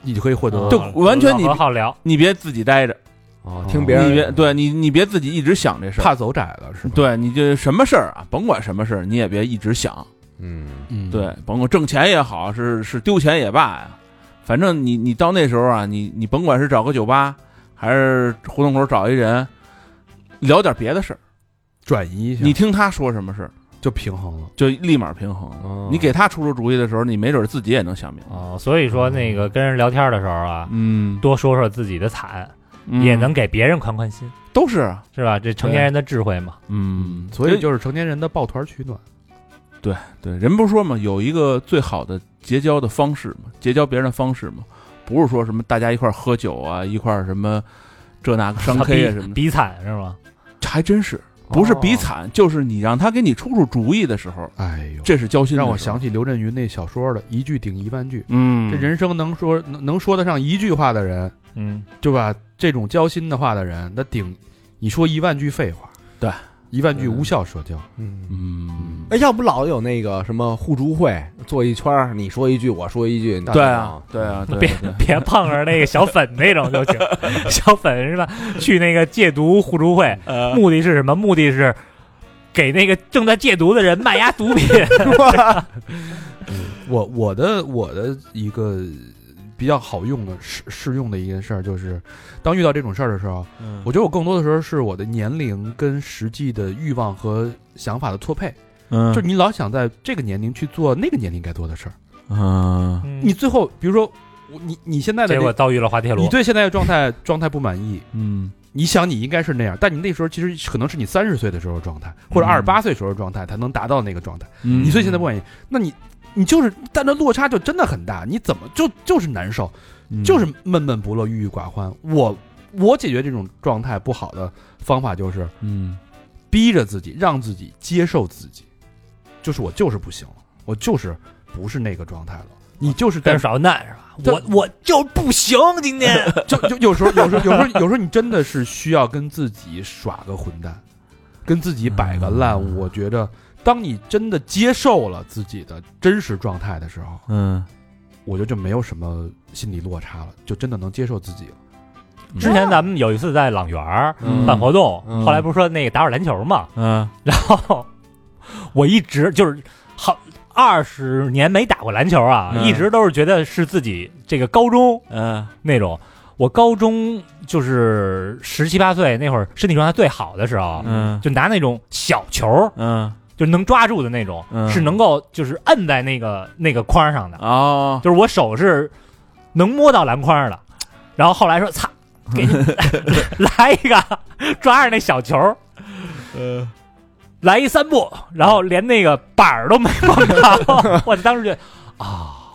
S1: 你就可以获得
S6: 就完全你
S3: 啊老何好聊，
S6: 你别自己待着，
S1: 哦
S2: 听别
S6: 你
S2: 人
S6: 别对你你别自己一直想这事儿。
S1: 怕走窄了，是吧？
S6: 对，你就什么事儿啊，甭管什么事儿，你也别一直想。
S2: 嗯，
S1: 嗯，
S6: 对，甭管挣钱也好，是是丢钱也罢呀，反正你你到那时候啊，你你甭管是找个酒吧，还是胡同口找一人，聊点别的事儿，
S1: 转移一下，
S6: 你听他说什么事儿，
S1: 就平衡了。
S6: 就立马平衡了。
S2: 哦
S6: 你给他出出主意的时候，你没准自己也能想明白。
S3: 哦，所以说那个跟人聊天的时候啊，
S6: 嗯，
S3: 多说说自己的惨，
S6: 嗯
S3: 也能给别人宽宽心，
S6: 都是啊，
S3: 是吧？这成年人的智慧嘛。
S6: 嗯，
S1: 所以就是成年人的抱团取暖，
S6: 对人不是说嘛，有一个最好的结交的方式嘛，结交别人的方式嘛，不是说什么大家一块儿喝酒啊，一块儿什么这那个 商
S3: 他
S6: K
S3: 比
S6: 啊什么的，
S3: 比惨是吗？哦
S6: 还真是不是比惨，就是你让他给你出出主意的时候，
S1: 哎呦，
S6: 这是交心的时
S1: 让
S6: 候。
S1: 我想起刘震云那小说的“一句顶一万句”。
S6: 嗯，
S1: 这人生能说能能说得上一句话的人，
S3: 嗯，
S1: 对吧？这种交心的话的人，那顶你说一万句废话，
S6: 对，
S1: 一万句无效社交，
S2: 嗯。
S6: 嗯，
S2: 哎，要不老有那个什么互助会，坐一圈儿，你说一句，我说一句，你到
S6: 对
S2: 底
S6: 啊，对啊，对
S3: 别
S6: 啊对啊
S3: 别碰上那个小粉那种 就行，小粉是吧？去那个戒毒互助会，目的是什么？目的是给那个正在戒毒的人卖压毒 品。
S1: 我我的我的一个比较好用的适适用的一件事儿，就是当遇到这种事儿的时候，
S6: 嗯
S1: 我觉得我更多的时候是我的年龄跟实际的欲望和想法的错配，
S6: 嗯，
S1: 就是你老想在这个年龄去做那个年龄该做的事儿，
S6: 嗯
S3: 嗯
S1: 你最后比如说我你你现在的
S3: 结
S1: 这
S3: 果遭遇了滑铁
S1: 你
S3: 卢。
S1: 对现在的状态状态不满意，
S6: 嗯
S1: 你想你应该是那样，但你那时候其实可能是你三十岁的时候的状态，或者
S3: 嗯
S1: 二十八岁时候的状态才能达到那个状态。
S6: 嗯，
S1: 你所以现在不满意，那你你就是，但这落差就真的很大，你怎么就就是难受，
S6: 嗯
S1: 就是闷闷不乐、郁郁寡欢。我我解决这种状态不好的方法就是
S6: 嗯
S1: 逼着自己，让自己接受自己，就是我就是不行了，我就是不是那个状态了，你就是
S3: 但
S1: 在
S3: 是耍混蛋是吧？
S1: 对
S3: 我我就不行，今天
S1: 就就有时候有时候有时候有时候你真的是需要跟自己耍个混蛋，跟自己摆个烂。
S3: 嗯
S1: 我觉得，当你真的接受了自己的真实状态的时候，
S6: 嗯，
S1: 我觉得就没有什么心理落差了，就真的能接受自己了。
S3: 之前咱们有一次在朗园儿
S2: 嗯
S3: 办活动，
S2: 嗯
S3: 后来不是说那个打会儿篮球嘛，
S6: 嗯，
S3: 然后我一直就是好二十年没打过篮球啊，
S6: 嗯
S3: 一直都是觉得是自己这个高中
S6: 嗯，
S3: 那种。我高中就是十七八岁那会儿，身体状态最好的时候，
S6: 嗯
S3: 就拿那种小球，
S6: 嗯，
S3: 就能抓住的那种，
S6: 嗯
S3: 是能够就是摁在那个那个框上的，
S6: 哦，
S3: 就是我手是能摸到篮筐的。然后后来说，操，给你 来一个，抓着那小球，呃，来一三步，然后连那个板儿都没碰着，我当时就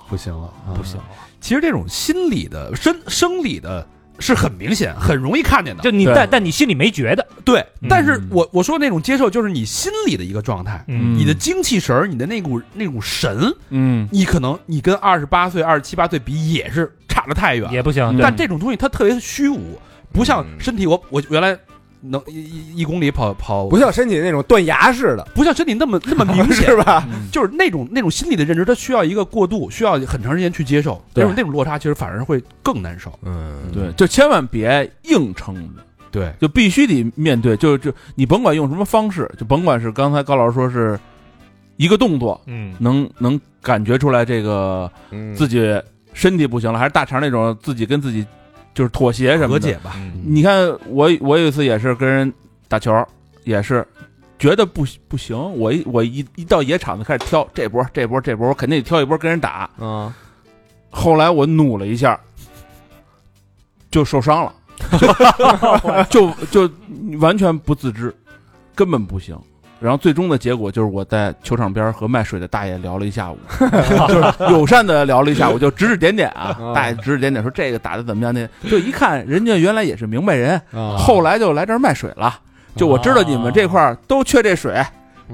S1: 不行了，啊
S3: 不行。
S4: 其实这种心理的、生生理的，是很明显、很容易看见的。
S3: 就你
S6: 对
S3: 但但你心里没觉得，
S4: 对，
S3: 嗯
S4: 但是我我说的那种接受，就是你心里的一个状态，
S3: 嗯
S4: 你的精气神儿，你的那股那股神，
S6: 嗯，
S4: 你可能你跟二十八岁、二十七八岁比也是差得太远。
S3: 也不行，嗯
S4: 但这种东西它特别虚无，不像身体我，我原来能一一一公里跑跑，
S2: 不像身体那种断崖似的，
S4: 不像身体那么那么明显 嗯
S2: 是，吧？
S4: 就是那种那种心理的认知，它需要一个过渡，需要很长时间去接受。那
S6: 对
S4: 种那种落差，其实反而会更难受。
S2: 嗯，
S6: 对，就千万别硬撑着。
S4: 对，
S6: 就必须得面对，就是就你甭管用什么方式，就甭管是刚才高老师说是一个动作，
S3: 嗯，
S6: 能能感觉出来这个自己身体不行了，还是大肠那种自己跟自己就是妥协什么的
S4: 和解。吧，嗯
S6: 你看我我有一次也是跟人打球，也是觉得不不行，我一我一一到野场子开始挑这波这波这波，我肯定得挑一波跟人打。
S2: 嗯，
S6: 后来我努了一下，就受伤了，就就就完全不自知，根本不行。然后最终的结果就是我在球场边和卖水的大爷聊了一下午，就是友善的聊了一下午，就指指点点啊，大爷指指点点说这个打的怎么样，那个就一看人家原来也是明白人，后来就来这儿卖水了。就我知道你们这块儿都缺这水，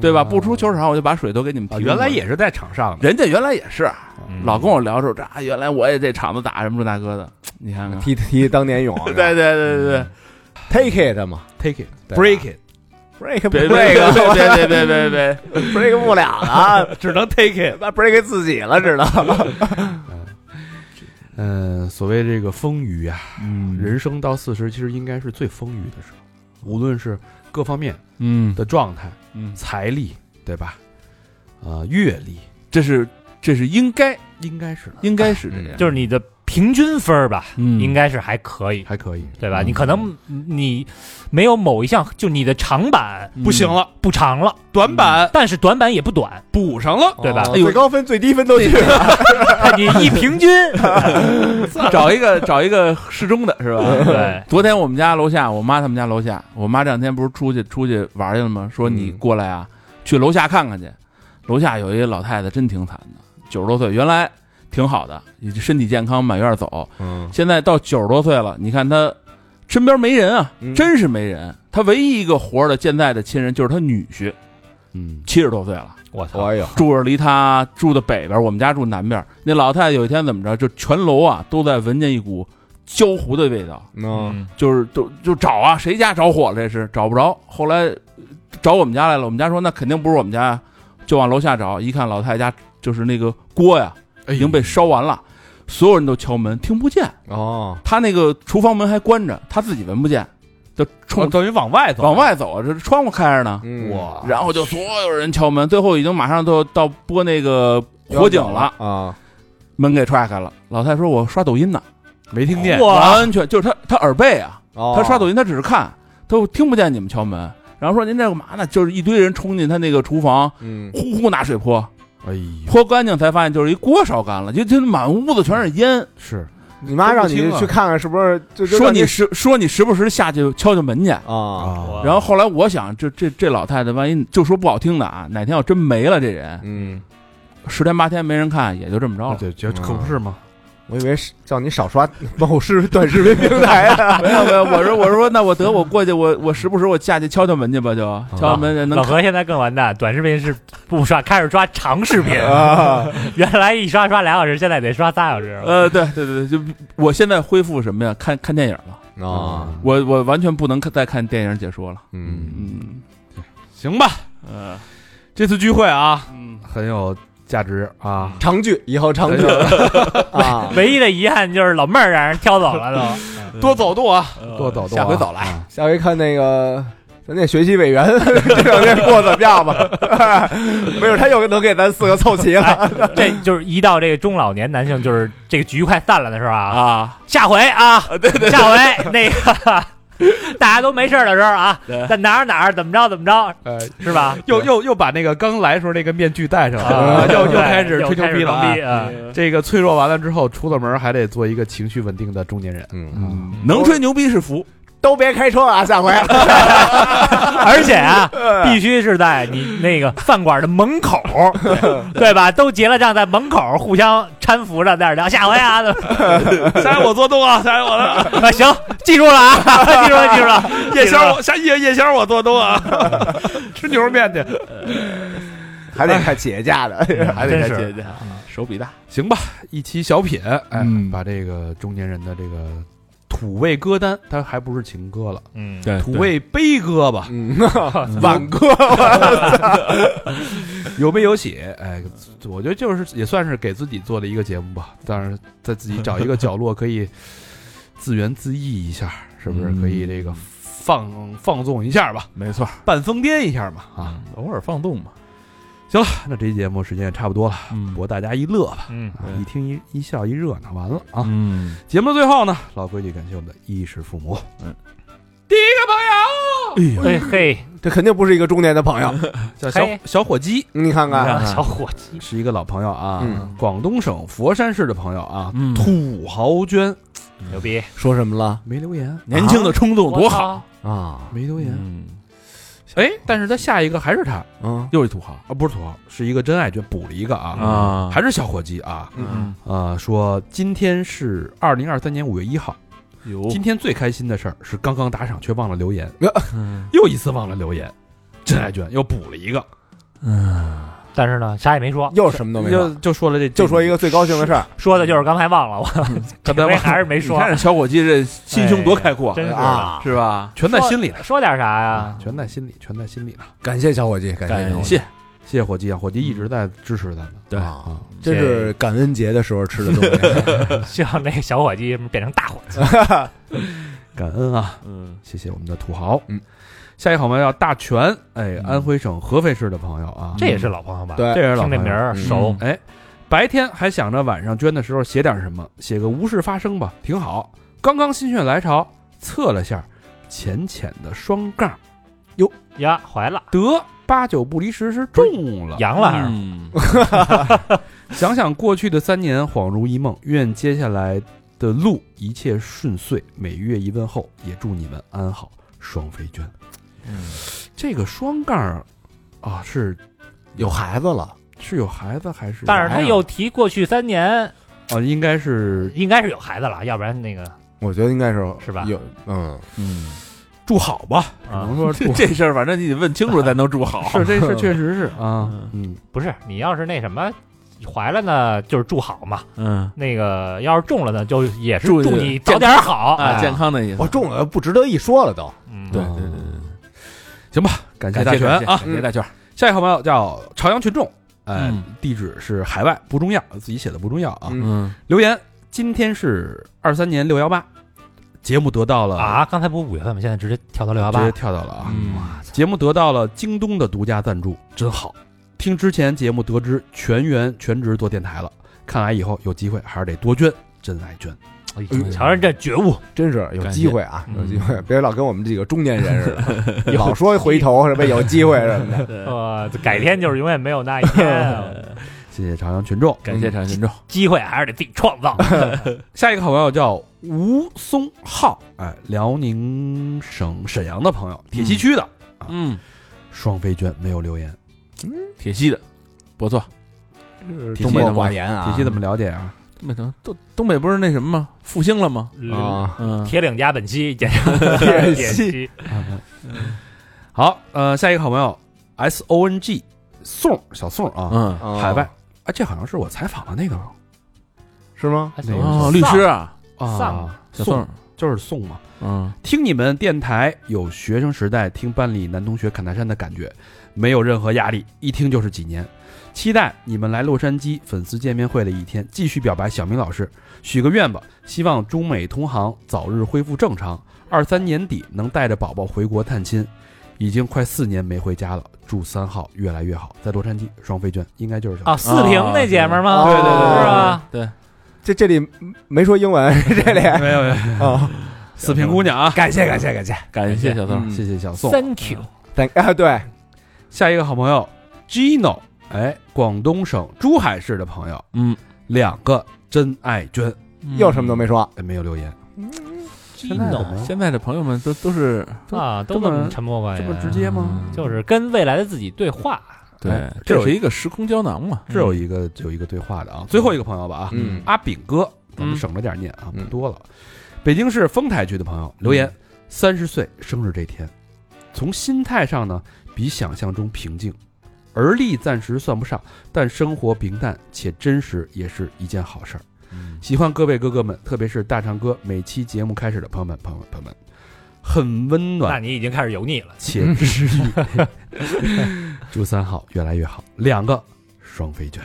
S6: 对吧？不出球场我就把水都给你们提
S1: 啊
S6: 供
S1: 原来
S6: 了
S1: 也是在场上的，
S6: 人家原来也是，啊
S3: 嗯
S6: 老跟我聊说这、啊、原来我也这场子打什么这大哥的，你看看，
S2: 提提当年 勇，啊
S6: 对对对对啊对，
S2: 嗯，take it 嘛
S1: take it
S2: 对吧啊
S1: break it，
S2: ，break 不
S6: 别
S2: break
S6: 别别别别别别，
S2: break 不了了，
S1: 只能 take it。
S2: 那 break 自己了，知道吗？
S1: 嗯，所谓这个风雨啊，
S6: 嗯
S1: 人生到四十其实应该是最风雨的时候，无论是各方面
S6: 嗯
S1: 的状态、
S6: 嗯，
S1: 财力，对吧？
S3: 嗯
S1: 呃，阅历
S6: 这是这是应该
S1: 应该是
S6: 应该是这
S2: 嗯
S6: 样，
S3: 就是你的平均分儿吧，
S6: 嗯
S3: 应该是还可以，
S1: 还可以，嗯
S3: 对吧？你可能你没有某一项，就你的长板
S6: 不行
S3: 了，不长了，嗯
S4: 短板
S3: 但是短板也不短，
S4: 补上了，
S3: 对吧？
S2: 哦最高分、最低分都去了，
S3: 看哎你一平 均，
S6: 找一个找一个适中的是
S2: 嗯
S6: 吧？
S3: 对，
S6: 昨天我们家楼下，我妈他们家楼下，我妈这两天不是出去出去玩去了吗？说你过来啊，去楼下看看去。楼下有一老太太，真挺惨的，九十多岁，原来挺好的，也就身体健康，满院走。
S2: 嗯，
S6: 现在到九十多岁了，你看她身边没人啊，
S2: 嗯
S6: 真是没人。她唯一一个活的现在的亲人就是她女婿，
S1: 嗯，
S6: 七十多岁了，
S3: 我操，
S2: 哎呦，
S6: 住着离她住的北边，我们家住南边。那老太太有一天怎么着，就全楼啊都在闻见一股焦糊的味道。
S2: 嗯，
S6: 就是就就找啊，谁家着火了这是找不着，后来呃找我们家来了，我们家说那肯定不是我们家，就往楼下找，一看老太太家就是那个锅呀
S4: 哎
S6: 已经被烧完了，所有人都敲门听不见，
S2: 哦，
S6: 她那个厨房门还关着，她自己闻不见，就冲、
S4: 哦等于往外走，
S6: 往外走，啊这窗户开着呢，
S2: 哇，
S6: 嗯然后就所有人敲门，最后已经马上都到播那个火警了，
S2: 啊，
S6: 门给踹开了，老太太说我刷抖音呢，
S1: 没听见，
S3: 哇，
S6: 完全就是她她耳背啊。
S2: 哦
S6: 他刷抖音，他只是看，他听不见你们敲门。然后说您这干嘛呢？就是一堆人冲进他那个厨房，
S2: 嗯，
S6: 呼呼拿水泼，
S1: 哎呦，
S6: 泼干净才发现就是一锅烧干了，就就满屋子全是烟。
S1: 是
S2: 你妈让你
S1: 听了
S2: 去看看是不是，就就
S6: 啊说
S2: 让
S6: 你时说你时不时下去敲敲门去。
S2: 啊，
S1: 啊，
S6: 然后后来我想，这这这老太太万一就说不好听的啊，哪天要真没了这人，
S2: 嗯，
S6: 啊十天八天没人看，也就这么着了。
S1: 对，这可不是吗？
S2: 我以为是叫你少刷某视短视频平台啊呢。
S6: 没有没有，啊我说我说那我得我过去我我时不时我下去敲敲门去吧，就敲敲门能
S3: 啊老何现在更完蛋，短视频是不刷，开始刷长视频。
S2: 啊
S3: 原来一刷刷俩小时，现在得刷仨小时。
S6: 呃对对对，就我现在恢复什么呀？看看电影了，嗯
S2: 啊，
S6: 我我完全不能看再看电影解说了。
S2: 嗯，
S6: 嗯
S1: 行吧，
S6: 呃
S1: 这次聚会啊，
S6: 嗯，
S1: 很有价值啊。嗯
S2: 长剧以后长剧 啊，
S3: 唯一的遗憾就是老妹儿让人挑走 了都。
S1: 多走动啊，多走动、啊。
S6: 下回早来。
S2: 下回看那个咱那学习委员 这两天过得怎么样 吧？没准他又能给咱四个凑齐了。
S3: 哎这就是一到这个中老年男性，就是这个局快散了的时候啊，
S6: 啊，
S3: 下回啊，对对，下回那个大家都没事儿的时候啊，在哪儿哪儿怎么着怎么着，
S2: 哎
S1: 呃，
S3: 是吧？啊
S1: 又又又把那个刚来时候那个面具戴上了，又又
S3: 对
S1: 开始
S3: 又
S1: 吹牛
S3: 开始
S1: 逼了、
S3: 装
S1: 啊
S3: 逼。啊！
S1: 这个脆弱完了之后，出了门还得做一个情绪稳定的中年人。
S2: 嗯，
S6: 能吹牛逼是 福。
S2: 都别开车啊，下回。
S3: 而 且啊，
S2: 哎
S3: 必须是在你那个饭馆的门口，对吧？都结了账，在门口互相搀扶着，在那儿聊下回啊，
S1: 下回我做东啊，下回我的
S3: 啊行，记住 了啊，记住了，记住了，
S1: 夜
S3: 记住了
S1: 宵，我下夜夜宵我做东啊， 吃牛肉面去。
S2: 还得看企业家的，
S6: 还得
S3: 真
S6: 再
S3: 是
S6: 接一接，手比大。
S1: 行吧，一期小品，哎，
S6: 嗯
S1: 把这个中年人的这个土味歌单，它还不是情歌了，
S3: 嗯，
S6: 对
S1: 土味悲歌吧，
S2: 嗯，
S1: 挽歌，有悲有喜，哎，我觉得就是也算是给自己做的一个节目吧，当然在自己找一个角落可以自圆自忆一下，是不是可以这个放放纵一下吧，
S6: 没错
S1: 半疯癫一下嘛啊！
S6: 啊，偶尔放纵嘛。
S1: 那这期节目时间也差不多了，
S6: 嗯
S1: 博大家一乐吧，
S3: 嗯，
S1: 啊一听一一笑一热闹，完了啊。
S6: 嗯，
S1: 节目的最后呢，老规矩，感谢我们的衣食父母。
S6: 嗯，
S1: 第一个朋友，
S3: 哎嘿，
S2: 这肯定不是一个中年的朋友。
S1: 叫小
S3: 嘿
S1: 小伙鸡，
S2: 你看啊看，
S6: 啊
S1: 啊
S3: 小伙计，
S1: 是一个老朋友啊，
S2: 嗯
S1: 广东省佛山市的朋友啊，
S6: 嗯
S1: 土豪娟
S3: 牛逼，
S2: 说什么了
S1: 没留言，啊
S6: 年轻的冲动多好。
S3: 好，
S2: 啊？
S1: 没留言。
S6: 嗯，
S1: 哎，但是他下一个还是他
S2: 嗯，
S6: 又一土豪
S1: 啊，不是土豪，是一个真爱娟补了一个啊，
S6: 啊
S1: 还是小伙计啊，
S6: 嗯，
S1: 呃，说今天是二零二三年五月一号，
S6: 有
S1: 今天最开心的事儿是刚刚打赏却忘了留言，
S6: 嗯
S1: 又一次忘了留言，真爱娟又补了一个，
S6: 嗯
S3: 但是呢，啥也没说，
S2: 又什么都没说，
S1: 就就说了这，
S2: 就说一个最高兴的事儿
S3: 说的就是刚才忘了，我
S1: 嗯 刚才
S3: 这
S1: 忘
S3: 回
S1: 了
S3: 还是没
S6: 你
S3: 说，
S6: 看这小伙计这心胸多开阔啊，
S3: 真是的
S2: 啊！
S6: 是吧？
S1: 全在心里了，啊
S3: 说点啥呀？
S1: 全在心里，全在心里了。
S2: 感谢小伙计，感谢小伙
S6: 感
S2: 计
S6: 谢，
S1: 谢谢伙计啊，伙计一直在支持咱们。
S6: 对
S2: 啊，这是
S3: 谢
S2: 感恩节的时候吃的东西。
S3: 希望那个小伙计变成大伙计。
S1: 啊感恩啊，
S6: 嗯，
S1: 谢谢我们的土豪。
S2: 嗯，
S1: 下一个好朋友叫大全，哎，安徽省合肥市的朋友啊，
S3: 嗯这也是老朋友吧？
S2: 对
S1: 这也是老
S3: 听这
S1: 朋
S3: 名
S1: 友。
S3: 儿熟
S6: 嗯，
S1: 哎，白天还想着晚上捐的时候写点什么，写个无事发生吧，挺好。刚刚心血来潮，测了下，浅浅的双杠，
S3: 呀，怀了，
S1: 得八九不离十是中了。
S3: 阳了还是？
S6: 嗯
S1: 想想过去的三年，恍如一梦。愿接下来的路一切顺遂。每月一问候，也祝你们安好。双飞娟，
S2: 嗯
S1: 这个双杠儿啊，是
S2: 有孩子了，
S1: 是有孩子还是？
S3: 但是他又提过去三年，
S1: 啊，应该是
S3: 应该是有孩子了，要不然那个
S2: 我觉得应该是
S3: 是吧
S2: 有，嗯，
S6: 嗯，
S1: 住好吧？只
S3: 啊
S1: 能，说
S6: 这
S1: 住好。
S6: 这事儿反正你得问清楚才能住好。
S1: 是这事确 实是 啊，嗯，
S3: 不是你要是那什么怀了呢，就是住好嘛。
S6: 嗯
S3: 那个要是中了呢，就也是
S6: 祝
S3: 祝
S6: 你
S3: 你早点好哎
S6: 啊，健
S3: 康。
S6: 康的意思。
S2: 我中了不值得一说了都。
S3: 嗯，
S6: 对
S2: 哦
S6: 对对对，
S1: 感谢
S6: 感
S1: 大
S6: 谢
S1: 全
S6: 感谢
S1: 啊。
S6: 感谢大全。
S1: 下一个好朋友叫朝阳群众，哎
S6: 嗯，
S1: 地址是海外，不重要，自己写的不重要啊。
S2: 嗯
S6: 嗯，
S1: 留言，今天是二三年六幺八，节目得到了
S3: 啊，刚才不是五月份吗？现在直接跳到六幺
S1: 直
S3: 八
S1: 接，跳到了啊！
S6: 嗯
S1: 节目得到了京东的独家赞助，真好。听之前节目得知全员全职做电台了，看来以后有机会还是得多捐，真爱捐。
S3: 哎呦瞧人这觉悟，
S2: 真是有机会啊，
S3: 感谢
S2: 有机
S3: 嗯
S2: 会，别老跟我们这个中年人似 的， 啊老说回头什么有机会什么的。
S3: 呃，改天就是永远没有那一天，
S1: 谢谢朝阳群众。嗯
S6: 感谢常群众。
S3: 机会还是得自己创造。
S1: 下一个好朋友叫吴松浩，哎，辽宁省沈阳的朋友，铁西区的、啊
S6: 嗯，
S1: 双飞娟没有留言。
S2: 嗯
S6: 铁西的，不错。
S2: 众
S6: 西的
S2: 默
S6: 吗
S2: 寡言啊，
S1: 铁西怎么了解啊？
S6: 东北城东东北不是那什么吗？复兴了吗？
S2: 啊，
S6: 嗯，
S3: 铁岭加本 溪，简称铁西。
S1: 嗯好，呃，下一个好朋友 S O N G 宋小宋啊，
S6: 嗯
S2: 哦
S1: 海外，哎，这好像是我采访的那个
S2: 是吗？
S3: 还
S1: 那个
S6: 哦，律师啊，
S3: 丧
S1: 啊，
S6: 小宋
S1: 宋，就是宋嘛。
S6: 嗯，
S1: 听你们电台有学生时代听班里男同学侃大山的感觉，没有任何压力，一听就是几年。期待你们来洛杉矶粉丝见面会的一天，继续表白小明老师，许个愿吧，希望中美同行早日恢复正常，二三年底能带着宝宝回国探亲。已经快四年没回家了，祝三号越来越好，在洛杉矶双飞券应该就是小明
S3: 啊，四平那姐们儿吗？
S2: 哦对对对对
S3: 是吧？
S6: 对，
S2: 这这里没说英文， 这里
S1: 没有没有
S2: 啊，
S1: 四平姑娘啊，
S2: 感谢感谢感谢，
S6: 感谢小宋，
S1: 谢谢小宋，
S3: ，Thank you。
S2: 但啊对，
S1: 下一个好朋友 Gino，哎，广东省珠海市的朋友，
S6: 嗯，
S1: 两个真爱娟，
S2: 又什么都没说，
S1: 哎，没有留言，
S3: 嗯激
S1: 在怎
S3: 动
S1: 么了
S6: 现在的朋友们都都是
S3: 啊，都
S1: 这
S3: 这
S1: 么
S3: 么沉默寡
S1: 这
S3: 言，
S1: 不直接吗？
S3: 就是跟未来的自己对话。
S6: 对
S1: 哎，
S6: 这
S1: 这
S6: 是一个时空胶囊嘛，
S1: 这有一个有一个对话的啊，最后一个朋友吧啊，
S2: 嗯
S1: 阿炳哥，咱们
S6: 嗯
S1: 省着点念啊，不
S2: 嗯
S1: 多了。北京市丰台区的朋友
S6: 嗯
S1: 留言：三十岁生日这天，从心态上呢，比想象中平静，而立暂时算不上，但生活平淡且真实也是一件好事儿。
S6: 嗯
S1: 喜欢各位哥哥们，特别是大长哥每期节目开始的朋友们，朋友们，朋友们，很温暖
S3: 那你已经开始油腻了，
S1: 且治愈。 祝三好越来越好，两个双飞卷。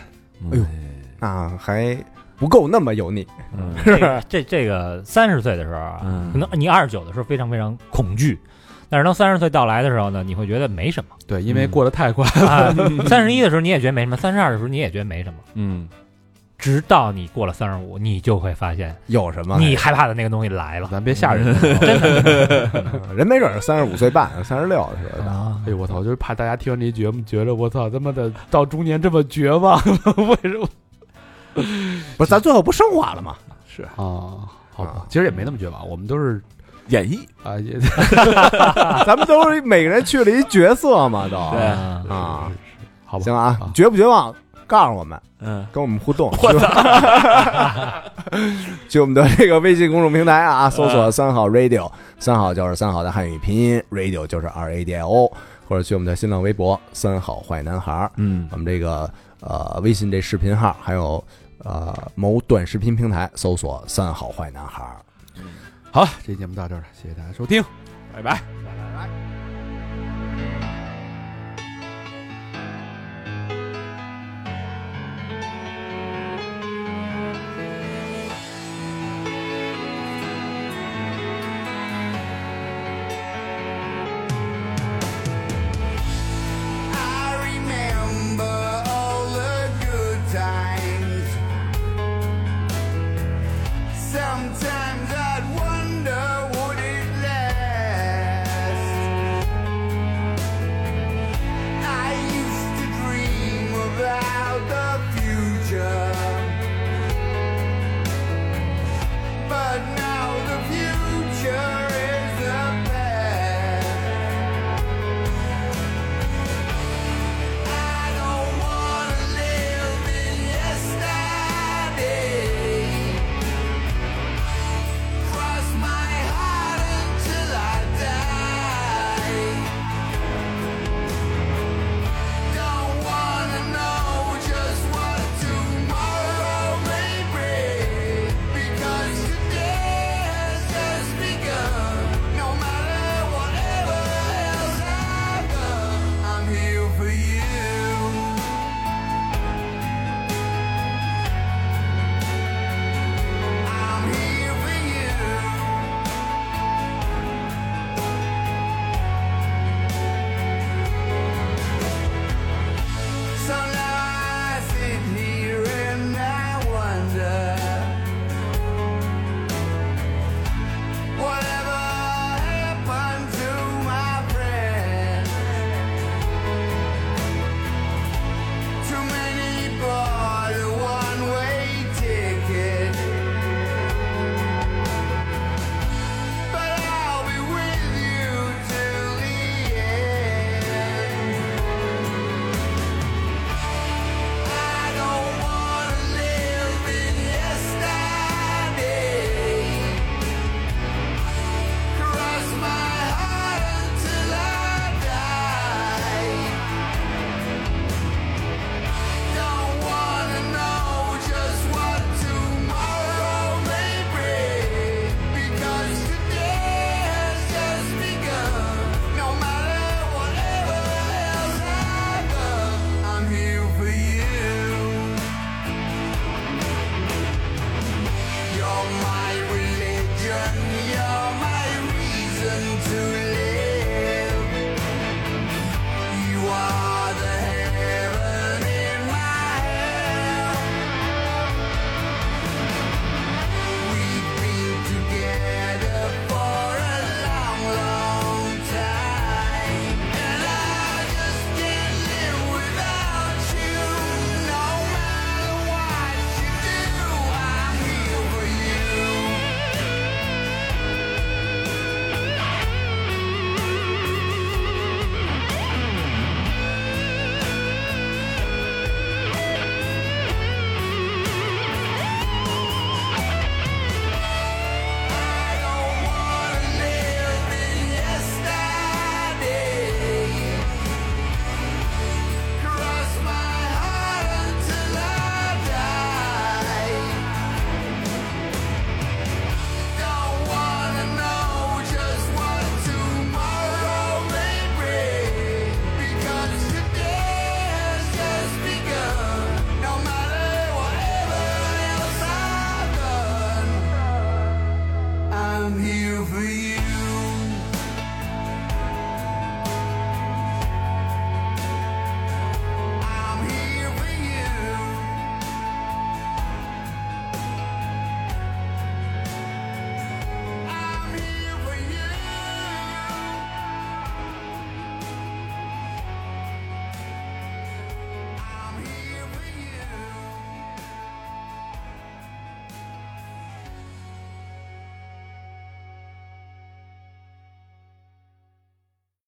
S6: 哎呦，
S1: 嗯
S2: 那还不够那么油腻，
S6: 嗯
S3: 这这这个三十岁的时候啊，
S6: 嗯
S3: 可能你二十九的时候非常非常恐惧，但是当三十岁到来的时候呢，你会觉得没什么。啊
S1: 对，因为
S6: 嗯
S1: 过得太快了。
S3: 三十一的时候你也觉得没什么，三十二的时候你也觉得没什么，
S6: 嗯，
S3: 直到你过了三十五，你就会发现
S2: 有什么？
S3: 你害怕的那个东西来了。嗯
S1: 咱别吓人，真的。
S2: 人没准三十五岁半，三十六是吧？
S3: 啊
S1: 哎，呦，我操！就是怕大家听完这节目，觉得我操他妈的到中年这么绝望 了，为什么
S2: 不是，咱最后不升华了吗？
S1: 啊？好吧
S2: 啊，
S1: 其实也没那么绝望，我们都是
S6: 演绎
S1: 啊，也
S2: 咱们都是每个人去了一角色嘛，都
S6: 对
S3: 啊
S2: 啊，
S1: 好吧。
S2: 行
S1: 啊
S2: 啊，绝不绝望？告诉我们，
S6: 嗯，
S2: 跟我们互动。 去我们的这个微信公众平台啊，搜索“三好 radio”，三好就是三好的汉语拼音，radio 就是 R A D I O，或者去我们的新浪微博“三好坏男孩”。
S6: 嗯
S2: 我们这个呃微信这视频号，还有呃某短视频平台搜索“三好坏男孩
S1: 好，这节目到这儿了，谢谢大家收听，拜拜，
S3: 拜